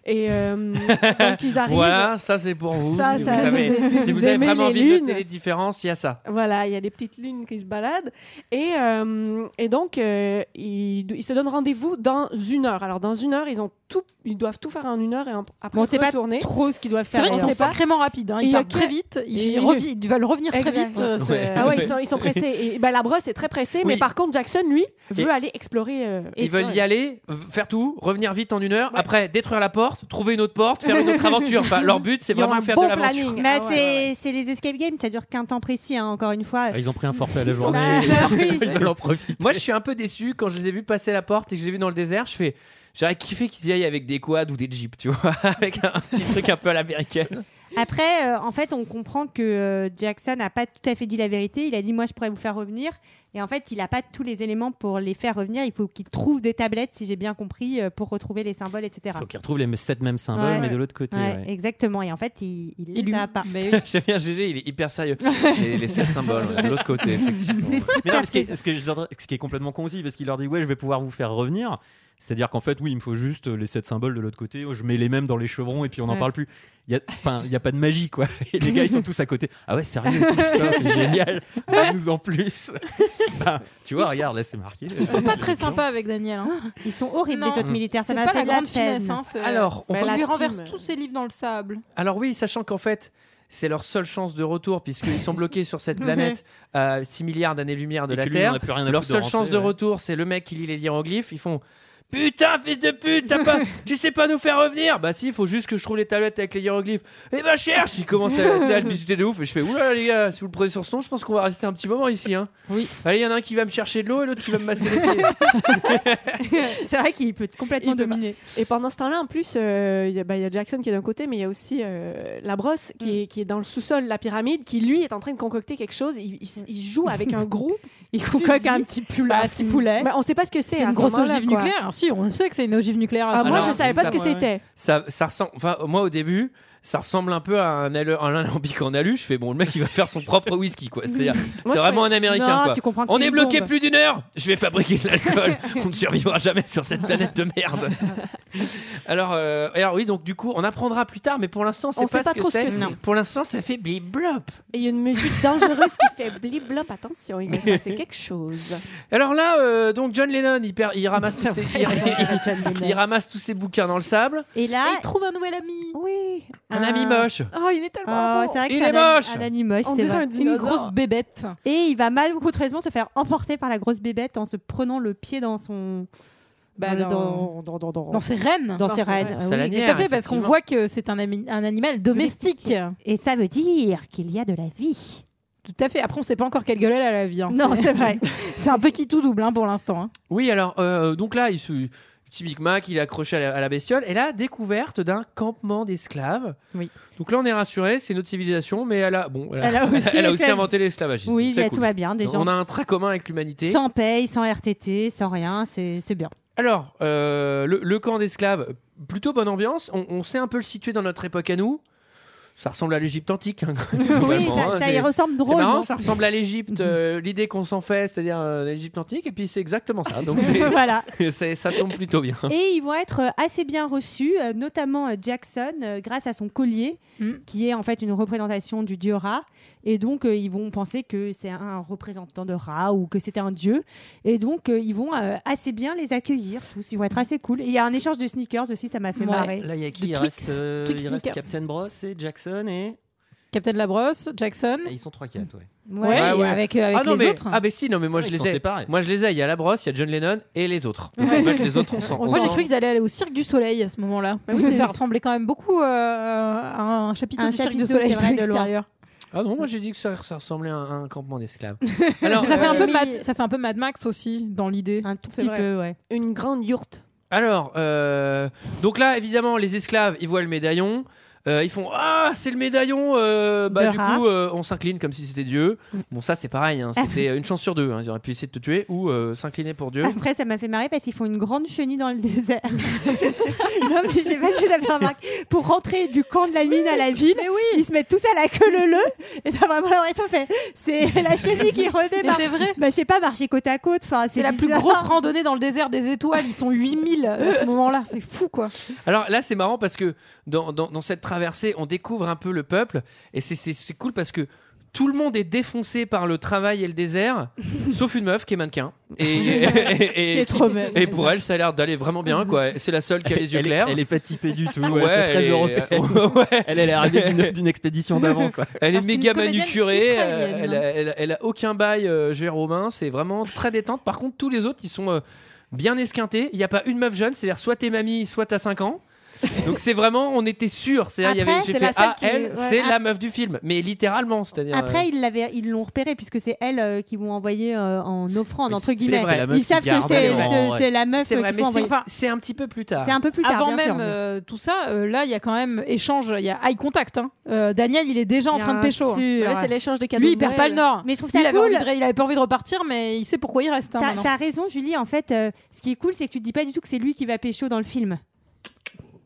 [SPEAKER 13] Et euh, donc, ils arrivent.
[SPEAKER 1] Voilà, ça c'est pour vous.
[SPEAKER 13] Ça,
[SPEAKER 1] si
[SPEAKER 13] ça,
[SPEAKER 1] vous avez,
[SPEAKER 13] c'est- c'est-
[SPEAKER 1] si vous
[SPEAKER 13] vous
[SPEAKER 1] avez
[SPEAKER 13] aimez
[SPEAKER 1] vraiment
[SPEAKER 13] les
[SPEAKER 1] envie de noter
[SPEAKER 13] lunes.
[SPEAKER 1] les différences, il y a ça.
[SPEAKER 13] Voilà, il y a des petites lunes qui se baladent. Et, euh, et donc, euh, ils, do- ils se donnent rendez-vous dans une heure. Alors, dans une heure, ils, ont tout, ils doivent tout faire en une heure et en- après
[SPEAKER 6] Bon,
[SPEAKER 13] se
[SPEAKER 6] c'est pas
[SPEAKER 13] retourner.
[SPEAKER 6] trop ce qu'ils doivent
[SPEAKER 12] C'est
[SPEAKER 6] faire.
[SPEAKER 12] vrai qu'ils
[SPEAKER 6] d'ailleurs.
[SPEAKER 12] sont sacrément rapides. hein.
[SPEAKER 13] Et
[SPEAKER 12] Ils
[SPEAKER 13] il y a
[SPEAKER 12] partent
[SPEAKER 13] que-
[SPEAKER 12] très vite. Ils,
[SPEAKER 13] et-
[SPEAKER 12] revi- ils veulent revenir très
[SPEAKER 13] Exact.
[SPEAKER 12] vite. euh, c'est-
[SPEAKER 13] Ah ouais, ils sont, ils sont pressés. Et, ben, la brosse est très pressée, mais par contre, Jackson, lui, veut
[SPEAKER 1] Et-
[SPEAKER 13] aller explorer. euh,
[SPEAKER 1] Ils veulent y aller, v- faire tout, revenir vite en une heure, après détruire la porte, trouver une autre porte, faire une autre aventure. Enfin, leur but, c'est
[SPEAKER 13] Ils ont
[SPEAKER 1] vraiment
[SPEAKER 13] un
[SPEAKER 1] faire
[SPEAKER 13] bon
[SPEAKER 1] de l'aventure.
[SPEAKER 6] Bah, c'est c'est les escape games, ça dure qu'un temps précis, hein, encore une fois.
[SPEAKER 2] Ah, Ils ont pris un forfait à la
[SPEAKER 6] Ils
[SPEAKER 2] journée.
[SPEAKER 6] sont- Bah, oui.
[SPEAKER 2] Ils veulent en profiter.
[SPEAKER 1] Moi, je suis un peu déçu quand je les ai vus passer la porte et que je les ai vus dans le désert. Je fais, j'aurais kiffé qu'ils y aillent avec des quads ou des jeeps, tu vois, avec un petit truc un peu à l'américaine.
[SPEAKER 6] Après, euh, en fait, on comprend que euh, Jackson n'a pas tout à fait dit la vérité. Il a dit, moi, je pourrais vous faire revenir. Et en fait, il n'a pas tous les éléments pour les faire revenir. Il faut qu'il trouve des tablettes, si j'ai bien compris, euh, pour retrouver les symboles, etc.
[SPEAKER 2] Faut qu'ils retrouvent les 7 mêmes symboles,
[SPEAKER 6] Ouais.
[SPEAKER 2] mais de l'autre côté.
[SPEAKER 6] Ouais,
[SPEAKER 2] ouais.
[SPEAKER 6] Exactement. Et en fait, il il
[SPEAKER 12] Il
[SPEAKER 6] les
[SPEAKER 12] lui-
[SPEAKER 6] a pas.
[SPEAKER 1] J'aime bien GG, il est hyper sérieux. Et les sept symboles, ouais, de l'autre côté, effectivement.
[SPEAKER 2] Mais non, mais ce qui, est, ce que je leur- ce qui est complètement con aussi, parce qu'il leur dit Ouais, je vais pouvoir vous faire revenir. C'est-à-dire qu'en fait, oui, il me faut juste les sept symboles de l'autre côté, Oh, je mets les mêmes dans les chevrons et puis on n'en
[SPEAKER 6] Ouais.
[SPEAKER 2] parle plus. Il n'y a, pas de magie, quoi. Et les gars, ils sont tous à côté. Ah ouais, sérieux, et tout, putain, c'est génial, nous en plus. Bah, tu vois, regarde, là, c'est marqué.
[SPEAKER 12] Ils sont pas très sympas avec Daniel. hein.
[SPEAKER 6] Ils sont horribles,
[SPEAKER 12] Non.
[SPEAKER 6] les autres militaires. Ça
[SPEAKER 12] C'est
[SPEAKER 6] m'a
[SPEAKER 12] pas
[SPEAKER 6] fait
[SPEAKER 12] la
[SPEAKER 6] de la
[SPEAKER 12] grande
[SPEAKER 6] peine.
[SPEAKER 12] finesse. hein, c'est-
[SPEAKER 1] Alors, on
[SPEAKER 12] on
[SPEAKER 1] va- la
[SPEAKER 12] lui renverse
[SPEAKER 13] euh,
[SPEAKER 1] team.
[SPEAKER 12] tous ses livres dans le sable.
[SPEAKER 1] Alors oui, sachant qu'en fait, c'est leur seule chance de retour puisqu'ils sont bloqués sur cette planète à 6 milliards d'années-lumière de
[SPEAKER 2] Et
[SPEAKER 1] la
[SPEAKER 2] que lui, on
[SPEAKER 1] Terre.
[SPEAKER 2] a plus rien à
[SPEAKER 1] leur
[SPEAKER 2] foutre de
[SPEAKER 1] seule
[SPEAKER 2] rentrer,
[SPEAKER 1] chance de
[SPEAKER 2] ouais.
[SPEAKER 1] retour, c'est le mec qui lit les hiéroglyphes. Ils font Putain, fils de pute, t'as pas... tu sais pas nous faire revenir Bah si, il faut juste que je trouve les tablettes avec les hiéroglyphes. Et bah cherche Ils commencent à, tu sais, à le bisuter de ouf. Et je fais Oula les gars, si vous le prenez sur ce ton, je pense qu'on va rester un petit moment ici. Hein.
[SPEAKER 12] Oui.
[SPEAKER 1] Allez, il y en a un qui va me chercher de l'eau et l'autre qui va me masser les pieds.
[SPEAKER 6] C'est vrai qu'il peut complètement
[SPEAKER 13] Il peut
[SPEAKER 6] dominer.
[SPEAKER 13] Et pendant ce temps-là, en plus, euh, il y, a- bah, il y a Jackson qui est d'un côté, mais il y a aussi euh, la brosse qui, est, qui est dans le sous-sol de la pyramide, qui lui est en train de concocter quelque chose. Il, il s- il joue avec un groupe.
[SPEAKER 6] Il concocte un petit poulet.
[SPEAKER 12] Bah,
[SPEAKER 6] un
[SPEAKER 12] c'est
[SPEAKER 6] petit
[SPEAKER 12] une-
[SPEAKER 6] poulet.
[SPEAKER 13] Mais on sait pas ce que c'est.
[SPEAKER 12] C'est hein,
[SPEAKER 13] à
[SPEAKER 12] une
[SPEAKER 13] ce
[SPEAKER 12] grosse
[SPEAKER 13] moment-là,
[SPEAKER 12] ogive
[SPEAKER 13] quoi.
[SPEAKER 12] nucléaire. Si, on le sait que c'est une ogive nucléaire. à ce
[SPEAKER 13] Ah, moi,
[SPEAKER 12] moment-là.
[SPEAKER 13] je savais pas ce que
[SPEAKER 12] Ouais.
[SPEAKER 13] c'était.
[SPEAKER 1] Ça, ça ressemble. Enfin, moi au début, ça ressemble un peu à un, ale- un alambic en alu. Je fais bon, le mec il va faire son propre whisky quoi. C'est c'est
[SPEAKER 6] je
[SPEAKER 1] vraiment un
[SPEAKER 6] croyais-
[SPEAKER 1] américain
[SPEAKER 6] Non,
[SPEAKER 1] quoi.
[SPEAKER 6] tu comprends que
[SPEAKER 1] On
[SPEAKER 6] c'est
[SPEAKER 1] est
[SPEAKER 6] une
[SPEAKER 1] bloqué
[SPEAKER 6] bombe.
[SPEAKER 1] plus d'une heure. Je vais fabriquer de l'alcool. on ne survivra jamais sur cette planète de merde. alors, euh, alors oui, donc du coup, on apprendra plus tard, mais pour l'instant, c'est
[SPEAKER 13] On sait
[SPEAKER 1] pas,
[SPEAKER 13] pas
[SPEAKER 1] ce que
[SPEAKER 13] trop ce
[SPEAKER 1] c'est.
[SPEAKER 13] que c'est.
[SPEAKER 1] Pour l'instant, ça fait blip-blop.
[SPEAKER 13] Et il y a une musique dangereuse qui fait blip-blop. Attention, il va se passer quelque chose.
[SPEAKER 1] Alors là, euh, donc John Lennon, il, perd- il ramasse tous ses, il- il- il ramasse tous ses bouquins dans le sable.
[SPEAKER 6] Et là,
[SPEAKER 12] Et il trouve un nouvel ami.
[SPEAKER 6] oui.
[SPEAKER 1] Un ami moche.
[SPEAKER 13] Oh, il est tellement
[SPEAKER 6] Oh,
[SPEAKER 13] beau.
[SPEAKER 6] c'est vrai que
[SPEAKER 1] Il
[SPEAKER 6] c'est
[SPEAKER 1] est
[SPEAKER 6] un,
[SPEAKER 1] moche.
[SPEAKER 6] un animal,
[SPEAKER 13] On
[SPEAKER 6] c'est
[SPEAKER 13] dirait
[SPEAKER 6] vrai.
[SPEAKER 13] un
[SPEAKER 12] Une
[SPEAKER 13] dinosaure.
[SPEAKER 12] grosse bébête.
[SPEAKER 6] Et il va malencontreusement se faire emporter par la grosse bébête en se prenant le pied dans son.
[SPEAKER 12] Bah,
[SPEAKER 6] dans,
[SPEAKER 12] dans-
[SPEAKER 6] dans- dans- dans-
[SPEAKER 12] Dans ses rênes.
[SPEAKER 6] dans ses rênes.
[SPEAKER 1] C'est
[SPEAKER 6] euh,
[SPEAKER 1] la
[SPEAKER 6] oui.
[SPEAKER 1] lanière.
[SPEAKER 12] Tout à fait, parce qu'on
[SPEAKER 1] effectivement.
[SPEAKER 12] voit que c'est un, ami- un animal domestique.
[SPEAKER 6] Et ça veut dire qu'il y a de la vie.
[SPEAKER 12] Tout à fait. Après, on sait pas encore quelle gueule elle a la vie. hein.
[SPEAKER 6] Non,
[SPEAKER 12] C'est-
[SPEAKER 6] c'est vrai.
[SPEAKER 12] c'est un peu qui tout double hein, pour l'instant. hein.
[SPEAKER 1] Oui, alors, euh, donc là, il se. petit Big Mac, il est accroché à la, à la bestiole. Et là, découverte d'un campement d'esclaves.
[SPEAKER 12] Oui.
[SPEAKER 1] Donc là, on est rassuré, c'est notre civilisation, mais elle a, bon, elle a,
[SPEAKER 6] Elle a aussi
[SPEAKER 1] elle a aussi
[SPEAKER 6] l'esclave-
[SPEAKER 1] inventé l'esclavagisme. C'est
[SPEAKER 6] Oui, il y a-
[SPEAKER 1] cool.
[SPEAKER 6] tout va bien, des
[SPEAKER 1] Donc,
[SPEAKER 6] gens-
[SPEAKER 1] On a un trait commun avec l'humanité.
[SPEAKER 6] Sans paye, sans RTT, sans rien, c'est c'est bien.
[SPEAKER 1] Alors, euh, le, le camp d'esclaves, plutôt bonne ambiance. On, on sait un peu le situer dans notre époque à nous. Ça ressemble à l'Égypte antique. hein, globalement,
[SPEAKER 6] ça-
[SPEAKER 1] hein.
[SPEAKER 6] ça y
[SPEAKER 1] C'est-
[SPEAKER 6] ressemble
[SPEAKER 1] C'est
[SPEAKER 6] drôlement.
[SPEAKER 1] marrant, ça ressemble à l'Égypte, euh, l'idée qu'on s'en fait, c'est-à-dire euh, l'Égypte antique, et puis c'est exactement ça. Donc,
[SPEAKER 6] Voilà.
[SPEAKER 1] c'est- ça tombe plutôt bien.
[SPEAKER 6] Et ils vont être euh, assez bien reçus, euh, notamment euh, Jackson, euh, grâce à son collier, qui est en fait une représentation du dieu Ra. Et donc, euh, ils vont penser que c'est un représentant de Ra ou que c'était un dieu. Et donc, euh, ils vont euh, assez bien les accueillir tous. Ils vont être assez cool. Et il y a un échange de sneakers aussi, ça m'a fait marrer.
[SPEAKER 2] Là, il y a qui
[SPEAKER 6] De
[SPEAKER 2] il
[SPEAKER 6] Twix.
[SPEAKER 2] reste, euh,
[SPEAKER 6] Twix
[SPEAKER 2] il reste
[SPEAKER 6] sneakers.
[SPEAKER 2] Captain Bross et Jackson et.
[SPEAKER 12] Captain Labrosse, Jackson.
[SPEAKER 2] et ils sont 3-4, ouais.
[SPEAKER 12] Ouais, et avec, euh, avec
[SPEAKER 1] ah, non,
[SPEAKER 12] les
[SPEAKER 1] mais,
[SPEAKER 12] autres.
[SPEAKER 1] Ah, mais si, non, mais moi
[SPEAKER 2] Ah,
[SPEAKER 1] je
[SPEAKER 2] ils
[SPEAKER 1] les
[SPEAKER 2] sont
[SPEAKER 1] ai.
[SPEAKER 2] séparés.
[SPEAKER 1] Moi je les ai. Il y a la brosse, il y a John Lennon et les autres. Parce qu'en fait, les autres, on s'en.
[SPEAKER 12] Moi j'ai cru qu'ils allaient aller au Cirque du Soleil à ce
[SPEAKER 6] Bah
[SPEAKER 12] moment-là.
[SPEAKER 1] oui,
[SPEAKER 12] Parce que
[SPEAKER 1] c'est-
[SPEAKER 12] ça ressemblait quand même beaucoup euh, à un chapitre
[SPEAKER 6] Un
[SPEAKER 12] du Cirque du
[SPEAKER 6] chapiteau,
[SPEAKER 12] Soleil
[SPEAKER 6] c'est vrai,
[SPEAKER 12] de
[SPEAKER 6] de loin.
[SPEAKER 12] l'extérieur.
[SPEAKER 1] Ah non, moi j'ai dit que ça, ça ressemblait à un, un campement d'esclaves.
[SPEAKER 12] Mais ça, fait un
[SPEAKER 1] euh,
[SPEAKER 12] peu Mad, ça fait un peu Mad Max aussi dans l'idée.
[SPEAKER 6] Un tout
[SPEAKER 13] petit peu,
[SPEAKER 6] ouais.
[SPEAKER 13] Une grande yourte.
[SPEAKER 1] Alors, euh, donc là, évidemment, les esclaves, ils voient le médaillon. Euh, ils font ah c'est le médaillon euh, bah
[SPEAKER 6] De
[SPEAKER 1] du
[SPEAKER 6] rat.
[SPEAKER 1] coup euh, on s'incline comme si c'était Dieu
[SPEAKER 12] Mm.
[SPEAKER 1] bon ça c'est pareil hein, c'était une chance sur deux hein. ils auraient pu essayer de te tuer ou euh, s'incliner pour Dieu
[SPEAKER 6] Après, ça m'a fait marrer parce qu'ils font une grande chenille dans le désert. non, mais je sais pas si vous avez remarqué. Pour rentrer du camp de la mine à la ville, ils se mettent tous à la queue le le. Et t'as vraiment l'impression, fait, c'est la chenille qui redémarre.
[SPEAKER 12] Mais c'est vrai.
[SPEAKER 6] Bah, je sais pas, marcher côte à côte. Enfin,
[SPEAKER 12] C'est la plus
[SPEAKER 6] bizarre.
[SPEAKER 12] grosse randonnée dans le désert des étoiles. Ils sont 8000 à ce moment-là. C'est fou, quoi.
[SPEAKER 1] Alors là, c'est marrant parce que dans, dans- dans cette traversée, on découvre un peu le peuple et c'est- c'est c'est cool parce que tout le monde est défoncé par le travail et le désert, sauf une meuf qui est mannequin. Et, et- et-
[SPEAKER 2] Qui est trop belle.
[SPEAKER 1] et pour elle, ça a l'air d'aller vraiment bien. quoi. C'est la seule qui a les yeux
[SPEAKER 2] elle, est-
[SPEAKER 1] clairs.
[SPEAKER 2] elle est pas typée du tout.
[SPEAKER 1] Ouais,
[SPEAKER 2] elle est
[SPEAKER 1] elle
[SPEAKER 2] très
[SPEAKER 1] est-
[SPEAKER 2] européenne. Elle, elle est arrivée d'une- d'une expédition d'avant, quoi.
[SPEAKER 1] Elle est
[SPEAKER 2] Alors, c'est une
[SPEAKER 1] méga
[SPEAKER 2] comédienne
[SPEAKER 1] manucurée, euh,
[SPEAKER 2] israélienne, hein.
[SPEAKER 1] elle, a- elle a- elle a aucun bail euh, Gérard Romain, c'est vraiment très détente. Par contre, tous les autres, ils sont euh, bien esquintés. Il n'y a pas une meuf jeune, c'est-à-dire soit t'es mamie, soit t'as 5 ans. Donc c'est vraiment, on était sûr. C'est-à-dire, il y
[SPEAKER 6] Après,
[SPEAKER 1] avait- j'ai
[SPEAKER 6] c'est
[SPEAKER 1] fait
[SPEAKER 6] la seule
[SPEAKER 1] ah,
[SPEAKER 6] qui-
[SPEAKER 1] elle,
[SPEAKER 6] ouais.
[SPEAKER 1] c'est
[SPEAKER 6] Ap-
[SPEAKER 1] la meuf du film, mais littéralement, c'est-à-dire. euh,
[SPEAKER 6] Après, ils l'avaient, ils l'ont repéré puisque c'est elle euh, qui vont envoyer euh, en offrande entre
[SPEAKER 1] c'est
[SPEAKER 6] guillemets.
[SPEAKER 1] vrai. C'est la meuf
[SPEAKER 6] ils
[SPEAKER 1] qui
[SPEAKER 6] savent que
[SPEAKER 1] garde
[SPEAKER 6] c'est
[SPEAKER 1] les
[SPEAKER 6] c'est-
[SPEAKER 1] gens,
[SPEAKER 6] c'est
[SPEAKER 1] ouais.
[SPEAKER 6] la meuf
[SPEAKER 1] C'est vrai,
[SPEAKER 6] qui
[SPEAKER 1] mais
[SPEAKER 6] vont envoyer.
[SPEAKER 1] enfin, c'est un petit peu plus tard.
[SPEAKER 6] C'est un peu plus tard,
[SPEAKER 12] Avant
[SPEAKER 6] bien
[SPEAKER 12] même
[SPEAKER 6] sûr, mais-
[SPEAKER 12] euh, tout ça, euh, là, il y a quand même échange, il y a eye contact. hein. Euh, Daniel, il est déjà en train de
[SPEAKER 13] Bien
[SPEAKER 12] pécho. hein.
[SPEAKER 13] sûr. Bah Ouais, c'est l'échange des cadeaux
[SPEAKER 12] Lui,
[SPEAKER 13] de
[SPEAKER 12] il perd
[SPEAKER 13] Noël.
[SPEAKER 12] pas le nord.
[SPEAKER 6] Mais je trouve
[SPEAKER 12] Lui,
[SPEAKER 6] ça
[SPEAKER 12] il avait
[SPEAKER 6] cool.
[SPEAKER 12] envie de re- il avait pas envie de repartir, mais il sait pourquoi il reste. hein,
[SPEAKER 6] T'as-
[SPEAKER 12] maintenant.
[SPEAKER 6] T'as raison, Julie. En fait, euh, ce qui est cool, c'est que tu dis pas du tout que c'est lui qui va pécho dans le film.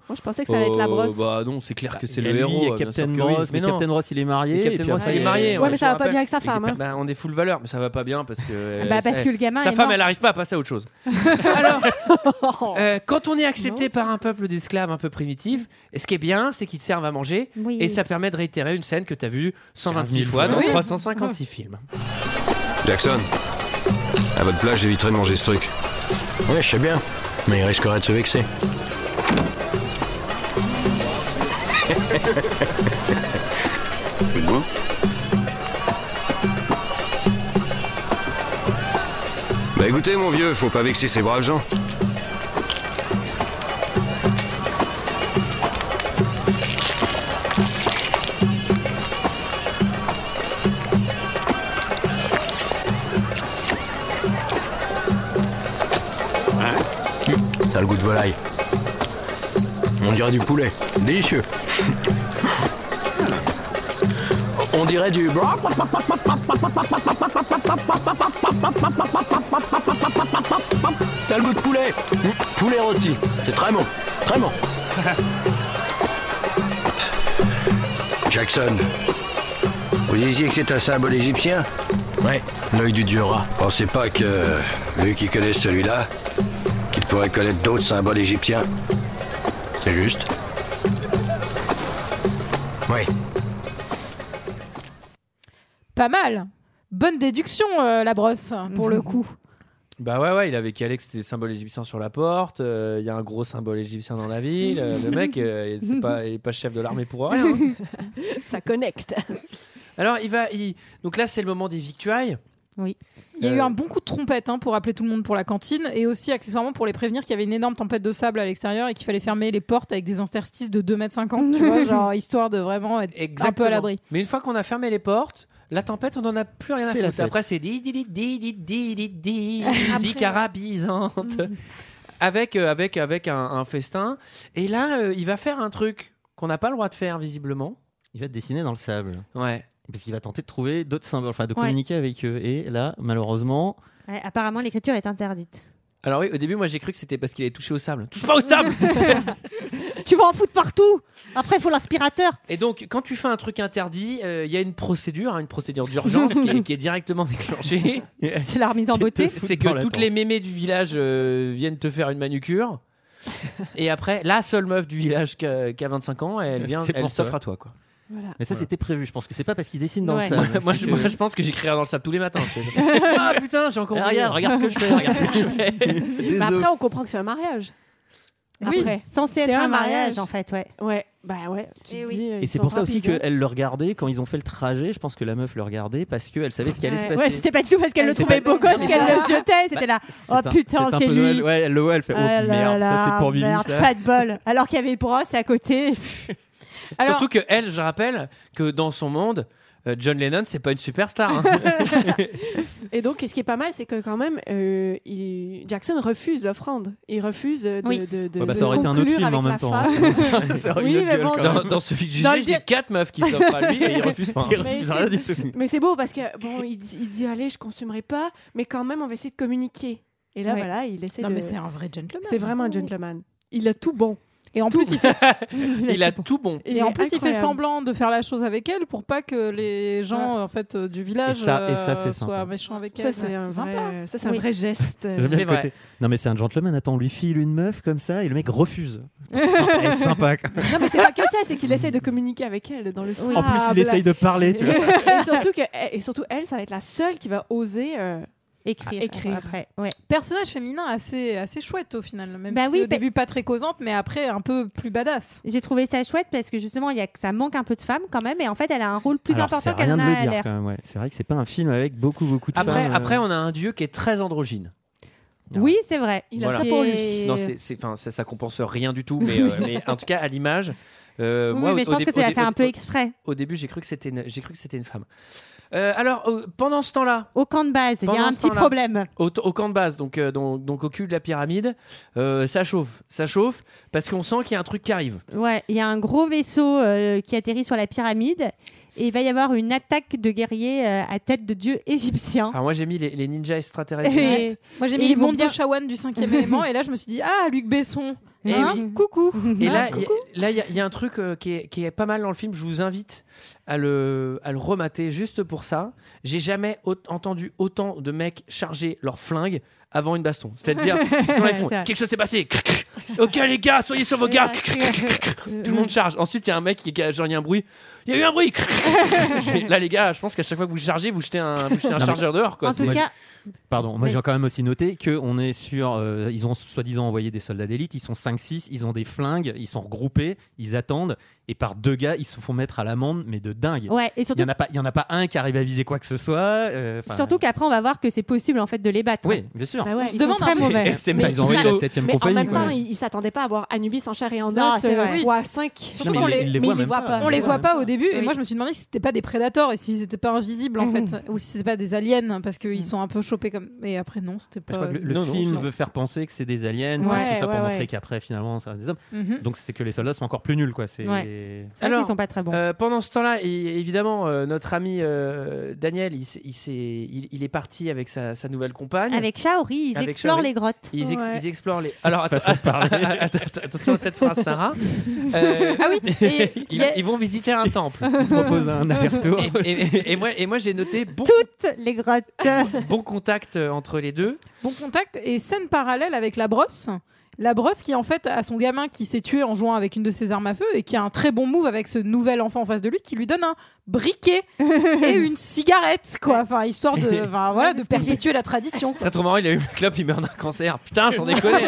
[SPEAKER 13] Moi, je pensais
[SPEAKER 1] Oh, bah non, c'est clair que c'est
[SPEAKER 2] il y
[SPEAKER 1] le
[SPEAKER 2] a lui,
[SPEAKER 1] héros. euh,
[SPEAKER 2] il y a
[SPEAKER 1] bien
[SPEAKER 2] Captain
[SPEAKER 1] sûr que oui.
[SPEAKER 2] Ross, mais Captain Ross, il est marié,
[SPEAKER 1] Et
[SPEAKER 2] et
[SPEAKER 1] Captain
[SPEAKER 2] puis
[SPEAKER 1] Ross,
[SPEAKER 2] après-
[SPEAKER 1] il est marié. hein,
[SPEAKER 2] Ouais, mais
[SPEAKER 1] je
[SPEAKER 2] ça va
[SPEAKER 1] me
[SPEAKER 2] pas
[SPEAKER 1] rappelle.
[SPEAKER 2] bien avec sa
[SPEAKER 1] Et
[SPEAKER 2] femme, hein.
[SPEAKER 1] bah, on est full valeur, mais ça va pas bien parce que.
[SPEAKER 2] Euh,
[SPEAKER 1] eh,
[SPEAKER 6] bah, parce que le gamin
[SPEAKER 1] Sa
[SPEAKER 6] est
[SPEAKER 1] femme,
[SPEAKER 6] mort.
[SPEAKER 1] elle arrive pas à passer à autre chose. Alors, euh, quand on est accepté par un peuple d'esclaves un peu primitif, et ce qui est bien, c'est qu'ils te servent à manger
[SPEAKER 6] Oui.
[SPEAKER 1] et ça permet de réitérer une scène que t'as vue 126
[SPEAKER 4] 15 000
[SPEAKER 1] fois dans
[SPEAKER 4] fois. Oui.
[SPEAKER 1] 356 films.
[SPEAKER 4] Jackson, à votre place, j'éviterai de manger ce truc. Ouais, je sais bien, mais il risquerait de se vexer.
[SPEAKER 10] Goût
[SPEAKER 4] Bah écoutez, mon vieux, faut pas vexer ces braves gens. Ça a le goût de volaille. On dirait du poulet. Délicieux. On dirait du... T'as le goût de poulet Mmh, Poulet rôti. C'est très bon. Très bon.
[SPEAKER 8] Jackson, vous disiez que c'est un symbole égyptien
[SPEAKER 4] Ouais, l'œil du dieu rat.
[SPEAKER 8] Pensez pas que, vu qu'ils connaissent celui-là, qu'ils pourraient connaître d'autres symboles égyptiens. C'est juste.
[SPEAKER 4] Ouais.
[SPEAKER 12] Pas mal. Bonne déduction, euh, la brosse, pour
[SPEAKER 6] Mhm.
[SPEAKER 12] le coup.
[SPEAKER 1] Bah ouais, ouais, il avait calé que c'était des symboles égyptiens sur la porte, euh, il y a un gros symbole égyptien dans la ville, euh, le mec, euh, c'est pas, il est pas chef de l'armée pour rien. hein.
[SPEAKER 13] ça connecte.
[SPEAKER 1] Alors, il va. il- Donc là, c'est le moment des victuailles.
[SPEAKER 6] Oui.
[SPEAKER 12] Il y a eu
[SPEAKER 1] Euh,
[SPEAKER 12] un bon coup de trompette hein, pour appeler tout le monde pour la cantine et aussi accessoirement pour les prévenir qu'il y avait une énorme tempête de sable à l'extérieur et qu'il fallait fermer les portes avec des interstices de 2m50, tu vois, genre histoire de vraiment être un peu
[SPEAKER 1] Exactement.
[SPEAKER 12] à l'abri.
[SPEAKER 1] Mais une fois qu'on a fermé les portes, la tempête, on n'en a plus rien à
[SPEAKER 12] C'est
[SPEAKER 1] faire.
[SPEAKER 12] la fête.
[SPEAKER 1] Après, c'est di di di di di di di di, musique
[SPEAKER 12] Après-
[SPEAKER 1] arabisante. avec, euh, avec, avec un, un festin. Et là, euh, il va faire un truc qu'on n'a pas le droit de faire, visiblement.
[SPEAKER 2] Il va dessiner dans le sable.
[SPEAKER 1] Ouais.
[SPEAKER 2] Parce qu'il va tenter de trouver d'autres symboles, enfin de
[SPEAKER 6] Ouais.
[SPEAKER 2] communiquer avec eux. Et là, malheureusement,
[SPEAKER 6] Ouais, apparemment, l'écriture est interdite.
[SPEAKER 1] Alors oui, au début, moi j'ai cru que c'était parce qu'il avait touché au sable. Touche pas au sable
[SPEAKER 6] tu vas en foutre partout. Après, il faut l'aspirateur.
[SPEAKER 1] Et donc, quand tu fais un truc interdit, euh, il y a une procédure, hein, une procédure d'urgence qui, est- qui est directement déclenchée.
[SPEAKER 6] C'est la remise en beauté.
[SPEAKER 1] C'est que toutes les mémées du village euh, viennent te faire une manucure. Et après, la seule meuf du village qui a, qui a 25 ans, elle vient,
[SPEAKER 2] C'est
[SPEAKER 1] elle
[SPEAKER 2] pour
[SPEAKER 1] s'offre
[SPEAKER 2] toi.
[SPEAKER 1] à toi, quoi.
[SPEAKER 12] Voilà.
[SPEAKER 2] Mais ça, c'était prévu. Je pense que c'est pas parce qu'il dessine dans
[SPEAKER 1] Ouais.
[SPEAKER 2] le sable.
[SPEAKER 1] Moi, moi,
[SPEAKER 2] c'est
[SPEAKER 1] je,
[SPEAKER 2] que-
[SPEAKER 1] moi, je pense que j'écrirai dans le sable tous les matins. tu sais. ah putain, j'ai encore.
[SPEAKER 2] Ah, regarde,
[SPEAKER 1] oublié.
[SPEAKER 2] regarde ce que je fais. Regarde ce que je fais.
[SPEAKER 13] Mais
[SPEAKER 2] Désolé.
[SPEAKER 13] après, on comprend que c'est un mariage.
[SPEAKER 6] Oui,
[SPEAKER 13] Après.
[SPEAKER 6] censé
[SPEAKER 13] C'est
[SPEAKER 6] être un mariage, en fait, ouais.
[SPEAKER 13] Ouais, bah ouais. tu te dis, euh,
[SPEAKER 2] Et
[SPEAKER 13] ils
[SPEAKER 2] c'est
[SPEAKER 13] sont
[SPEAKER 2] pour ça aussi
[SPEAKER 13] rapides, hein.
[SPEAKER 2] qu'elle le regardait quand ils ont fait le trajet. Je pense que la meuf le regardait parce qu'elle savait ce qui allait se
[SPEAKER 6] Ouais.
[SPEAKER 2] passer.
[SPEAKER 6] Ouais, c'était pas du tout parce qu'elle le
[SPEAKER 2] C'est
[SPEAKER 6] trouvait
[SPEAKER 2] pas-
[SPEAKER 6] beau gosse
[SPEAKER 2] c'est
[SPEAKER 6] qu'elle
[SPEAKER 2] ça.
[SPEAKER 6] le jetait. C'était là,
[SPEAKER 2] C'est
[SPEAKER 6] oh
[SPEAKER 2] un-
[SPEAKER 6] putain,
[SPEAKER 2] un
[SPEAKER 6] c'est
[SPEAKER 2] peu
[SPEAKER 6] lui.
[SPEAKER 2] dommage. Ouais, elle le voit, elle fait oh
[SPEAKER 6] Ah là
[SPEAKER 2] merde,
[SPEAKER 6] là,
[SPEAKER 2] ça c'est pour Vivi
[SPEAKER 6] merde,
[SPEAKER 2] ça.
[SPEAKER 6] Pas de bol. Alors qu'il y avait Bros à côté.
[SPEAKER 1] Surtout que elle, je rappelle que dans son monde, euh, John Lennon, c'est pas une superstar. hein.
[SPEAKER 13] Et donc, ce qui est pas mal, c'est que quand même, euh, il- Jackson refuse l'offrande. Il refuse de.
[SPEAKER 6] Oui.
[SPEAKER 13] de, de-
[SPEAKER 2] Ouais, bah,
[SPEAKER 13] de
[SPEAKER 2] ça aurait été un autre
[SPEAKER 13] conclure
[SPEAKER 2] film en
[SPEAKER 13] avec la
[SPEAKER 2] même temps. hein,
[SPEAKER 13] femme.
[SPEAKER 2] Ça aurait eu
[SPEAKER 13] Oui,
[SPEAKER 2] une autre
[SPEAKER 13] mais
[SPEAKER 2] gueule,
[SPEAKER 13] bon,
[SPEAKER 2] quand
[SPEAKER 1] dans-
[SPEAKER 2] même.
[SPEAKER 1] dans ce film
[SPEAKER 13] Dans le
[SPEAKER 1] GG, j'ai
[SPEAKER 13] dire-
[SPEAKER 1] quatre meufs qui s'offrent à lui et il refuse pas.
[SPEAKER 2] Il refuse rien du tout.
[SPEAKER 13] Mais c'est beau parce que, bon, il dit, il dit, allez, je consumerai pas, mais quand même, on va essayer de communiquer. Et là,
[SPEAKER 12] Ouais.
[SPEAKER 13] voilà, il essaie
[SPEAKER 12] Non,
[SPEAKER 13] de.
[SPEAKER 12] mais c'est un vrai gentleman.
[SPEAKER 13] C'est vraiment un gentleman. Il a tout bon.
[SPEAKER 12] Et en plus, il fait
[SPEAKER 1] Il a tout bon.
[SPEAKER 12] Et, en plus, il fait semblant de faire la chose avec elle pour pas que les gens en fait euh, du village
[SPEAKER 2] Et ça- et ça,
[SPEAKER 12] euh,
[SPEAKER 2] c'est sympa.
[SPEAKER 12] soient méchants avec
[SPEAKER 13] Ça,
[SPEAKER 12] elle.
[SPEAKER 13] c'est
[SPEAKER 12] Ouais,
[SPEAKER 13] un,
[SPEAKER 12] sympa.
[SPEAKER 13] vrai- ça, c'est un
[SPEAKER 12] Oui.
[SPEAKER 13] vrai geste.
[SPEAKER 2] J'aime bien le côté- Non mais c'est un gentleman. Attends, on lui file une meuf comme ça et le mec refuse. C'est sympa- c'est sympa. quand même.
[SPEAKER 13] Non, mais c'est pas que ça, c'est qu'il essaie de communiquer avec elle dans le sable.
[SPEAKER 2] En plus, il essaye de parler, tu vois.
[SPEAKER 13] et, surtout que, et surtout, elle, ça va être la seule qui va oser euh,
[SPEAKER 6] écrire, après, ouais.
[SPEAKER 12] Personnage féminin assez, assez chouette au final. Même
[SPEAKER 6] Bah
[SPEAKER 12] si
[SPEAKER 6] oui,
[SPEAKER 12] au
[SPEAKER 6] pa-
[SPEAKER 12] début pas très causante, mais après un peu plus badass.
[SPEAKER 6] J'ai trouvé ça chouette parce que justement, il y a que ça manque un peu de femmes quand même. Et en fait, elle a un rôle plus
[SPEAKER 2] Alors, c'est
[SPEAKER 6] important
[SPEAKER 2] rien
[SPEAKER 6] qu'elle en
[SPEAKER 2] de
[SPEAKER 6] a à
[SPEAKER 2] le
[SPEAKER 6] l'air.
[SPEAKER 2] dire quand même. ouais. C'est vrai que c'est pas un film avec beaucoup beaucoup de
[SPEAKER 1] Après,
[SPEAKER 2] femmes, euh.
[SPEAKER 1] après, on a un dieu qui est très androgyne.
[SPEAKER 6] Oui, c'est vrai.
[SPEAKER 1] Voilà.
[SPEAKER 6] Et-
[SPEAKER 1] Non, c'est, c'est- enfin, ça, ça compense rien du tout, mais, euh, mais en tout cas, à l'image. euh,
[SPEAKER 6] Oui,
[SPEAKER 1] moi,
[SPEAKER 6] mais
[SPEAKER 1] au-
[SPEAKER 6] je
[SPEAKER 1] au
[SPEAKER 6] pense
[SPEAKER 1] dé-
[SPEAKER 6] que ça
[SPEAKER 1] au
[SPEAKER 6] va
[SPEAKER 1] dé-
[SPEAKER 6] faire
[SPEAKER 1] au-
[SPEAKER 6] un peu exprès.
[SPEAKER 1] Au début, j'ai cru que c'était une, j'ai cru que c'était une femme. Euh, alors, euh, pendant ce temps-là.
[SPEAKER 6] Au camp de base, il y
[SPEAKER 1] pendant
[SPEAKER 6] a un
[SPEAKER 1] ce
[SPEAKER 6] petit
[SPEAKER 1] temps-là,
[SPEAKER 6] problème.
[SPEAKER 1] Au, au camp de base, donc, euh, donc, donc au cul de la pyramide, euh, ça chauffe, ça chauffe, parce qu'on sent qu'il y a un truc qui arrive.
[SPEAKER 6] Ouais, il y a un gros vaisseau euh, qui atterrit sur la pyramide et il va y avoir une attaque de guerriers euh, à tête de dieu égyptien.
[SPEAKER 1] Alors moi, j'ai mis les, les ninjas extraterrestres.
[SPEAKER 6] Et-
[SPEAKER 1] direct.
[SPEAKER 12] Moi j'ai
[SPEAKER 6] et
[SPEAKER 12] mis
[SPEAKER 6] ils
[SPEAKER 12] le
[SPEAKER 6] vont
[SPEAKER 12] monde
[SPEAKER 6] bien-
[SPEAKER 12] de Shawan du cinquième élément et là je me suis dit ah Luc Besson.
[SPEAKER 1] Eh
[SPEAKER 12] Hein
[SPEAKER 1] oui.
[SPEAKER 12] Coucou.
[SPEAKER 1] Et là, il
[SPEAKER 6] Ah,
[SPEAKER 12] Hein,
[SPEAKER 1] y
[SPEAKER 12] coucou.
[SPEAKER 1] a- là, il y, a- il y a un truc euh, qui, est, qui est pas mal dans le film. Je vous invite à le, à le remater juste pour ça. J'ai jamais au- entendu autant de mecs charger leur flingue avant une baston. C'est-à-dire, ils sont là, ils font,
[SPEAKER 3] C'est vrai.
[SPEAKER 1] quelque chose s'est passé. ok les gars, soyez sur vos gardes. Tout le monde charge. Ensuite, il y a un mec qui qui a genre il y a un bruit. Il y a eu un bruit. Je fais, là les gars, je pense qu'à chaque fois que vous chargez, vous jetez un, vous jetez un
[SPEAKER 2] Non, mais-
[SPEAKER 1] chargeur dehors. Quoi.
[SPEAKER 2] En tout
[SPEAKER 1] C'est-
[SPEAKER 2] cas- Pardon, moi j'ai quand même aussi noté qu'on est sur. euh, ils ont soi-disant envoyé des soldats d'élite, ils sont 5-6, ils ont des flingues, ils sont regroupés, ils attendent, et par deux gars, ils se font mettre à l'amende, mais de dingue.
[SPEAKER 6] Ouais, et surtout-
[SPEAKER 2] Il n'y en, a pas- il y en a pas un qui arrive à viser quoi que ce soit. euh, enfin,
[SPEAKER 6] Surtout qu'après, on va voir que c'est possible en fait de les battre.
[SPEAKER 2] Oui, bien sûr.
[SPEAKER 13] Bah ouais,
[SPEAKER 6] On se
[SPEAKER 13] ils
[SPEAKER 6] demande
[SPEAKER 13] sont très
[SPEAKER 6] un
[SPEAKER 1] hein,
[SPEAKER 6] peu-
[SPEAKER 13] mauvais.
[SPEAKER 2] C'est- c'est Mais- pas- ils ont envoyé la
[SPEAKER 13] mais-
[SPEAKER 2] septième
[SPEAKER 13] mais
[SPEAKER 2] compagnie,
[SPEAKER 13] En même
[SPEAKER 2] quoi.
[SPEAKER 13] temps, ils ils s'attendaient pas à voir Anubis en chair et en
[SPEAKER 6] Non,
[SPEAKER 13] os
[SPEAKER 6] c'est
[SPEAKER 13] euh,
[SPEAKER 6] vrai.
[SPEAKER 13] fois 5.
[SPEAKER 12] Surtout
[SPEAKER 2] mais
[SPEAKER 12] qu'on
[SPEAKER 2] ils-
[SPEAKER 12] les,
[SPEAKER 2] ils les
[SPEAKER 12] mais
[SPEAKER 2] voient
[SPEAKER 12] ils
[SPEAKER 2] même
[SPEAKER 12] voient
[SPEAKER 2] pas.
[SPEAKER 12] On les
[SPEAKER 2] Ils
[SPEAKER 12] voit
[SPEAKER 2] voient
[SPEAKER 12] pas
[SPEAKER 2] même
[SPEAKER 12] au début et
[SPEAKER 2] Oui.
[SPEAKER 12] moi je me suis demandé si c'était pas des prédateurs et s'ils étaient pas invisibles en fait ou si c'était pas des aliens parce qu'ils sont un peu chopés comme. Et après non c'était
[SPEAKER 2] Je
[SPEAKER 12] pas.
[SPEAKER 2] crois que le, le film veut faire penser que c'est des aliens, tout
[SPEAKER 12] Ouais,
[SPEAKER 2] ça pour
[SPEAKER 12] ouais,
[SPEAKER 2] montrer
[SPEAKER 12] ouais.
[SPEAKER 2] qu'après finalement ça reste des hommes.
[SPEAKER 12] Mhm.
[SPEAKER 2] Donc c'est que les soldats sont encore plus nuls, quoi. C'est
[SPEAKER 1] Alors,
[SPEAKER 6] sont pas très bons.
[SPEAKER 1] euh, pendant ce temps-là, et- évidemment, euh, notre ami euh, Daniel, il, s'est- il, s'est- il- il est parti avec sa, sa nouvelle compagne.
[SPEAKER 6] Avec Shaori, ils
[SPEAKER 1] Avec
[SPEAKER 6] explorent
[SPEAKER 1] Shaori.
[SPEAKER 6] les grottes.
[SPEAKER 1] Ils, ex-
[SPEAKER 6] Ouais.
[SPEAKER 1] ils explorent les. Alors, attends-
[SPEAKER 2] Façon de parler.
[SPEAKER 1] attends- attends- attention à cette phrase, Sarah. Euh,
[SPEAKER 12] Ah oui, et il
[SPEAKER 1] ils,
[SPEAKER 12] y a-
[SPEAKER 1] ils vont visiter un temple.
[SPEAKER 2] Ils proposent un aller-retour.
[SPEAKER 1] Et, et- et moi, et moi j'ai noté bon,
[SPEAKER 6] Toutes les grottes.
[SPEAKER 1] bon contact euh, entre les deux.
[SPEAKER 12] Bon contact et scène parallèle avec la brosse. La brosse qui en fait a son gamin qui s'est tué en jouant avec une de ses armes à feu et qui a un très bon move avec ce nouvel enfant en face de lui qui lui donne un briquet et une cigarette quoi. Enfin histoire de, enfin, voilà, de perpétuer la tradition.
[SPEAKER 1] Ça trop marrant, il a eu le club, il meurt d'un cancer. Putain, sans déconner.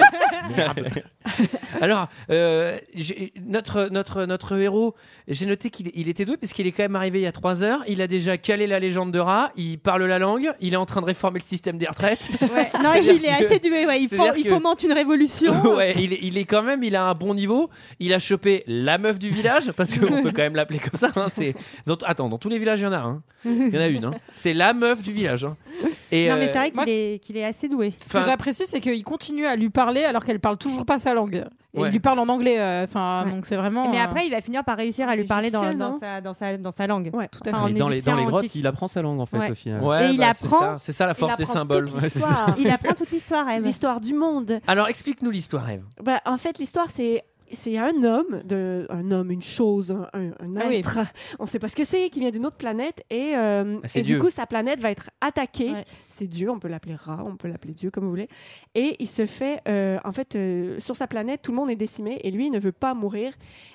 [SPEAKER 1] Alors, euh, j'ai- notre, notre, notre héros, j'ai noté qu'il il était doué parce qu'il est quand même arrivé il y a 3 heures. Il a déjà calé la légende de Ra, il parle la langue, il est en train de réformer le système des retraites.
[SPEAKER 6] Non,
[SPEAKER 1] C'est-à-dire
[SPEAKER 6] il est
[SPEAKER 1] que-
[SPEAKER 6] assez doué. ouais. Il, faut,
[SPEAKER 1] c'est-à-dire
[SPEAKER 6] il
[SPEAKER 1] que-
[SPEAKER 6] fomente une révolution.
[SPEAKER 1] Ouais, il, est- il est quand même, il a un bon niveau. Il a chopé la meuf du village, parce qu'on peut quand même l'appeler comme ça. hein, c'est- dans- attends, dans tous les villages, il y en a un. Il y en a une. hein. C'est la meuf du village. hein.
[SPEAKER 6] non, mais c'est vrai qu'il est, qu'il est assez doué.
[SPEAKER 12] Ce que j'apprécie, c'est qu'il continue à lui parler alors qu'elle parle toujours pas sa langue. Et
[SPEAKER 6] Ouais.
[SPEAKER 12] il lui parle en anglais. euh, Enfin, donc c'est vraiment.
[SPEAKER 6] Mais
[SPEAKER 12] euh,
[SPEAKER 6] après, il va finir par réussir à lui parler dans,
[SPEAKER 12] Égyptien,
[SPEAKER 6] dans
[SPEAKER 12] non
[SPEAKER 6] sa, dans, sa, dans sa langue. Ouais, tout
[SPEAKER 2] Mais dans les, dans les grottes, il apprend sa langue en fait
[SPEAKER 6] Ouais.
[SPEAKER 2] au final.
[SPEAKER 1] Ouais,
[SPEAKER 6] Et il
[SPEAKER 1] bah, c'est
[SPEAKER 6] apprend-
[SPEAKER 1] ça, C'est ça, la
[SPEAKER 6] il
[SPEAKER 1] force des
[SPEAKER 6] apprend
[SPEAKER 1] symboles.
[SPEAKER 6] toute
[SPEAKER 1] Ouais, c'est ça.
[SPEAKER 13] l'histoire.
[SPEAKER 6] Il apprend toute l'histoire, Eve.
[SPEAKER 13] L'histoire du monde.
[SPEAKER 1] Alors explique-nous l'histoire, Eve.
[SPEAKER 13] Bah, en fait, l'histoire, c'est. C'est un homme, de, un homme, une chose, un, un- un
[SPEAKER 1] Ah oui.
[SPEAKER 13] être, on sait pas ce que c'est, qui vient d'une autre planète et, euh,
[SPEAKER 1] Bah, c'est
[SPEAKER 13] et du
[SPEAKER 1] Dieu.
[SPEAKER 13] coup sa planète va être attaquée. C'est Dieu, on peut l'appeler Ra, on peut l'appeler Dieu comme vous voulez. Et il se fait, euh, en fait, euh, sur sa planète, tout le monde est décimé et lui il ne veut pas mourir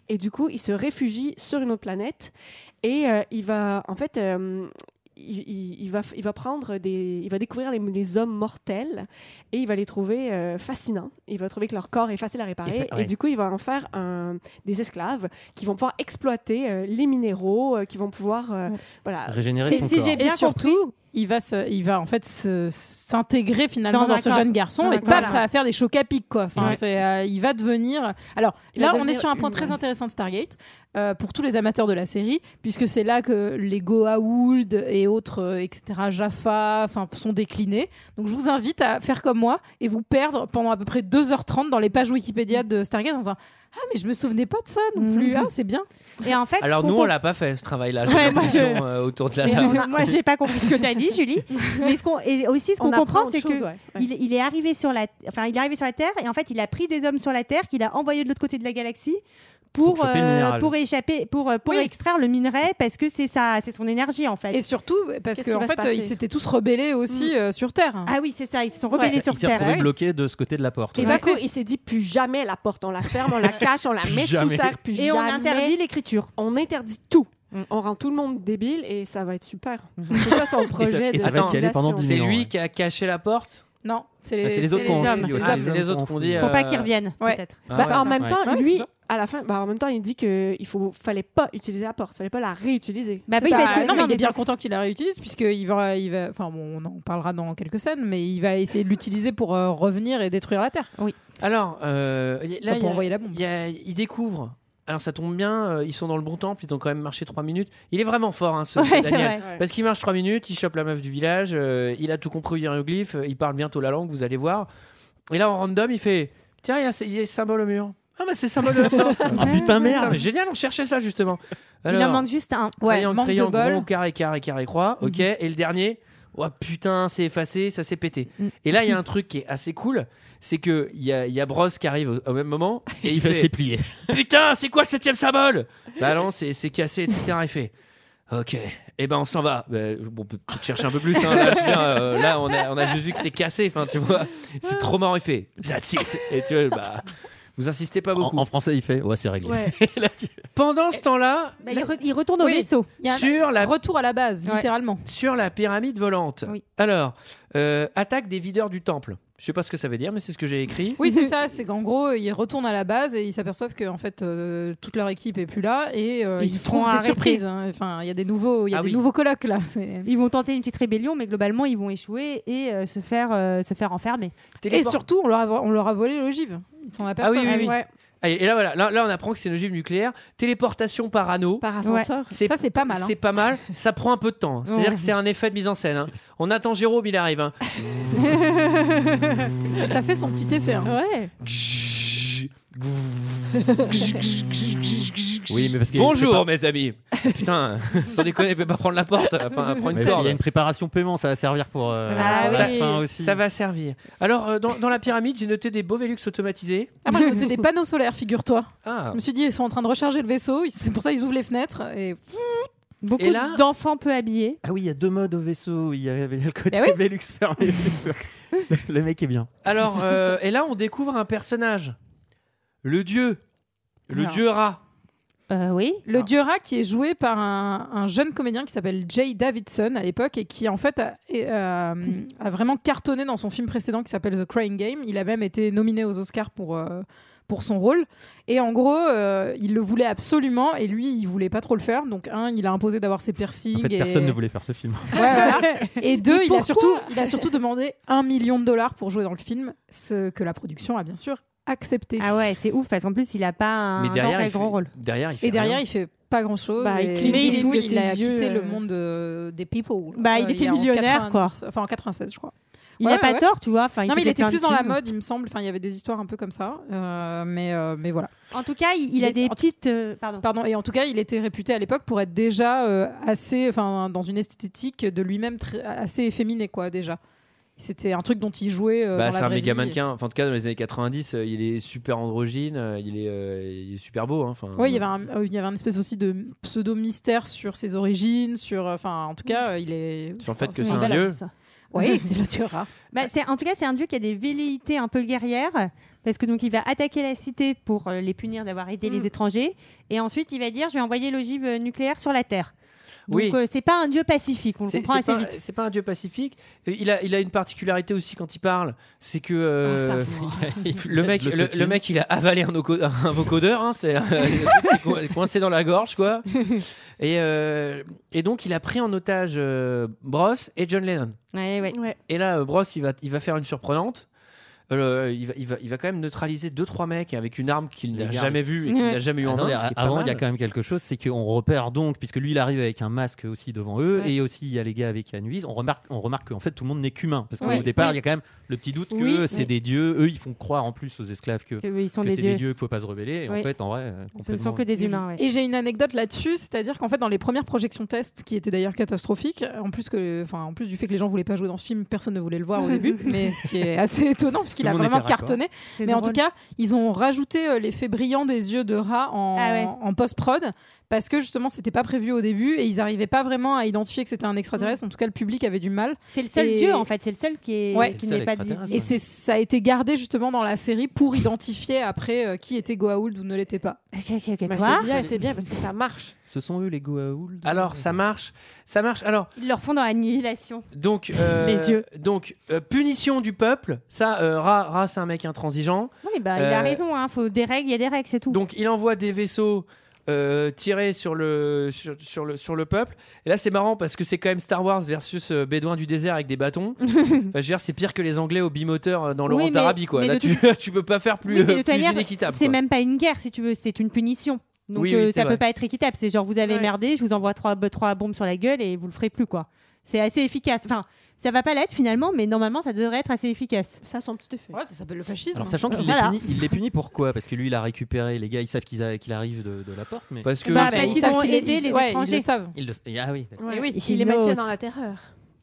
[SPEAKER 13] et du coup il se réfugie sur une autre planète et euh, il va, en fait, euh, il, il- il va, f- il va prendre des, il va découvrir les, les hommes mortels et il va les trouver euh, fascinants. Il va trouver que leur corps est facile à réparer
[SPEAKER 6] Effa- ouais.
[SPEAKER 13] et du coup il va en faire un- des esclaves qui vont pouvoir exploiter euh, les minéraux, euh, qui vont pouvoir euh, voilà
[SPEAKER 2] Régénérer
[SPEAKER 12] C'est-
[SPEAKER 2] son
[SPEAKER 12] si
[SPEAKER 2] corps.
[SPEAKER 12] j'ai bien
[SPEAKER 13] Et surtout-
[SPEAKER 12] compris, il va, se- il va en fait se- s'intégrer finalement
[SPEAKER 6] Dans
[SPEAKER 12] dans,
[SPEAKER 6] un
[SPEAKER 12] ce
[SPEAKER 6] corps.
[SPEAKER 12] jeune garçon
[SPEAKER 6] Dans un
[SPEAKER 12] et
[SPEAKER 6] corps,
[SPEAKER 12] paf,
[SPEAKER 6] là.
[SPEAKER 12] ça va faire des chocs à pic quoi. Enfin,
[SPEAKER 6] Ouais.
[SPEAKER 12] c'est, euh, il va devenir. Alors
[SPEAKER 6] Il
[SPEAKER 12] là,
[SPEAKER 6] va
[SPEAKER 12] on est
[SPEAKER 6] devenir
[SPEAKER 12] sur un point très
[SPEAKER 6] humain.
[SPEAKER 12] intéressant de Stargate euh, pour tous les amateurs de la série, puisque c'est là que les Goa'uld et autres, euh, etc., Jaffa, enfin, sont déclinés. Donc je vous invite à faire comme moi et vous perdre pendant à peu près 2h30 dans les pages Wikipédia de Stargate en disant ah mais je me souvenais pas de ça non
[SPEAKER 6] Mhm.
[SPEAKER 12] plus. Ah c'est bien.
[SPEAKER 6] Et en fait,
[SPEAKER 1] Alors
[SPEAKER 6] ce
[SPEAKER 1] nous,
[SPEAKER 6] qu'on
[SPEAKER 1] on l'a pas fait ce travail-là. J'ai
[SPEAKER 6] Ouais, moi,
[SPEAKER 1] l'impression
[SPEAKER 6] je-
[SPEAKER 1] euh, autour de la
[SPEAKER 6] Mais
[SPEAKER 1] table.
[SPEAKER 6] on a- moi, j'ai pas compris ce que tu as dit, Julie. Mais ce qu'on et aussi ce qu'on
[SPEAKER 12] On apprend
[SPEAKER 6] comprend,
[SPEAKER 12] autre
[SPEAKER 6] c'est
[SPEAKER 12] chose,
[SPEAKER 6] que
[SPEAKER 12] ouais, ouais.
[SPEAKER 6] Il, il est arrivé sur la, enfin, il est arrivé sur la Terre et en fait, il a pris des hommes sur la Terre qu'il a envoyés de l'autre côté de la galaxie pour euh,
[SPEAKER 12] Pour choper le minéral.
[SPEAKER 6] pour échapper, pour euh, pour extraire le minerai parce que c'est ça, c'est son énergie en fait.
[SPEAKER 12] Et surtout parce
[SPEAKER 6] Qu'est-ce qui
[SPEAKER 12] qu'en
[SPEAKER 6] va se
[SPEAKER 12] fait,
[SPEAKER 6] passer
[SPEAKER 12] ils s'étaient tous rebellés aussi euh, sur Terre.
[SPEAKER 6] Ah oui, c'est ça, ils se sont rebellés sur
[SPEAKER 2] Il s'est
[SPEAKER 6] Terre.
[SPEAKER 2] retrouvé bloqué de ce côté de la porte.
[SPEAKER 13] Et d'un coup, il s'est dit plus jamais la porte, on la ferme, on la cache, on la
[SPEAKER 2] Plus
[SPEAKER 13] met
[SPEAKER 2] jamais.
[SPEAKER 13] sous terre, plus
[SPEAKER 6] Et on
[SPEAKER 13] jamais.
[SPEAKER 6] interdit l'écriture.
[SPEAKER 13] On interdit tout.
[SPEAKER 2] Mm.
[SPEAKER 13] On rend tout le monde débile et ça va être super. C'est ça son projet de civilisation.
[SPEAKER 1] C'est lui qui a caché la porte
[SPEAKER 12] Non, c'est
[SPEAKER 1] Ah,
[SPEAKER 12] les,
[SPEAKER 1] c'est les autres
[SPEAKER 12] c'est
[SPEAKER 1] qu'on
[SPEAKER 12] hommes.
[SPEAKER 1] fouille, ouais,
[SPEAKER 12] Ah,
[SPEAKER 1] c'est
[SPEAKER 12] c'est
[SPEAKER 1] les autres qu'on dit,
[SPEAKER 6] Pour pas
[SPEAKER 1] euh,
[SPEAKER 6] qu'ils reviennent,
[SPEAKER 12] Ouais.
[SPEAKER 6] peut-être.
[SPEAKER 1] Ah
[SPEAKER 13] Bah,
[SPEAKER 1] ouais.
[SPEAKER 13] en même temps,
[SPEAKER 1] Ouais,
[SPEAKER 13] lui,
[SPEAKER 12] ah
[SPEAKER 13] à la fin, bah, en même temps, il dit que il faut, fallait pas utiliser la porte, fallait pas la réutiliser.
[SPEAKER 12] Bah
[SPEAKER 13] C'est
[SPEAKER 12] oui,
[SPEAKER 13] ça.
[SPEAKER 12] parce que- non, mais il est bien content qu'il la réutilise puisqu'il va, il va, enfin bon, on en parlera dans quelques scènes, mais il va essayer de l'utiliser pour euh, revenir et détruire la Terre.
[SPEAKER 6] Oui.
[SPEAKER 1] Alors, euh, y- là,
[SPEAKER 12] Pas pour
[SPEAKER 1] il y a-
[SPEAKER 12] envoyer la
[SPEAKER 1] il y a- il découvre. Alors ça tombe bien, euh, ils sont dans le bon temple, ils ont quand même marché 3 minutes. Il est vraiment fort, hein, ce
[SPEAKER 6] Ouais, c'est
[SPEAKER 1] Daniel.
[SPEAKER 6] vrai.
[SPEAKER 1] Parce qu'il marche 3 minutes, il chope la meuf du village, euh, il a tout compris aux hiéroglyphes, euh, il parle bientôt la langue, vous allez voir. Et là, en random, il fait Tiens, il y a ce- il y a ce symbole au mur. Ah, mais c'est symbole au mur.
[SPEAKER 6] Ah, putain, merde.
[SPEAKER 1] mais Génial, on cherchait ça justement.
[SPEAKER 6] il
[SPEAKER 1] Alors,
[SPEAKER 6] en manque juste un.
[SPEAKER 1] triangle, triangle, rond, carré, carré, carré, croix.
[SPEAKER 12] Mm.
[SPEAKER 1] Ok. Et le dernier, oh putain, c'est effacé, ça s'est pété.
[SPEAKER 12] Mm.
[SPEAKER 1] Et là, il y a un truc qui est assez cool, c'est que il y a, il y a Bros qui arrive au, au même moment et il,
[SPEAKER 2] va
[SPEAKER 1] fait
[SPEAKER 2] s'éplier.
[SPEAKER 1] putain, c'est quoi le septième symbole Bah non, c'est c'est cassé, etc. Il fait. Ok, eh ben on s'en va. Bah, bon, on peut peut-être chercher un peu plus. hein. Là, je veux dire, euh, là, on, a, on a juste vu que c'était cassé. Enfin, tu vois, c'est trop marrant. Il fait That's it. Et tu vois, bah, vous insistez pas beaucoup.
[SPEAKER 2] En, en français, il fait ouais, c'est réglé.
[SPEAKER 1] Pendant ce temps-là,
[SPEAKER 6] Bah, il, re- il retourne au
[SPEAKER 12] Oui.
[SPEAKER 6] vaisseau.
[SPEAKER 12] Il y a un
[SPEAKER 1] Sur la-
[SPEAKER 12] retour à la base, littéralement.
[SPEAKER 1] Sur la pyramide volante. Alors, euh, attaque des videurs du temple. Je sais pas ce que ça veut dire, mais c'est ce que j'ai écrit.
[SPEAKER 12] Oui, c'est ça. C'est qu'en gros, ils retournent à la base et ils s'aperçoivent que en fait, euh, toute leur équipe est plus là et euh,
[SPEAKER 6] Ils
[SPEAKER 12] ils,
[SPEAKER 6] se font
[SPEAKER 12] trouvent des
[SPEAKER 6] arrêter.
[SPEAKER 12] surprises. hein. Enfin, il y a des nouveaux, il y a
[SPEAKER 6] Ah
[SPEAKER 12] des
[SPEAKER 6] oui.
[SPEAKER 12] nouveaux colocs là. C'est-
[SPEAKER 6] Ils vont tenter une petite rébellion, mais globalement, ils vont échouer et euh, se faire euh, se faire enfermer.
[SPEAKER 12] Et surtout, on leur a, on leur a volé l'ogive. Ils s'en
[SPEAKER 1] Ah
[SPEAKER 12] aperçoivent.
[SPEAKER 1] oui, oui, oui. Allez, Et là, voilà. Là, là, on apprend que c'est une ogive nucléaire. Téléportation par anneau. Par
[SPEAKER 12] ascenseur. Ouais. Ça, c'est pas mal, hein.
[SPEAKER 1] C'est pas mal. Ça prend un peu de temps. C'est-à-dire
[SPEAKER 12] Ouais.
[SPEAKER 1] que c'est un effet de mise en scène. hein. On attend Jérôme, il arrive. hein.
[SPEAKER 12] Ça fait son petit effet. hein.
[SPEAKER 2] Oui, mais parce qu'il y a une
[SPEAKER 1] Bonjour,
[SPEAKER 2] prépa-
[SPEAKER 1] mes amis. Putain, sans déconner, il peut pas prendre la porte. Enfin, prends
[SPEAKER 2] Mais
[SPEAKER 1] une
[SPEAKER 2] parce qu'il
[SPEAKER 1] corde.
[SPEAKER 2] y a une préparation paiement, ça va servir pour euh,
[SPEAKER 1] Ah
[SPEAKER 2] pour la
[SPEAKER 1] oui.
[SPEAKER 2] fin aussi.
[SPEAKER 1] Ça va servir. Alors, euh, dans, dans la pyramide, j'ai noté des Beauvelux automatisés.
[SPEAKER 12] Ah, moi, j'ai noté des panneaux solaires, figure-toi.
[SPEAKER 1] Ah.
[SPEAKER 12] Je me suis dit, ils sont en train de recharger le vaisseau. ils- C'est pour ça ils ouvrent les fenêtres. Et...
[SPEAKER 6] Beaucoup
[SPEAKER 12] Et là-
[SPEAKER 6] d'enfants peu habillés.
[SPEAKER 2] Ah oui, il y a deux modes au vaisseau. Il y avait le côté
[SPEAKER 12] Bah oui.
[SPEAKER 2] Velux fermé. Velux- Le- le mec est bien.
[SPEAKER 1] Alors, euh, et là, on découvre un personnage. Le dieu. Le
[SPEAKER 12] Alors.
[SPEAKER 1] dieu rat.
[SPEAKER 6] Euh, oui.
[SPEAKER 2] Ah.
[SPEAKER 12] Le dieu rat qui est joué par un, un jeune comédien qui s'appelle Jay Davidson à l'époque et qui en fait a, et, euh, a vraiment cartonné dans son film précédent qui s'appelle The Crying Game. Il a même été nominé aux Oscars pour, euh, pour son rôle. Et en gros, euh, il le voulait absolument et lui, il voulait pas trop le faire. Donc, un, il a imposé d'avoir ses piercings.
[SPEAKER 2] En fait,
[SPEAKER 12] et-
[SPEAKER 2] personne ne voulait faire ce film.
[SPEAKER 12] Ouais, voilà. Et deux,
[SPEAKER 6] Mais
[SPEAKER 12] il a,
[SPEAKER 6] pourquoi
[SPEAKER 12] surtout, il a surtout demandé un million de dollars pour jouer dans le film, ce que la production a bien sûr accepté.
[SPEAKER 6] Ah ouais, c'est ouf parce qu'en plus, il a pas un
[SPEAKER 1] Mais derrière,
[SPEAKER 6] très
[SPEAKER 1] il
[SPEAKER 6] grand
[SPEAKER 1] fait-
[SPEAKER 6] rôle.
[SPEAKER 1] derrière, il fait
[SPEAKER 12] Et derrière,
[SPEAKER 1] rien.
[SPEAKER 12] il fait pas grand chose.
[SPEAKER 6] Bah,
[SPEAKER 12] et
[SPEAKER 6] Clint
[SPEAKER 12] mais il,
[SPEAKER 6] Eastwood,
[SPEAKER 12] est- il a
[SPEAKER 6] ses yeux,
[SPEAKER 12] quitté
[SPEAKER 6] euh,
[SPEAKER 12] le monde euh, des people.
[SPEAKER 6] Bah, il était
[SPEAKER 12] est en
[SPEAKER 6] millionnaire, quoi.
[SPEAKER 12] 90 Enfin, en 96, je crois.
[SPEAKER 6] Il a pas tort, tu vois. Enfin, il
[SPEAKER 12] non,
[SPEAKER 6] s'est
[SPEAKER 12] mais il
[SPEAKER 6] fait
[SPEAKER 12] était
[SPEAKER 6] plein de
[SPEAKER 12] plus dans la
[SPEAKER 6] thunes.
[SPEAKER 12] mode, il me semble. Enfin, il y avait des histoires un peu comme ça. Euh, mais, euh, mais voilà.
[SPEAKER 6] En tout cas, il, il a
[SPEAKER 12] est-
[SPEAKER 6] des
[SPEAKER 12] en-
[SPEAKER 6] petites. euh, pardon.
[SPEAKER 12] Pardon. Et en tout cas, il était réputé à l'époque pour être déjà euh, assez, enfin, dans une esthétique de lui-même très- assez efféminée, quoi, déjà. C'était un truc dont il jouait. euh,
[SPEAKER 1] Bah,
[SPEAKER 12] dans
[SPEAKER 1] c'est
[SPEAKER 12] la
[SPEAKER 1] un
[SPEAKER 12] vraie
[SPEAKER 1] méga
[SPEAKER 12] vie.
[SPEAKER 1] mannequin. Enfin, en tout cas, dans les années 90, euh, il est super androgyne, euh, il est, euh, il est super beau. hein. Enfin,
[SPEAKER 12] Oui, il y avait un, euh, il y avait un espèce aussi de pseudo mystère sur ses origines, sur, euh, enfin, en tout cas, euh, il est.
[SPEAKER 1] Sur le fait que
[SPEAKER 12] un
[SPEAKER 1] c'est un
[SPEAKER 12] bel
[SPEAKER 1] dieu.
[SPEAKER 12] homme, ça. Oui, c'est le dieu rat.
[SPEAKER 6] Bah, c'est- en tout cas, c'est un dieu qui a des velléités un peu guerrières, parce que donc il va attaquer la cité pour euh, les punir d'avoir aidé
[SPEAKER 12] Mm.
[SPEAKER 6] les étrangers, et ensuite il va dire je vais envoyer l'ogive euh, nucléaire sur la Terre. Donc
[SPEAKER 1] Oui.
[SPEAKER 6] euh, c'est pas un dieu pacifique, on le
[SPEAKER 1] C'est-
[SPEAKER 6] comprend
[SPEAKER 1] c'est
[SPEAKER 6] assez
[SPEAKER 1] pas-
[SPEAKER 6] vite.
[SPEAKER 1] C'est pas un dieu pacifique. Euh, Il a, il a une particularité aussi quand il parle, c'est que
[SPEAKER 12] Ah,
[SPEAKER 1] euh, le mec, le, le mec, il a avalé un, oco- un vocodeur, hein, c'est c'est coincé dans la gorge, quoi. Et, euh, et donc il a pris en otage euh, Bros et John Lennon.
[SPEAKER 6] Ouais, ouais.
[SPEAKER 1] Et là, euh, Bros, il va, il va faire une surprenante. Euh, il, va, il, va, il va quand même neutraliser deux trois mecs avec une arme qu'il n'a
[SPEAKER 2] Les
[SPEAKER 1] jamais
[SPEAKER 2] gardes.
[SPEAKER 1] vue et qu'il n'a jamais eu en main.
[SPEAKER 2] Attendez,
[SPEAKER 1] Ah ce qui est pas
[SPEAKER 2] Avant, il
[SPEAKER 1] mal.
[SPEAKER 2] y a quand même quelque chose, c'est qu'on repère donc, puisque lui, il arrive avec un masque aussi devant eux,
[SPEAKER 1] Ouais.
[SPEAKER 2] et aussi il y a les gars avec la nuise. On remarque, on remarque qu'en fait, tout le monde n'est qu'humain, parce qu'au
[SPEAKER 6] Ouais.
[SPEAKER 2] départ, il
[SPEAKER 6] Oui.
[SPEAKER 2] y a quand même le petit doute que
[SPEAKER 6] Oui,
[SPEAKER 2] c'est
[SPEAKER 6] oui.
[SPEAKER 2] des dieux. Eux, ils font croire en plus aux esclaves que,
[SPEAKER 6] Que, oui, ils sont
[SPEAKER 2] que
[SPEAKER 6] des
[SPEAKER 2] c'est des
[SPEAKER 6] dieux.
[SPEAKER 2] dieux qu'il faut pas se rebeller. Et
[SPEAKER 12] Oui.
[SPEAKER 2] en fait, en vrai, euh,
[SPEAKER 6] Ce ne
[SPEAKER 2] complètement.
[SPEAKER 6] sont que des humains. ouais.
[SPEAKER 12] Et j'ai une anecdote là-dessus, c'est-à-dire qu'en fait, dans les premières projections tests, qui étaient d'ailleurs catastrophiques, en plus, que, enfin, en plus du fait que les gens voulaient pas jouer dans ce film, personne ne voulait le voir au début, mais ce qui est assez étonnant, parce qu'il
[SPEAKER 6] Tout
[SPEAKER 12] a
[SPEAKER 6] le monde
[SPEAKER 12] vraiment
[SPEAKER 6] était raccord.
[SPEAKER 12] cartonné.
[SPEAKER 6] C'est
[SPEAKER 12] Mais en
[SPEAKER 6] drôle.
[SPEAKER 12] tout cas, ils ont rajouté euh, l'effet brillant des yeux de rat en,
[SPEAKER 6] Ah ouais.
[SPEAKER 12] en post-prod, parce que justement, c'était pas prévu au début, et ils arrivaient pas vraiment à identifier que c'était un extraterrestre,
[SPEAKER 6] Mm.
[SPEAKER 12] en tout cas, le public avait du mal.
[SPEAKER 6] C'est le seul
[SPEAKER 12] Et-
[SPEAKER 6] dieu en fait, c'est le seul qui est
[SPEAKER 12] Ouais.
[SPEAKER 6] qui n'est pas dit.
[SPEAKER 12] Et c'est ça a été gardé justement dans la série pour identifier après euh, qui était Goa'uld ou ne l'était pas.
[SPEAKER 13] Bah, c'est bien, c'est bien parce que ça marche.
[SPEAKER 2] Ce sont eux les Goa'uld.
[SPEAKER 1] Alors ça marche, ça marche. Alors
[SPEAKER 6] Ils leur font dans l'annihilation.
[SPEAKER 1] Donc, euh,
[SPEAKER 6] Les yeux.
[SPEAKER 1] Donc, euh, punition du peuple. Ça, euh, Ra, Ra, c'est un mec intransigeant.
[SPEAKER 6] Oui, bah, il
[SPEAKER 1] Euh,
[SPEAKER 6] a raison, hein, faut des règles, il y a des règles, c'est tout.
[SPEAKER 1] Donc, il envoie des vaisseaux euh, tirer sur le, sur, sur le, sur le peuple. Et là, c'est marrant parce que c'est quand même Star Wars versus euh, Bédouin du désert avec des bâtons. Enfin, je veux dire, c'est pire que les Anglais au bimoteur euh, dans
[SPEAKER 6] Oui,
[SPEAKER 1] Laurence
[SPEAKER 6] mais-
[SPEAKER 1] d'Arabie. quoi.
[SPEAKER 6] mais
[SPEAKER 1] Là,
[SPEAKER 6] de
[SPEAKER 1] tu, tu peux pas faire plus,
[SPEAKER 6] Oui, mais de
[SPEAKER 1] euh,
[SPEAKER 6] toute
[SPEAKER 1] plus
[SPEAKER 6] manière,
[SPEAKER 1] inéquitable.
[SPEAKER 6] C'est
[SPEAKER 1] quoi.
[SPEAKER 6] même pas une guerre, si tu veux, c'est une punition. Donc
[SPEAKER 1] Oui, oui,
[SPEAKER 6] euh,
[SPEAKER 1] c'est
[SPEAKER 6] ça
[SPEAKER 1] vrai.
[SPEAKER 6] peut pas être équitable. C'est genre vous avez merdé, je vous envoie trois, trois bombes sur la gueule et vous le ferez plus quoi. C'est assez efficace. Enfin, ça va pas l'être finalement, mais normalement ça devrait être assez efficace.
[SPEAKER 13] Ça a son petit effet.
[SPEAKER 12] Ouais, ça s'appelle le fascisme.
[SPEAKER 2] Alors, sachant qu'il les, punit, il les punit pourquoi Parce que lui, il a récupéré les gars. Ils savent qu'ils a- qu'il arrive de, de la porte, mais
[SPEAKER 1] Parce que-
[SPEAKER 6] Bah,
[SPEAKER 1] ils
[SPEAKER 6] parce qu'ils
[SPEAKER 1] savent
[SPEAKER 6] ont
[SPEAKER 1] qu'il est-
[SPEAKER 6] aidé
[SPEAKER 1] ils-
[SPEAKER 6] les
[SPEAKER 1] ouais, ils
[SPEAKER 6] étrangers.
[SPEAKER 1] le savent.
[SPEAKER 2] Ils le- Ah oui.
[SPEAKER 13] Ouais.
[SPEAKER 12] oui,
[SPEAKER 13] il les
[SPEAKER 12] Helios.
[SPEAKER 13] maintient dans la terreur.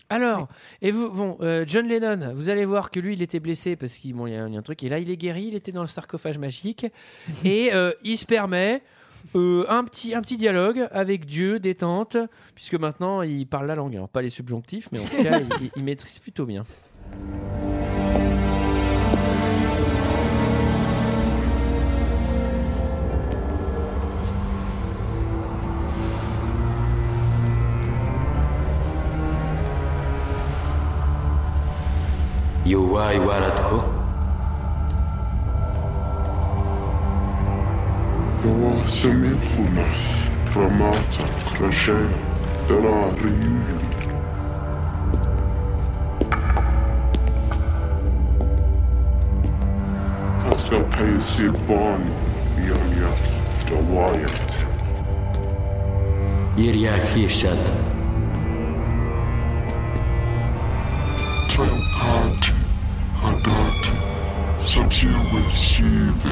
[SPEAKER 1] Alors, et vous, bon, euh, John Lennon, vous allez voir que lui, il était blessé parce qu'il bon, il y a un il y a un truc. Et là, il est guéri, il était dans le sarcophage magique. et euh, il se permet euh, un, petit, un petit dialogue avec Dieu, détente, puisque maintenant, il parle la langue. Alors, pas les subjonctifs, mais en tout cas, il, il- il maîtrise plutôt bien.
[SPEAKER 8] Yowa Iwaratko.
[SPEAKER 16] Semifuna, Ramata, Krashen, Dara, Askapai Sibon, Yanya, Dawayat.
[SPEAKER 8] Yiriak Fishat.
[SPEAKER 16] Tankat, Hadat, Sachiwe Shive.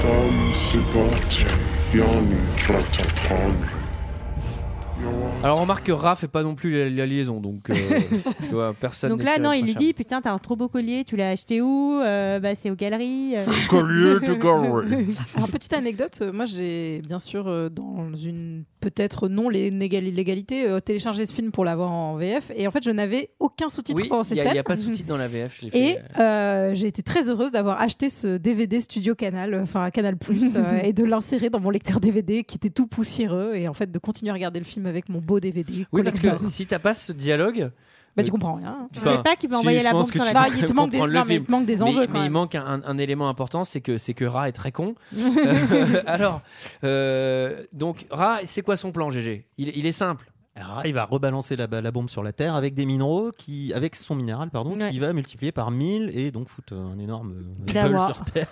[SPEAKER 16] Tam Sibate, Yani Ratapani.
[SPEAKER 1] Alors, on remarque que Ra fait pas non plus la, la liaison, donc euh, tu vois, personne.
[SPEAKER 6] Donc
[SPEAKER 1] n'est
[SPEAKER 6] là, non, il lui
[SPEAKER 1] irréprochable.
[SPEAKER 6] dit Putain, t'as un trop beau collier, tu l'as acheté où Euh, Bah, c'est aux galeries. euh.
[SPEAKER 12] Alors, petite anecdote, euh, moi j'ai bien sûr, euh, dans une peut-être non lé- négal- légalité, euh, téléchargé ce film pour l'avoir en VF. Et en fait, je n'avais aucun sous-titre
[SPEAKER 1] Oui,
[SPEAKER 12] en
[SPEAKER 1] il
[SPEAKER 12] CSM.
[SPEAKER 1] n'y a, il y a pas de sous-titres dans la VF, je l'ai fait.
[SPEAKER 12] Et euh, j'ai été très heureuse d'avoir acheté ce DVD Studio Canal, euh, enfin Canal Plus, euh, et de l'insérer dans mon lecteur DVD qui était tout poussiéreux et en fait de continuer à regarder le film avec mon beau DVD.
[SPEAKER 1] Oui, parce que
[SPEAKER 12] collector.
[SPEAKER 1] si t'as pas ce dialogue.
[SPEAKER 12] Bah,
[SPEAKER 1] euh,
[SPEAKER 12] tu comprends rien.
[SPEAKER 1] enfin,
[SPEAKER 12] Je sais pas qui va
[SPEAKER 1] si,
[SPEAKER 12] envoyer
[SPEAKER 1] je
[SPEAKER 12] la
[SPEAKER 1] pense
[SPEAKER 12] bombe
[SPEAKER 1] que
[SPEAKER 12] sur
[SPEAKER 1] tu
[SPEAKER 12] la-
[SPEAKER 1] peux
[SPEAKER 12] Non, il te manque des-
[SPEAKER 1] comprendre le
[SPEAKER 12] non, mais il
[SPEAKER 1] film.
[SPEAKER 12] te manque des enjeux,
[SPEAKER 1] Mais-
[SPEAKER 12] quand
[SPEAKER 1] mais il
[SPEAKER 12] même.
[SPEAKER 1] manque un, un élément important, c'est que, c'est que Ra est très con. Euh, alors, euh, donc, Ra, c'est quoi son plan, GG il, il est simple.
[SPEAKER 2] Elle arrive à rebalancer la, ba- la bombe sur la Terre avec des minéraux, qui, avec son minéral, pardon,
[SPEAKER 6] Ouais.
[SPEAKER 2] qui va multiplier par 1000 et donc foutre euh, un énorme euh, bulle
[SPEAKER 6] D'avoir.
[SPEAKER 2] sur Terre.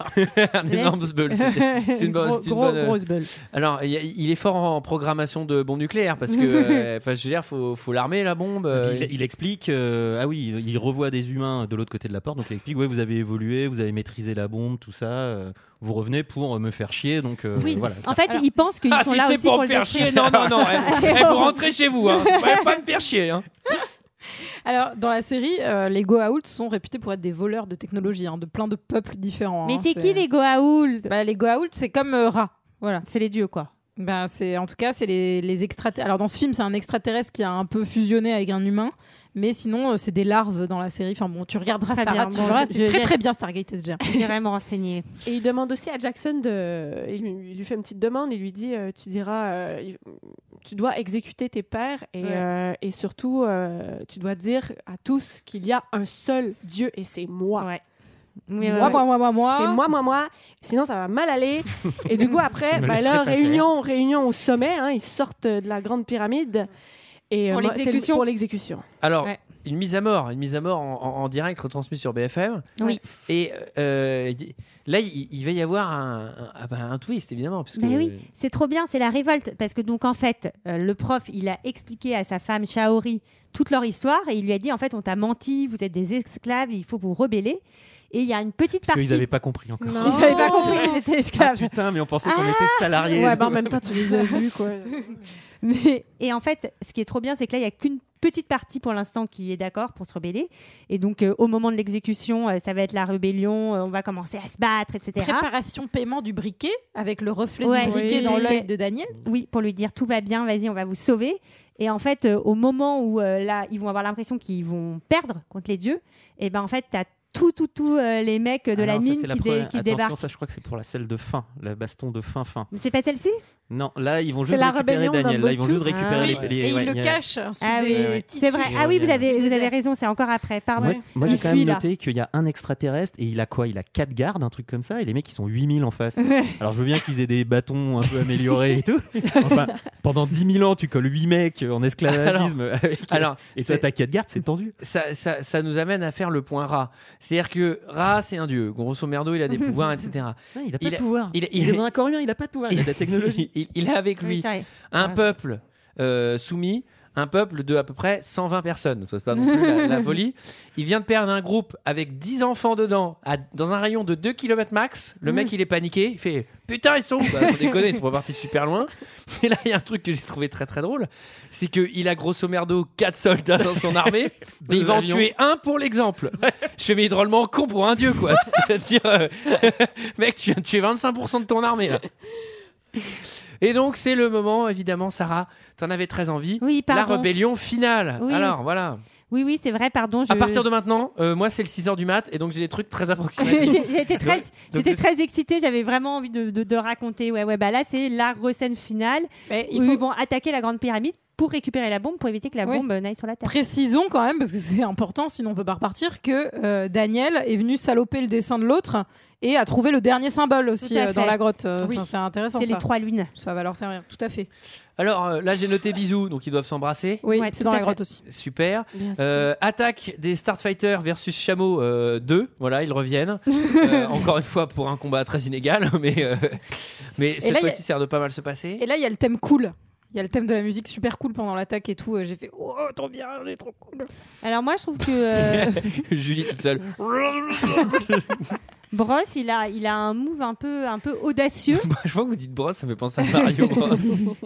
[SPEAKER 1] un énorme bull. c'était- C'est une, bonne- c'est une bonne, euh, Alors, il y a- il est fort en programmation de bombes nucléaires parce que, euh, enfin, je veux dire, faut, faut l'armer la bombe. euh,
[SPEAKER 2] Il, il explique, euh, ah oui, il revoit des humains de l'autre côté de la porte, donc il explique, ouais, vous avez évolué, vous avez maîtrisé la bombe, tout ça, euh, vous revenez pour euh, me faire chier, donc euh,
[SPEAKER 6] Oui,
[SPEAKER 2] voilà. ça-
[SPEAKER 6] en fait, ils pensent qu'ils
[SPEAKER 1] Ah,
[SPEAKER 6] sont
[SPEAKER 1] si
[SPEAKER 6] là
[SPEAKER 1] c'est
[SPEAKER 6] aussi
[SPEAKER 1] pour
[SPEAKER 6] pour,
[SPEAKER 1] me
[SPEAKER 6] le
[SPEAKER 1] faire
[SPEAKER 6] détruire.
[SPEAKER 1] chier, non, non, non, hein. Eh, vous rentrez chez vous, hein. Ouais, pas me faire chier. hein.
[SPEAKER 12] Alors, dans la série, euh, les Goa'uld sont réputés pour être des voleurs de technologie, hein, de plein de peuples différents.
[SPEAKER 6] Mais
[SPEAKER 12] hein,
[SPEAKER 6] c'est qui les Goa'uld
[SPEAKER 12] bah, Les Goa'uld, c'est comme euh, Ra. Voilà.
[SPEAKER 6] C'est les dieux, quoi.
[SPEAKER 12] Bah, c'est en tout cas, c'est les, les extraterrestres. Alors, dans ce film, c'est un extraterrestre qui a un peu fusionné avec un humain. Mais sinon, euh, c'est des larves dans la série. Enfin bon, tu regarderas
[SPEAKER 6] Très
[SPEAKER 12] ça,
[SPEAKER 6] bien,
[SPEAKER 12] tu
[SPEAKER 6] bon,
[SPEAKER 12] verras,
[SPEAKER 6] je-
[SPEAKER 12] c'est
[SPEAKER 6] je
[SPEAKER 12] très
[SPEAKER 6] vais-
[SPEAKER 12] très bien Stargate SG.
[SPEAKER 6] J'irai me renseigner.
[SPEAKER 13] Et il demande aussi à Jackson de. Il lui, il lui fait une petite demande. Il lui dit euh, Tu diras, euh, il- tu dois exécuter tes pères et,
[SPEAKER 12] Ouais.
[SPEAKER 13] euh, et surtout, euh, tu dois dire à tous qu'il y a un seul Dieu et c'est moi.
[SPEAKER 6] Oui,
[SPEAKER 13] Dis-moi,
[SPEAKER 6] ouais, ouais.
[SPEAKER 13] moi,
[SPEAKER 12] moi, moi, moi.
[SPEAKER 13] C'est moi, moi, moi. Sinon, ça va mal aller. et du coup, après,
[SPEAKER 6] Je me
[SPEAKER 13] bah
[SPEAKER 6] laisserai
[SPEAKER 13] là,
[SPEAKER 6] pas faire.
[SPEAKER 13] réunion, réunion au sommet. hein, ils sortent de la grande pyramide. Et,
[SPEAKER 6] Pour
[SPEAKER 13] euh, moi, c'est le-
[SPEAKER 6] l'exécution.
[SPEAKER 13] Pour l'exécution.
[SPEAKER 1] Alors, une mise à mort, une mise à mort en, en- en direct retransmise sur BFM.
[SPEAKER 6] Oui.
[SPEAKER 1] Et euh, y- là, il, il va y avoir un, un- ah bah, un twist, évidemment. Parce que,
[SPEAKER 6] Bah oui, c'est trop bien, c'est la révolte. Parce que donc en fait, euh, le prof, il a expliqué à sa femme Shaori toute leur histoire et il lui a dit en fait, on t'a menti, vous êtes des esclaves, il faut vous rebeller. Et il y a une petite
[SPEAKER 2] Parce
[SPEAKER 6] partie.
[SPEAKER 2] qu'ils n'avaient pas compris encore.
[SPEAKER 6] Ils n'avaient pas compris qu'ils étaient esclaves.
[SPEAKER 2] Putain, mais on pensait
[SPEAKER 13] Ah,
[SPEAKER 2] qu'on était salariés.
[SPEAKER 6] Ouais, bah, en même temps, tu les as vus,
[SPEAKER 13] quoi.
[SPEAKER 6] Mais, et en fait, ce qui est trop bien, c'est que là, il n'y a qu'une petite partie pour l'instant qui est d'accord pour se rebeller. Et donc, euh, au moment de l'exécution, euh, ça va être la rébellion, euh, on va commencer à se battre, etc.
[SPEAKER 12] Préparation paiement du briquet avec le reflet
[SPEAKER 6] Ouais.
[SPEAKER 12] du briquet
[SPEAKER 6] Oui.
[SPEAKER 12] dans l'œil
[SPEAKER 6] Ok.
[SPEAKER 12] de Daniel.
[SPEAKER 6] Oui, pour lui dire tout va bien, vas-y, on va vous sauver. Et en fait, euh, au moment où euh, là, ils vont avoir l'impression qu'ils vont perdre contre les dieux, et ben en fait, t'as tout, tout, tout euh, les mecs de
[SPEAKER 2] Ah
[SPEAKER 6] la
[SPEAKER 2] non, ça,
[SPEAKER 6] mine
[SPEAKER 2] c'est
[SPEAKER 6] qui, dé-
[SPEAKER 2] première-
[SPEAKER 6] qui
[SPEAKER 2] Attention,
[SPEAKER 6] débarquent.
[SPEAKER 2] ça, je crois que c'est pour la celle de fin, la baston de fin fin.
[SPEAKER 6] C'est pas celle-ci
[SPEAKER 2] Non, là, ils vont
[SPEAKER 6] C'est
[SPEAKER 2] juste
[SPEAKER 6] la
[SPEAKER 2] récupérer
[SPEAKER 6] rébellion
[SPEAKER 2] Daniel. Là, ils
[SPEAKER 6] d'Umboldt.
[SPEAKER 2] vont juste
[SPEAKER 6] Ah
[SPEAKER 2] récupérer les,
[SPEAKER 6] oui.
[SPEAKER 2] les-
[SPEAKER 12] Et Bah, il
[SPEAKER 2] ouais,
[SPEAKER 12] le
[SPEAKER 2] ouais.
[SPEAKER 12] cache hein, sous
[SPEAKER 6] Ah oui,
[SPEAKER 12] des tissus. euh,
[SPEAKER 6] c'est vrai. Ah oui, vous avez, vous avez raison, c'est encore après. Pardon.
[SPEAKER 2] Moi, moi, j'ai
[SPEAKER 6] Il
[SPEAKER 2] quand
[SPEAKER 6] fuit,
[SPEAKER 2] même
[SPEAKER 13] Ah.
[SPEAKER 6] là.
[SPEAKER 2] noté qu'il y a un extraterrestre et il a quoi Il a 4 gardes, un truc comme ça, et les mecs ils sont 8000 en face.
[SPEAKER 6] Ouais.
[SPEAKER 2] Alors je veux bien qu'ils aient des bâtons un peu améliorés et tout. Enfin, pendant 10 000 ans, tu colles 8 mecs en esclavagisme. euh, avec-
[SPEAKER 1] alors,
[SPEAKER 2] et
[SPEAKER 1] c'est-
[SPEAKER 2] toi t'as 4 gardes, c'est tendu.
[SPEAKER 1] ça, ça- ça nous amène à faire le point Ra. C'est-à-dire que Ra, c'est un dieu. Grosso merdo, il a des pouvoirs, etc.
[SPEAKER 2] Non, il a pas de pouvoir.
[SPEAKER 1] Il,
[SPEAKER 2] Il est dans un corps humain, il a pas de pouvoir. Il a de la technologie.
[SPEAKER 1] il, il a avec
[SPEAKER 2] Oui,
[SPEAKER 1] lui
[SPEAKER 2] c'est vrai.
[SPEAKER 1] un
[SPEAKER 2] Ouais.
[SPEAKER 1] peuple euh, soumis, un peuple de à peu près 120 personnes. Donc, ça, c'est pas non plus la, la folie. Il vient de perdre un groupe avec 10 enfants dedans, à- dans un rayon de 2 km max. Le
[SPEAKER 2] Mmh.
[SPEAKER 1] mec, il est paniqué. Il fait Putain, ils sont où bah, Sans déconner, ils sont pas partis super loin. Et là, il y a un truc que j'ai trouvé très très drôle c'est qu'il a grosso merdo 4 soldats dans son armée. mais il
[SPEAKER 2] Deux
[SPEAKER 1] va en
[SPEAKER 2] avions.
[SPEAKER 1] tuer un pour l'exemple. Je fais, mais drôlement con pour un dieu, quoi. C'est-à-dire, euh, mec, tu viens de tuer 25% de ton armée, là. Et donc, c'est le moment, évidemment, Sarah, t'en avais très envie.
[SPEAKER 6] Oui,
[SPEAKER 1] La
[SPEAKER 6] pardon.
[SPEAKER 1] rébellion finale.
[SPEAKER 6] Oui.
[SPEAKER 1] Alors, voilà.
[SPEAKER 6] Oui, oui, c'est vrai, pardon.
[SPEAKER 1] À partir de maintenant, euh, moi, c'est le 6h du mat, et donc j'ai des trucs très approximatifs.
[SPEAKER 6] J'ai- J'étais très,
[SPEAKER 1] Donc, donc,
[SPEAKER 6] j'étais très excitée, j'avais vraiment envie de, de- de raconter. Ouais, ouais, bah là, c'est la recène finale
[SPEAKER 12] il
[SPEAKER 6] où
[SPEAKER 12] faut-
[SPEAKER 6] ils vont attaquer la grande pyramide pour récupérer la bombe, pour éviter que la
[SPEAKER 12] Oui.
[SPEAKER 6] bombe euh, n'aille sur la Terre.
[SPEAKER 12] Précisons quand même, parce que c'est important, sinon on peut pas repartir, que euh, Daniel est venu saloper le dessin de l'autre et a trouvé le dernier symbole aussi
[SPEAKER 6] Tout à
[SPEAKER 12] euh, dans
[SPEAKER 6] fait.
[SPEAKER 12] la grotte. Euh,
[SPEAKER 6] Oui.
[SPEAKER 12] ça, C'est intéressant.
[SPEAKER 6] C'est les
[SPEAKER 12] ça.
[SPEAKER 6] trois lunes.
[SPEAKER 12] Ça va leur servir, tout à fait.
[SPEAKER 1] Alors euh, là, j'ai noté bisous, donc ils doivent s'embrasser.
[SPEAKER 12] Oui, Ouais, c'est dans tout à la fait. grotte aussi.
[SPEAKER 1] Super.
[SPEAKER 12] Bien
[SPEAKER 1] Euh, attaque des Starfighter versus Chameau euh, 2. Voilà, ils reviennent. Euh, encore une fois pour un combat très inégal, mais, euh, mais cette
[SPEAKER 12] là, il y a-
[SPEAKER 1] fois-ci, ça a de pas mal se passer.
[SPEAKER 12] Et là, il y a le thème cool. Il y a le thème de la musique super cool pendant l'attaque et tout. Euh, J'ai fait oh, trop bien, j'ai trop cool.
[SPEAKER 6] Alors moi, je trouve que euh,
[SPEAKER 1] Julie toute seule.
[SPEAKER 6] Bros, il a, il a un move un peu, un peu audacieux.
[SPEAKER 1] Je vois que vous dites brosse, ça me fait penser à Mario Bros.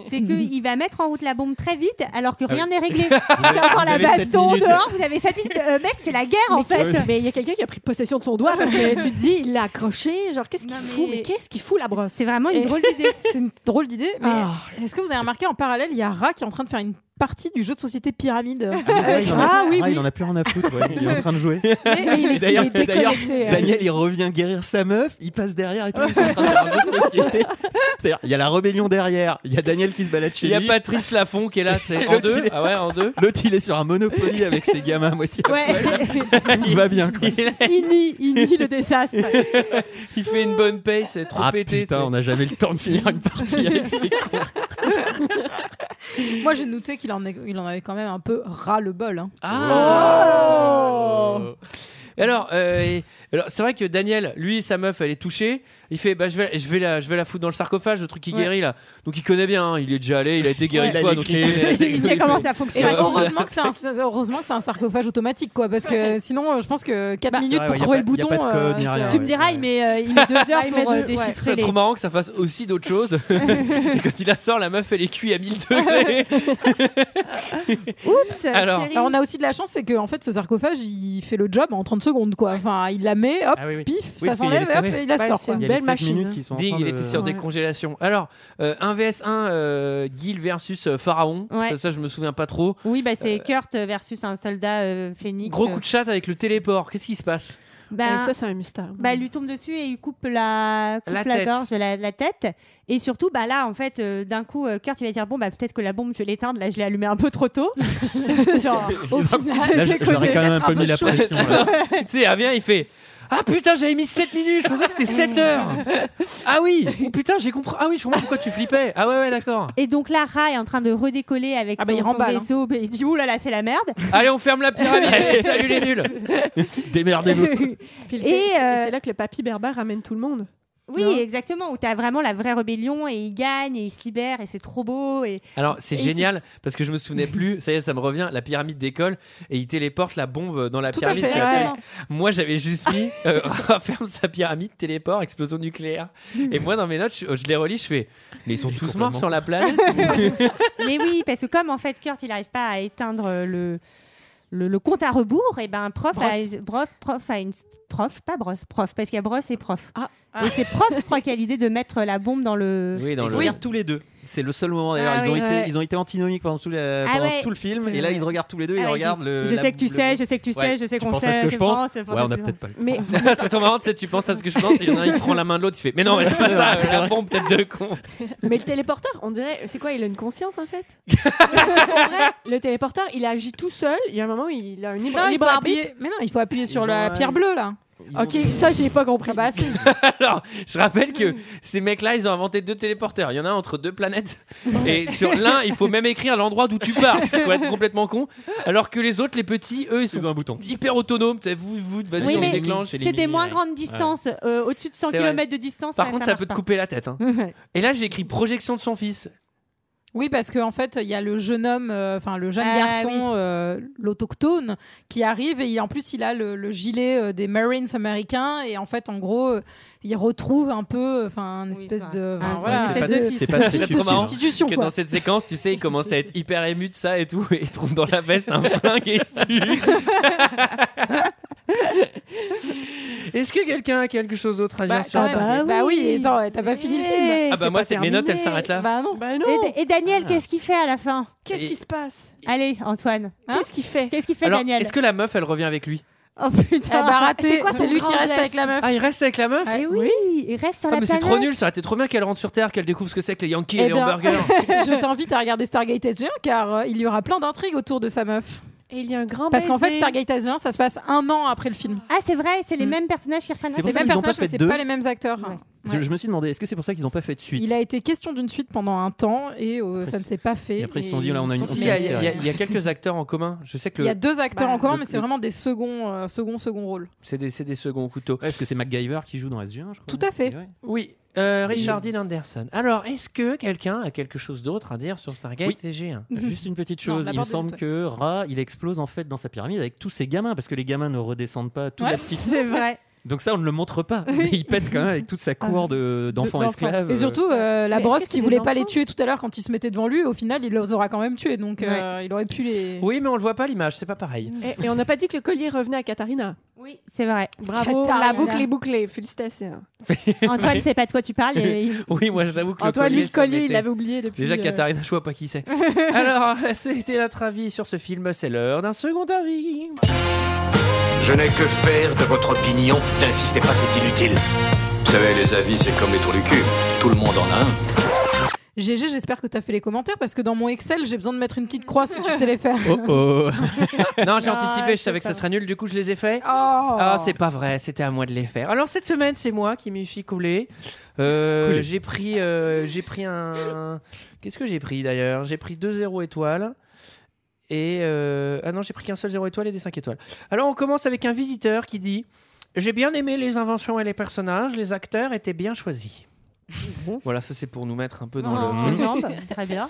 [SPEAKER 6] c'est qu'il va mettre en route la bombe très vite, alors que
[SPEAKER 1] Ah
[SPEAKER 6] rien
[SPEAKER 1] oui.
[SPEAKER 6] n'est réglé.
[SPEAKER 1] Vous
[SPEAKER 6] C'est
[SPEAKER 1] avez-
[SPEAKER 6] encore
[SPEAKER 1] vous
[SPEAKER 6] la
[SPEAKER 1] avez sept
[SPEAKER 6] baston
[SPEAKER 1] minutes.
[SPEAKER 6] dehors, vous avez 7 minutes. Euh, mec, c'est la guerre en fait.
[SPEAKER 13] Mais il y a quelqu'un qui a pris possession de son
[SPEAKER 12] Ah,
[SPEAKER 13] doigt parce que tu te dis, il l'a accroché. Genre, qu'est-ce qu'il
[SPEAKER 6] Non,
[SPEAKER 13] fout
[SPEAKER 6] mais-
[SPEAKER 13] Mais qu'est-ce qu'il fout, la brosse
[SPEAKER 6] C'est vraiment une
[SPEAKER 12] Et-
[SPEAKER 6] drôle d'idée.
[SPEAKER 12] C'est une drôle d'idée. Mais
[SPEAKER 13] Ah.
[SPEAKER 12] est-ce que vous avez remarqué en parallèle, il y a Ra qui est en train de faire une partie du jeu de société pyramide
[SPEAKER 2] Ah, il en a-
[SPEAKER 12] Ah oui,
[SPEAKER 2] ah,
[SPEAKER 12] oui.
[SPEAKER 2] il en a plus rien à foutre. ouais, Il est en train de jouer.
[SPEAKER 12] mais il est-
[SPEAKER 2] Et D'ailleurs,
[SPEAKER 12] il est
[SPEAKER 2] d'ailleurs,
[SPEAKER 12] déconnecté, hein.
[SPEAKER 2] Daniel, il revient guérir sa meuf. Il passe derrière et tout. Ils sont en train de faire un jeu de société. C'est-à-dire, il y a la rébellion derrière. Il y a Daniel qui se balade chez
[SPEAKER 1] Il y a
[SPEAKER 2] lui.
[SPEAKER 1] Patrice Lafont qui est là, c'est
[SPEAKER 2] Et
[SPEAKER 1] en
[SPEAKER 2] l'autre,
[SPEAKER 1] deux.
[SPEAKER 2] il est-
[SPEAKER 1] Ah ouais, en deux.
[SPEAKER 2] L'autre, il est sur un Monopoly avec ses gamins à moitié. à poil. Tout va bien. Quoi.
[SPEAKER 6] Il nie, il nie le désastre.
[SPEAKER 1] Il fait une bonne paye, c'est trop
[SPEAKER 2] Ah
[SPEAKER 1] pété.
[SPEAKER 2] putain,
[SPEAKER 1] c'est-
[SPEAKER 2] on n'a jamais le temps de finir une partie avec ses
[SPEAKER 12] Moi, j'ai noté qu'il en, est- il en avait quand même un peu ras le bol. hein.
[SPEAKER 1] Ah
[SPEAKER 12] Oh
[SPEAKER 1] Oh Alors, euh, et- alors, c'est vrai que Daniel, lui, sa meuf, elle est touchée. Il fait, bah, je vais, je vais la, je vais la foutre dans le sarcophage, le truc qui
[SPEAKER 12] Ouais.
[SPEAKER 1] guérit là. Donc il connaît bien. hein. Il est déjà allé, il a été guéri
[SPEAKER 2] Ouais,
[SPEAKER 1] de
[SPEAKER 2] il
[SPEAKER 1] fois,
[SPEAKER 2] a
[SPEAKER 1] donc
[SPEAKER 2] les clés.
[SPEAKER 1] connaît-
[SPEAKER 2] Il sait comment ça
[SPEAKER 12] Et
[SPEAKER 2] fonctionne.
[SPEAKER 12] bah, heureusement que c'est un, c'est- heureusement que c'est un sarcophage automatique, quoi, parce que sinon, euh, je pense que 4
[SPEAKER 1] Bah, c'est
[SPEAKER 12] minutes
[SPEAKER 1] vrai,
[SPEAKER 12] pour
[SPEAKER 1] ouais, y a
[SPEAKER 12] trouver le
[SPEAKER 1] pas- y a
[SPEAKER 12] bouton.
[SPEAKER 1] pas de code,
[SPEAKER 12] euh,
[SPEAKER 1] ni
[SPEAKER 12] c'est-
[SPEAKER 1] rien,
[SPEAKER 12] tu me
[SPEAKER 1] ouais.
[SPEAKER 12] diras, il met, euh, il met 2 heures
[SPEAKER 6] il met
[SPEAKER 12] pour euh,
[SPEAKER 6] deux, ouais.
[SPEAKER 12] déchiffrer
[SPEAKER 1] C'est
[SPEAKER 12] les.
[SPEAKER 1] trop marrant que ça fasse aussi d'autres choses. Et quand il la sort, la meuf, elle est cuite à 1000 degrés.
[SPEAKER 12] Oups,
[SPEAKER 1] Alors.
[SPEAKER 12] Alors, on a aussi de la chance, c'est que en fait, ce sarcophage, il fait le job en 30 secondes, quoi. Enfin, il la met,
[SPEAKER 2] Ah
[SPEAKER 12] hop, pif, ça s'enlève, hop, et il la sort. quoi.
[SPEAKER 1] Ding, il était sur
[SPEAKER 12] Ouais.
[SPEAKER 1] décongélation. Alors, euh, 1vs1, Guild versus euh, Pharaon.
[SPEAKER 6] Ouais.
[SPEAKER 1] Ça, ça, je me souviens pas trop.
[SPEAKER 6] Oui, bah, c'est Kurt versus un soldat euh, phénix.
[SPEAKER 1] Gros coup de chat avec le téléport. Qu'est-ce qui se passe
[SPEAKER 6] Bah,
[SPEAKER 13] Et ça, c'est un mystère.
[SPEAKER 6] Bah, elle lui tombe dessus et il coupe la, coupe
[SPEAKER 1] La
[SPEAKER 6] la,
[SPEAKER 1] tête.
[SPEAKER 6] gorge, la, la tête. Et surtout, bah là, en fait, euh, d'un coup, euh, Kurt, il va dire Bon, bah, peut-être que la bombe, je vais l'éteindre. Là, je l'ai allumée un peu trop tôt. Genre, au final,
[SPEAKER 2] Là, je-
[SPEAKER 6] j'ai
[SPEAKER 2] je l'aurais
[SPEAKER 6] causé
[SPEAKER 2] quand même un
[SPEAKER 6] peut-être
[SPEAKER 2] peu mis la
[SPEAKER 6] chaud.
[SPEAKER 2] pression, là.
[SPEAKER 1] tu sais, il revient, il fait Ah putain, j'avais mis 7 minutes, je pensais que c'était 7 heures. Ah oui, oh, putain, j'ai compris. Ah oui, je comprends pourquoi tu flippais. Ah ouais, ouais, d'accord.
[SPEAKER 6] Et donc là, Ra est en train de redécoller avec
[SPEAKER 12] Ah bah,
[SPEAKER 6] son,
[SPEAKER 12] il
[SPEAKER 6] son
[SPEAKER 12] remballe, hein.
[SPEAKER 6] vaisseau. Bah, il dit Ouh là là, c'est la merde.
[SPEAKER 1] Allez, on ferme la pyramide. Allez, salut les nuls.
[SPEAKER 2] Démerdez-vous.
[SPEAKER 13] Puis c'est-
[SPEAKER 6] Et,
[SPEAKER 13] c'est
[SPEAKER 6] euh,
[SPEAKER 13] c'est là que le papy berbère ramène tout le monde.
[SPEAKER 6] Oui, exactement. Où t'as vraiment la vraie rébellion et il gagne et il se libère et c'est trop beau. Et...
[SPEAKER 1] Alors, c'est
[SPEAKER 6] Et
[SPEAKER 1] génial parce que je me souvenais plus. Ça y est, ça me revient. La pyramide d'école et il téléporte la bombe dans la
[SPEAKER 6] Tout à
[SPEAKER 1] pyramide.
[SPEAKER 6] fait,
[SPEAKER 1] c'est la
[SPEAKER 6] exactement.
[SPEAKER 1] télé- Moi, j'avais juste mis euh, Ra ferme sa pyramide, téléport, explosion nucléaire. Et moi, dans mes notes, je, je les relis, je fais Mais ils sont tous morts sur la planète.
[SPEAKER 6] Mais oui, parce que comme en fait Kurt il n'arrive pas à éteindre euh, le, le, le compte à rebours, et ben un prof,
[SPEAKER 12] Brosse.
[SPEAKER 6] a, prof, prof a une prof, pas brosse, prof, parce qu'il y a brosse et prof. Et c'est prof, je crois, qui a l'idée de mettre la bombe dans le.
[SPEAKER 2] Oui, ils se regardent tous les deux. C'est le seul moment d'ailleurs.
[SPEAKER 6] Ah
[SPEAKER 2] ils, ont
[SPEAKER 6] oui.
[SPEAKER 2] été,
[SPEAKER 6] Ouais.
[SPEAKER 2] ils ont été antinomiques pendant tout, la-
[SPEAKER 6] Ah
[SPEAKER 2] pendant
[SPEAKER 6] ouais,
[SPEAKER 2] tout le film.
[SPEAKER 6] c'est
[SPEAKER 2] Et là,
[SPEAKER 6] vrai.
[SPEAKER 2] ils se regardent tous les deux.
[SPEAKER 6] Ah
[SPEAKER 2] ils
[SPEAKER 6] ouais,
[SPEAKER 2] regardent le.
[SPEAKER 6] je
[SPEAKER 2] la-
[SPEAKER 6] sais que tu
[SPEAKER 2] le-
[SPEAKER 6] sais, je sais que tu sais,
[SPEAKER 2] Ouais,
[SPEAKER 6] je sais
[SPEAKER 2] tu
[SPEAKER 6] qu'on
[SPEAKER 2] penses à
[SPEAKER 6] sait,
[SPEAKER 2] ce que
[SPEAKER 6] je
[SPEAKER 2] je pense.
[SPEAKER 6] pense, je pense
[SPEAKER 2] ouais, on
[SPEAKER 6] que
[SPEAKER 2] a
[SPEAKER 6] je
[SPEAKER 2] peut-être
[SPEAKER 6] pense.
[SPEAKER 2] pas le
[SPEAKER 13] Mais
[SPEAKER 1] c'est trop marrant, tu sais, tu penses à ce que je pense. Il y en a un, il prend la main de l'autre, il fait Mais non, mais c'est pas ça, euh, la bombe, tête de con.
[SPEAKER 13] Mais le téléporteur, on dirait, c'est quoi Il a une conscience en fait En vrai, Le téléporteur, il agit tout seul. Il y a un moment où il a un libre,
[SPEAKER 12] Non, il
[SPEAKER 13] libre
[SPEAKER 12] faut
[SPEAKER 13] arbitre.
[SPEAKER 12] appuyer- mais non, il faut appuyer sur
[SPEAKER 13] Ils
[SPEAKER 12] la
[SPEAKER 13] ont-
[SPEAKER 12] pierre bleue, là. Ah bah,
[SPEAKER 13] Ok, ça j'ai pas compris.
[SPEAKER 1] Alors, je rappelle que ces mecs-là, ils ont inventé deux téléporteurs. Il y en a un entre deux planètes. Et sur l'un, il faut même écrire l'endroit d'où tu pars. C'est pour être complètement con. Alors que les autres, les petits, eux, ils sont hyper autonomes. Tu sais, Vous, vous, vas-y,
[SPEAKER 6] Oui,
[SPEAKER 1] on
[SPEAKER 6] mais
[SPEAKER 1] déclenche.
[SPEAKER 6] c'est des moins grandes distances. euh, Au-dessus de 100
[SPEAKER 1] C'est vrai.
[SPEAKER 6] km de distance,
[SPEAKER 1] Par contre, ça, peut
[SPEAKER 6] marche
[SPEAKER 1] te
[SPEAKER 6] pas.
[SPEAKER 1] couper la tête. hein. Et là, j'ai écrit projection de son fils.
[SPEAKER 12] Oui, parce qu'en en fait, il y a le jeune homme, euh, enfin le jeune
[SPEAKER 6] Ah,
[SPEAKER 12] garçon,
[SPEAKER 6] oui.
[SPEAKER 12] euh, l'autochtone, qui arrive et il- en plus, il a le, le gilet euh, des Marines américains et en fait, en gros, euh, il retrouve un peu, euh, enfin, une espèce
[SPEAKER 13] Ah,
[SPEAKER 12] de, enfin, voilà,
[SPEAKER 1] Ouais,
[SPEAKER 12] espèce de fils.
[SPEAKER 1] Ah, c'est
[SPEAKER 12] Fils de
[SPEAKER 1] trop marrant
[SPEAKER 12] substitution.
[SPEAKER 1] que
[SPEAKER 12] quoi.
[SPEAKER 1] dans cette séquence, tu sais, il commence à être hyper ému de ça et tout, et il trouve dans la veste un flingue et il se tue. Est-ce que quelqu'un a quelque chose d'autre à dire
[SPEAKER 12] Bah,
[SPEAKER 1] sur
[SPEAKER 12] quand
[SPEAKER 1] ça
[SPEAKER 12] même. Bah oui, attends, t'as pas fini le
[SPEAKER 13] Eh,
[SPEAKER 12] film.
[SPEAKER 1] Ah bah moi, Ah, c'est mes notes, elles s'arrêtent là. Ah,
[SPEAKER 12] Bah non.
[SPEAKER 6] Et, et Daniel, qu'est-ce qu'il fait à la fin
[SPEAKER 1] Qu'est-ce qui
[SPEAKER 6] se
[SPEAKER 13] passe
[SPEAKER 6] Allez, Antoine. hein?
[SPEAKER 13] Qu'est-ce qu'il fait
[SPEAKER 6] Qu'est-ce qu'il fait,
[SPEAKER 1] Alors,
[SPEAKER 6] Daniel
[SPEAKER 1] est-ce que la meuf, elle revient avec lui
[SPEAKER 6] Oh putain,
[SPEAKER 12] Ah bah, raté. C'est quoi C'est son lui
[SPEAKER 6] lui
[SPEAKER 12] qui grand reste geste avec la meuf.
[SPEAKER 1] Ah, il reste avec la meuf
[SPEAKER 6] Ah oui, il reste sur
[SPEAKER 1] Ah,
[SPEAKER 6] la
[SPEAKER 1] mais c'est
[SPEAKER 6] planète.
[SPEAKER 1] trop nul, ça aurait été trop bien qu'elle rentre sur Terre, qu'elle découvre ce que c'est que les Yankees et,
[SPEAKER 12] Eh
[SPEAKER 1] les
[SPEAKER 12] ben,
[SPEAKER 1] hamburgers.
[SPEAKER 12] je t'invite à regarder Stargate SG1 car euh, il y aura plein d'intrigues autour de sa meuf.
[SPEAKER 13] Et il y a un grand
[SPEAKER 12] Parce qu'en fait,
[SPEAKER 6] baiser.
[SPEAKER 12] Stargate SG1, ça se passe un an après le film.
[SPEAKER 6] Ah, c'est vrai, c'est les
[SPEAKER 1] Hmm.
[SPEAKER 6] mêmes personnages qui reprennent.
[SPEAKER 12] C'est
[SPEAKER 2] pour
[SPEAKER 12] les
[SPEAKER 2] ça
[SPEAKER 12] mêmes
[SPEAKER 2] qu'ils ont pas
[SPEAKER 12] personnages, mais
[SPEAKER 2] fait
[SPEAKER 12] c'est
[SPEAKER 2] deux.
[SPEAKER 12] pas les mêmes acteurs.
[SPEAKER 2] Je, je me suis demandé, est-ce que c'est pour ça qu'ils n'ont pas fait de suite
[SPEAKER 12] Il a été question d'une suite pendant un temps et euh, ça ne s'est pas fait.
[SPEAKER 2] et après, ils se
[SPEAKER 12] Et
[SPEAKER 2] sont dit, là, on a une-
[SPEAKER 1] Si,
[SPEAKER 2] on
[SPEAKER 1] il y, a-
[SPEAKER 2] une
[SPEAKER 1] il y a-
[SPEAKER 2] série.
[SPEAKER 1] il y a quelques acteurs en commun. Je sais que
[SPEAKER 12] Il
[SPEAKER 1] le-
[SPEAKER 12] y a deux acteurs
[SPEAKER 1] Bah,
[SPEAKER 12] encore,
[SPEAKER 1] le-
[SPEAKER 12] mais c'est
[SPEAKER 1] le-
[SPEAKER 12] vraiment des seconds, euh, seconds, seconds rôles.
[SPEAKER 1] C'est des, c'est des seconds couteaux.
[SPEAKER 2] Est-ce que c'est MacGyver qui joue dans SG1 je crois
[SPEAKER 12] Tout à fait.
[SPEAKER 1] Oui. Euh, Richard Dean Anderson. Alors, est-ce que quelqu'un a quelque chose d'autre à dire sur Stargate
[SPEAKER 2] Oui.
[SPEAKER 1] TG1
[SPEAKER 2] Juste une petite
[SPEAKER 1] Non,
[SPEAKER 2] chose, il me
[SPEAKER 1] d'abord des
[SPEAKER 2] semble
[SPEAKER 1] étoiles.
[SPEAKER 2] que Ra, il explose en fait dans sa pyramide avec tous ses gamins parce que les gamins ne redescendent pas toute
[SPEAKER 6] Ouais,
[SPEAKER 2] la petite.
[SPEAKER 6] c'est vrai.
[SPEAKER 2] Donc ça, on ne le montre pas. Mais il pète quand même avec
[SPEAKER 13] Ah.
[SPEAKER 2] toute sa cour de- d'enfants esclaves.
[SPEAKER 12] Et surtout, euh, la
[SPEAKER 6] Mais est-ce
[SPEAKER 12] brosse
[SPEAKER 6] que c'est
[SPEAKER 12] qui
[SPEAKER 6] des
[SPEAKER 12] voulait pas
[SPEAKER 6] enfants
[SPEAKER 12] les tuer tout à l'heure quand il se mettait devant lui, au final, il les aura quand même tués. Donc euh, il aurait pu les.
[SPEAKER 1] Oui, mais on le voit pas l'image, c'est pas pareil.
[SPEAKER 13] Et, et on n'a pas dit que le collier revenait à Katharina.
[SPEAKER 6] Oui, c'est vrai.
[SPEAKER 13] Bravo,
[SPEAKER 6] Katharina.
[SPEAKER 13] la boucle est bouclée. Félicitations.
[SPEAKER 6] Antoine, c'est pas de quoi tu parles. et-
[SPEAKER 1] Oui, moi j'avoue que
[SPEAKER 13] Antoine,
[SPEAKER 1] le collier,
[SPEAKER 13] lui, le
[SPEAKER 1] ça
[SPEAKER 13] collier, il
[SPEAKER 1] m'était-
[SPEAKER 13] l'avait oublié depuis,
[SPEAKER 1] Déjà,
[SPEAKER 13] euh,
[SPEAKER 1] Katharina, je vois pas qui c'est. Alors, c'était notre avis sur ce film. C'est l'heure d'un second avis.
[SPEAKER 17] Je n'ai que faire de votre opinion. N'insistez pas, c'est inutile. Vous savez, les avis, c'est comme les trous du cul. Tout le monde en a un.
[SPEAKER 12] GG, j'espère que tu as fait les commentaires parce que dans mon Excel, j'ai besoin de mettre une petite croix si tu sais les faire.
[SPEAKER 1] Oh, non, j'ai
[SPEAKER 12] Non,
[SPEAKER 1] anticipé, je savais que ça serait nul, du coup je les ai faits.
[SPEAKER 12] Oh.
[SPEAKER 1] Ah,
[SPEAKER 6] Oh.
[SPEAKER 1] c'est pas vrai, c'était à moi de les faire. Alors cette semaine, c'est moi qui me suis coulé. Euh,
[SPEAKER 2] Coulé.
[SPEAKER 1] J'ai pris, euh, j'ai pris un. Qu'est-ce que j'ai pris d'ailleurs J'ai pris deux zéro étoiles. Et euh, ah non, j'ai pris qu'un seul 0 étoile et des 5 étoiles. Alors on commence avec un visiteur qui dit J'ai bien aimé les inventions et les personnages, les acteurs étaient bien choisis.
[SPEAKER 6] Mhm.
[SPEAKER 1] Voilà, ça c'est pour nous mettre un peu dans
[SPEAKER 6] Oh,
[SPEAKER 1] le.
[SPEAKER 6] jambes, Très bien.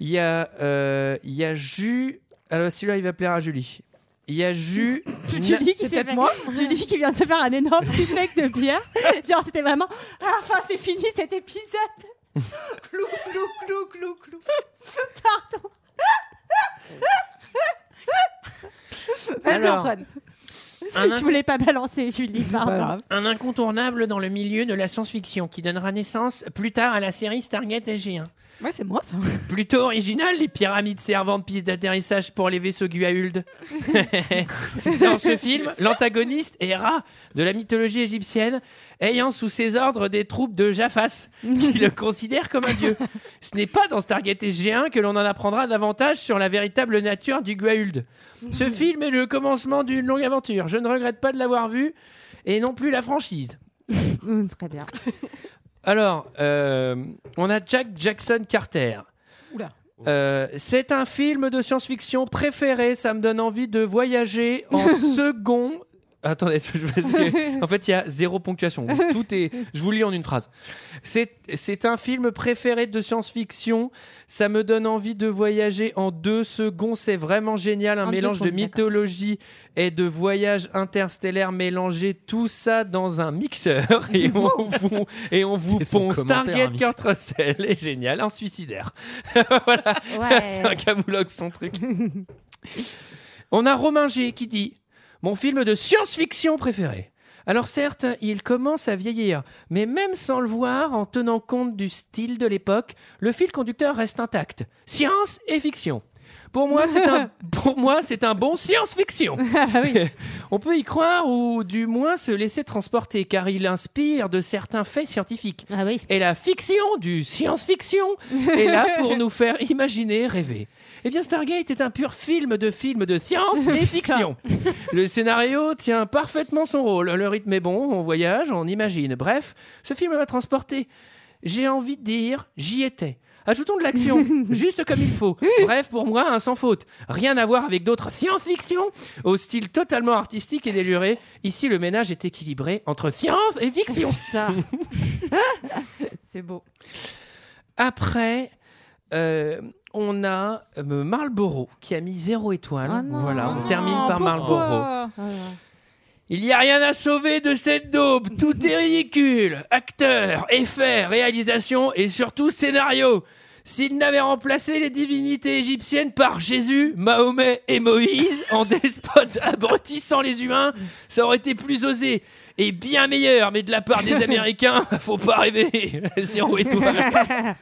[SPEAKER 1] Il y a, euh, il y a Jus. Alors celui-là, il va plaire à Julie. Il y a Jus.
[SPEAKER 6] Julie qui, s'est fait- Julie qui vient de se faire un énorme cul sec de bière. Genre, c'était vraiment. Ah, enfin, c'est fini cet épisode. clou, clou, clou, clou, clou. Pardon. Vas-y,
[SPEAKER 1] Alors,
[SPEAKER 6] Antoine.
[SPEAKER 2] Ah,
[SPEAKER 1] un
[SPEAKER 6] Tu voulais pas balancer, Julie. Pardon.
[SPEAKER 1] Un incontournable dans le milieu de la science-fiction qui donnera naissance plus tard à la série Stargate SG1.
[SPEAKER 12] Ouais, c'est moi ça.
[SPEAKER 1] Plutôt original, les pyramides servant de piste d'atterrissage pour les vaisseaux Gua'uld. Dans ce film, l'antagoniste est Ra, de la mythologie égyptienne, ayant sous ses ordres des troupes de Jaffas, qui le considèrent comme un dieu. Ce n'est pas dans Stargate SG1 que l'on en apprendra davantage sur la véritable nature du Gua'uld. Ce film est le commencement d'une longue aventure. Je ne regrette pas de l'avoir vu, et non plus la franchise.
[SPEAKER 6] Hum, très bien.
[SPEAKER 1] Alors, euh, on a Jack Jackson Carter.
[SPEAKER 12] Oula.
[SPEAKER 1] Euh, c'est un film de science-fiction préféré. Ça me donne envie de voyager en second. Attendez, je- parce que, en fait, il y a zéro ponctuation. Tout est. Je vous lis en une phrase. C'est c'est un film préféré de science-fiction. Ça me donne envie de voyager en deux secondes. C'est vraiment génial. Un
[SPEAKER 6] En deux
[SPEAKER 1] mélange de
[SPEAKER 6] secondes,
[SPEAKER 1] mythologie et de voyage interstellaire mélangé. Tout ça dans un mixeur. Et on vous, et on vous
[SPEAKER 2] son
[SPEAKER 1] pond
[SPEAKER 2] commentaire, un
[SPEAKER 1] Stargate
[SPEAKER 2] mixeur.
[SPEAKER 1] Kurt Russell est génial, un suicidaire. voilà,
[SPEAKER 6] Ouais.
[SPEAKER 1] c'est un camoulox son truc. On a Romain G qui dit Mon film de science-fiction préféré. Alors certes, il commence à vieillir, mais même sans le voir, en tenant compte du style de l'époque, le fil conducteur reste intact. Science et fiction. Pour moi, c'est un, pour moi, c'est un bon science-fiction. On peut y croire ou du moins se laisser transporter, car il inspire de certains faits scientifiques.
[SPEAKER 6] Ah
[SPEAKER 1] Et la fiction du science-fiction est là pour nous faire imaginer, rêver. Eh bien, Stargate est un pur film de film de science et fiction. Le scénario tient parfaitement son rôle. Le rythme est bon, on voyage, on imagine. Bref, ce film m'a transporté. J'ai envie de dire, j'y étais. Ajoutons de l'action, juste comme il faut. Bref, pour moi, un sans faute. Rien à voir avec d'autres science-fiction, au style totalement artistique et déluré. Ici, le ménage est équilibré entre science et fiction.
[SPEAKER 6] C'est beau.
[SPEAKER 1] Après, euh, on a euh, Marlboro qui a mis zéro étoile. voilà, on termine
[SPEAKER 12] Ah,
[SPEAKER 1] par Marlboro. Il n'y a rien à sauver de cette daube. Tout est ridicule. Acteurs, effets, réalisation et surtout scénario. S'il n'avait remplacé les divinités égyptiennes par Jésus, Mahomet et Moïse en despote abrutissant les humains, ça aurait été plus osé et bien meilleur. Mais de la part des Américains, faut pas rêver. Zéro étoile.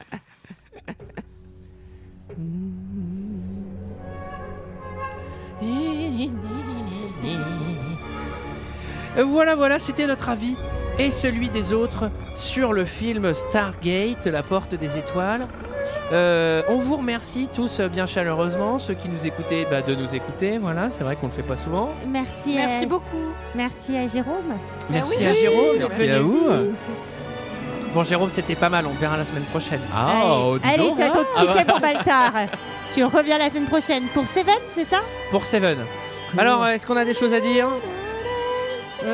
[SPEAKER 1] Voilà, voilà, c'était notre avis et celui des autres sur le film Stargate, la porte des étoiles. Euh, on vous remercie tous euh, bien chaleureusement, ceux qui nous écoutaient, bah, de nous écouter. Voilà, c'est vrai qu'on le fait pas souvent.
[SPEAKER 11] Merci.
[SPEAKER 6] euh,
[SPEAKER 12] Merci beaucoup.
[SPEAKER 11] Merci à Jérôme.
[SPEAKER 1] Merci à Jérôme.
[SPEAKER 2] Merci
[SPEAKER 1] bienvenue.
[SPEAKER 2] à vous.
[SPEAKER 1] Bon, Jérôme, c'était pas mal. On te verra la semaine prochaine.
[SPEAKER 2] Ah, dis
[SPEAKER 11] Allez,
[SPEAKER 2] donc.
[SPEAKER 11] t'as ton
[SPEAKER 2] Ah bah.
[SPEAKER 11] ticket pour Baltar. tu reviens la semaine prochaine pour Seven, c'est ça
[SPEAKER 1] Pour Seven. Alors, euh, est-ce qu'on a des choses à dire
[SPEAKER 2] Bah,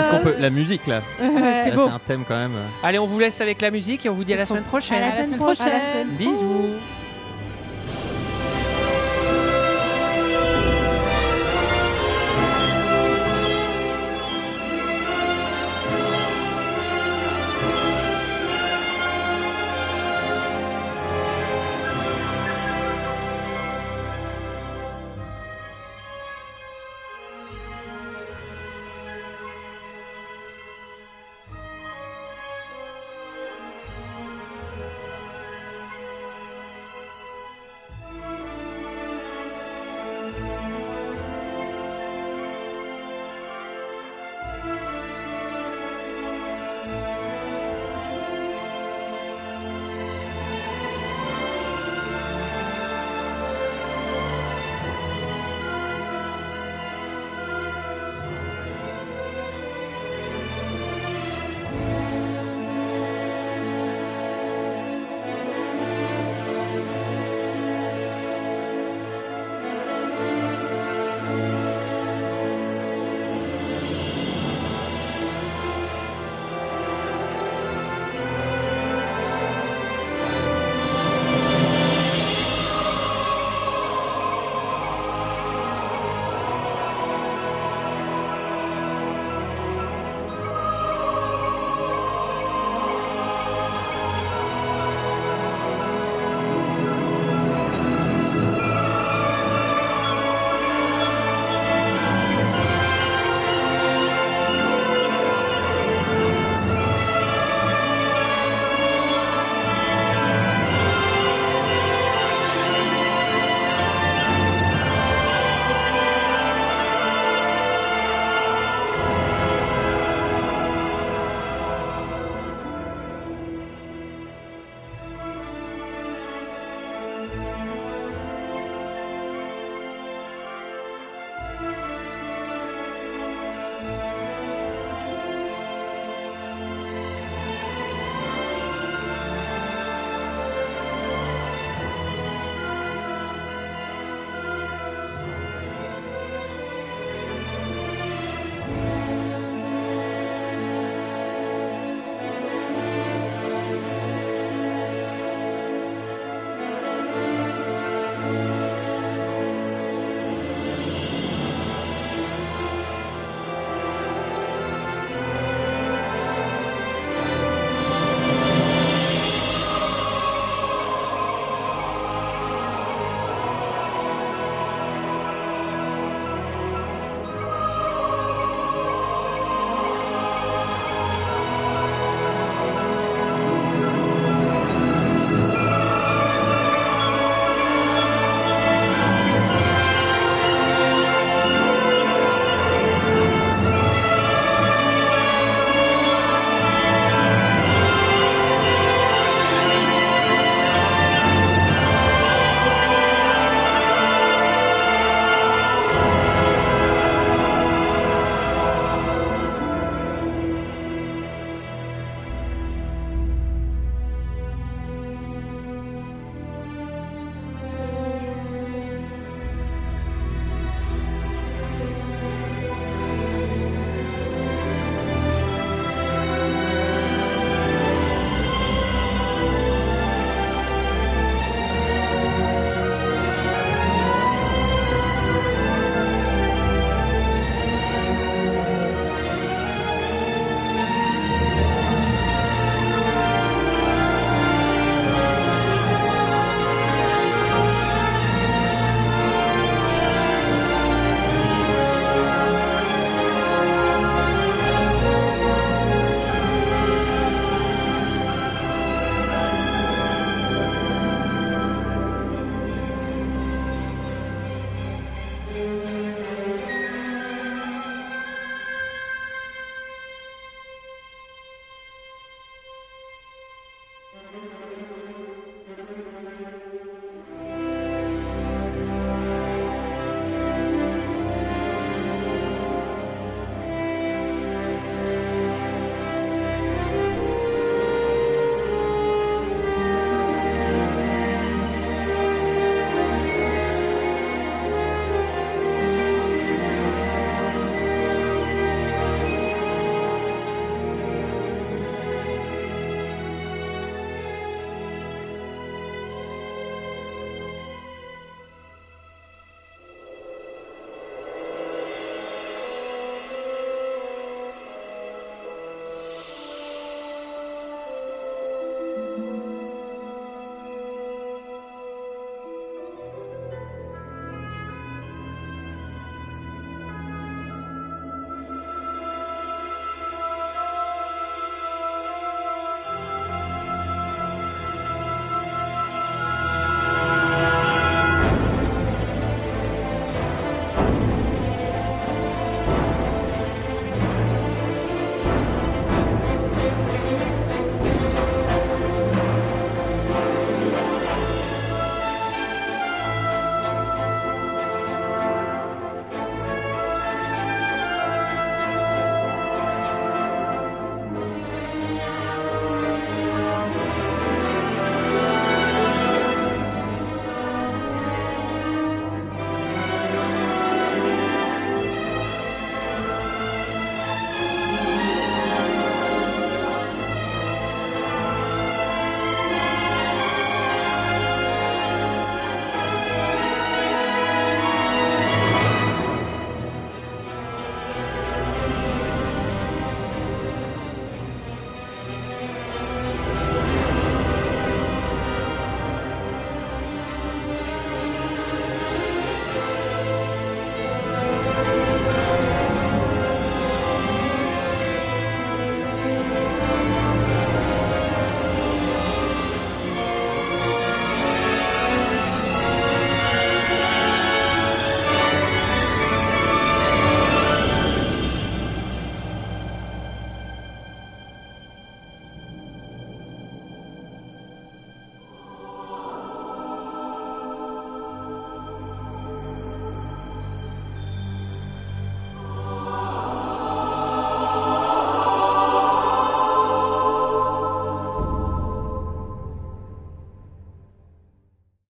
[SPEAKER 2] Est-ce qu'on peut la musique là Là,
[SPEAKER 1] C'est
[SPEAKER 2] C'est
[SPEAKER 1] beau.
[SPEAKER 2] un thème quand même.
[SPEAKER 1] Allez, on vous laisse avec la musique et on vous dit à la semaine prochaine.
[SPEAKER 12] À la semaine prochaine.
[SPEAKER 1] Bisous.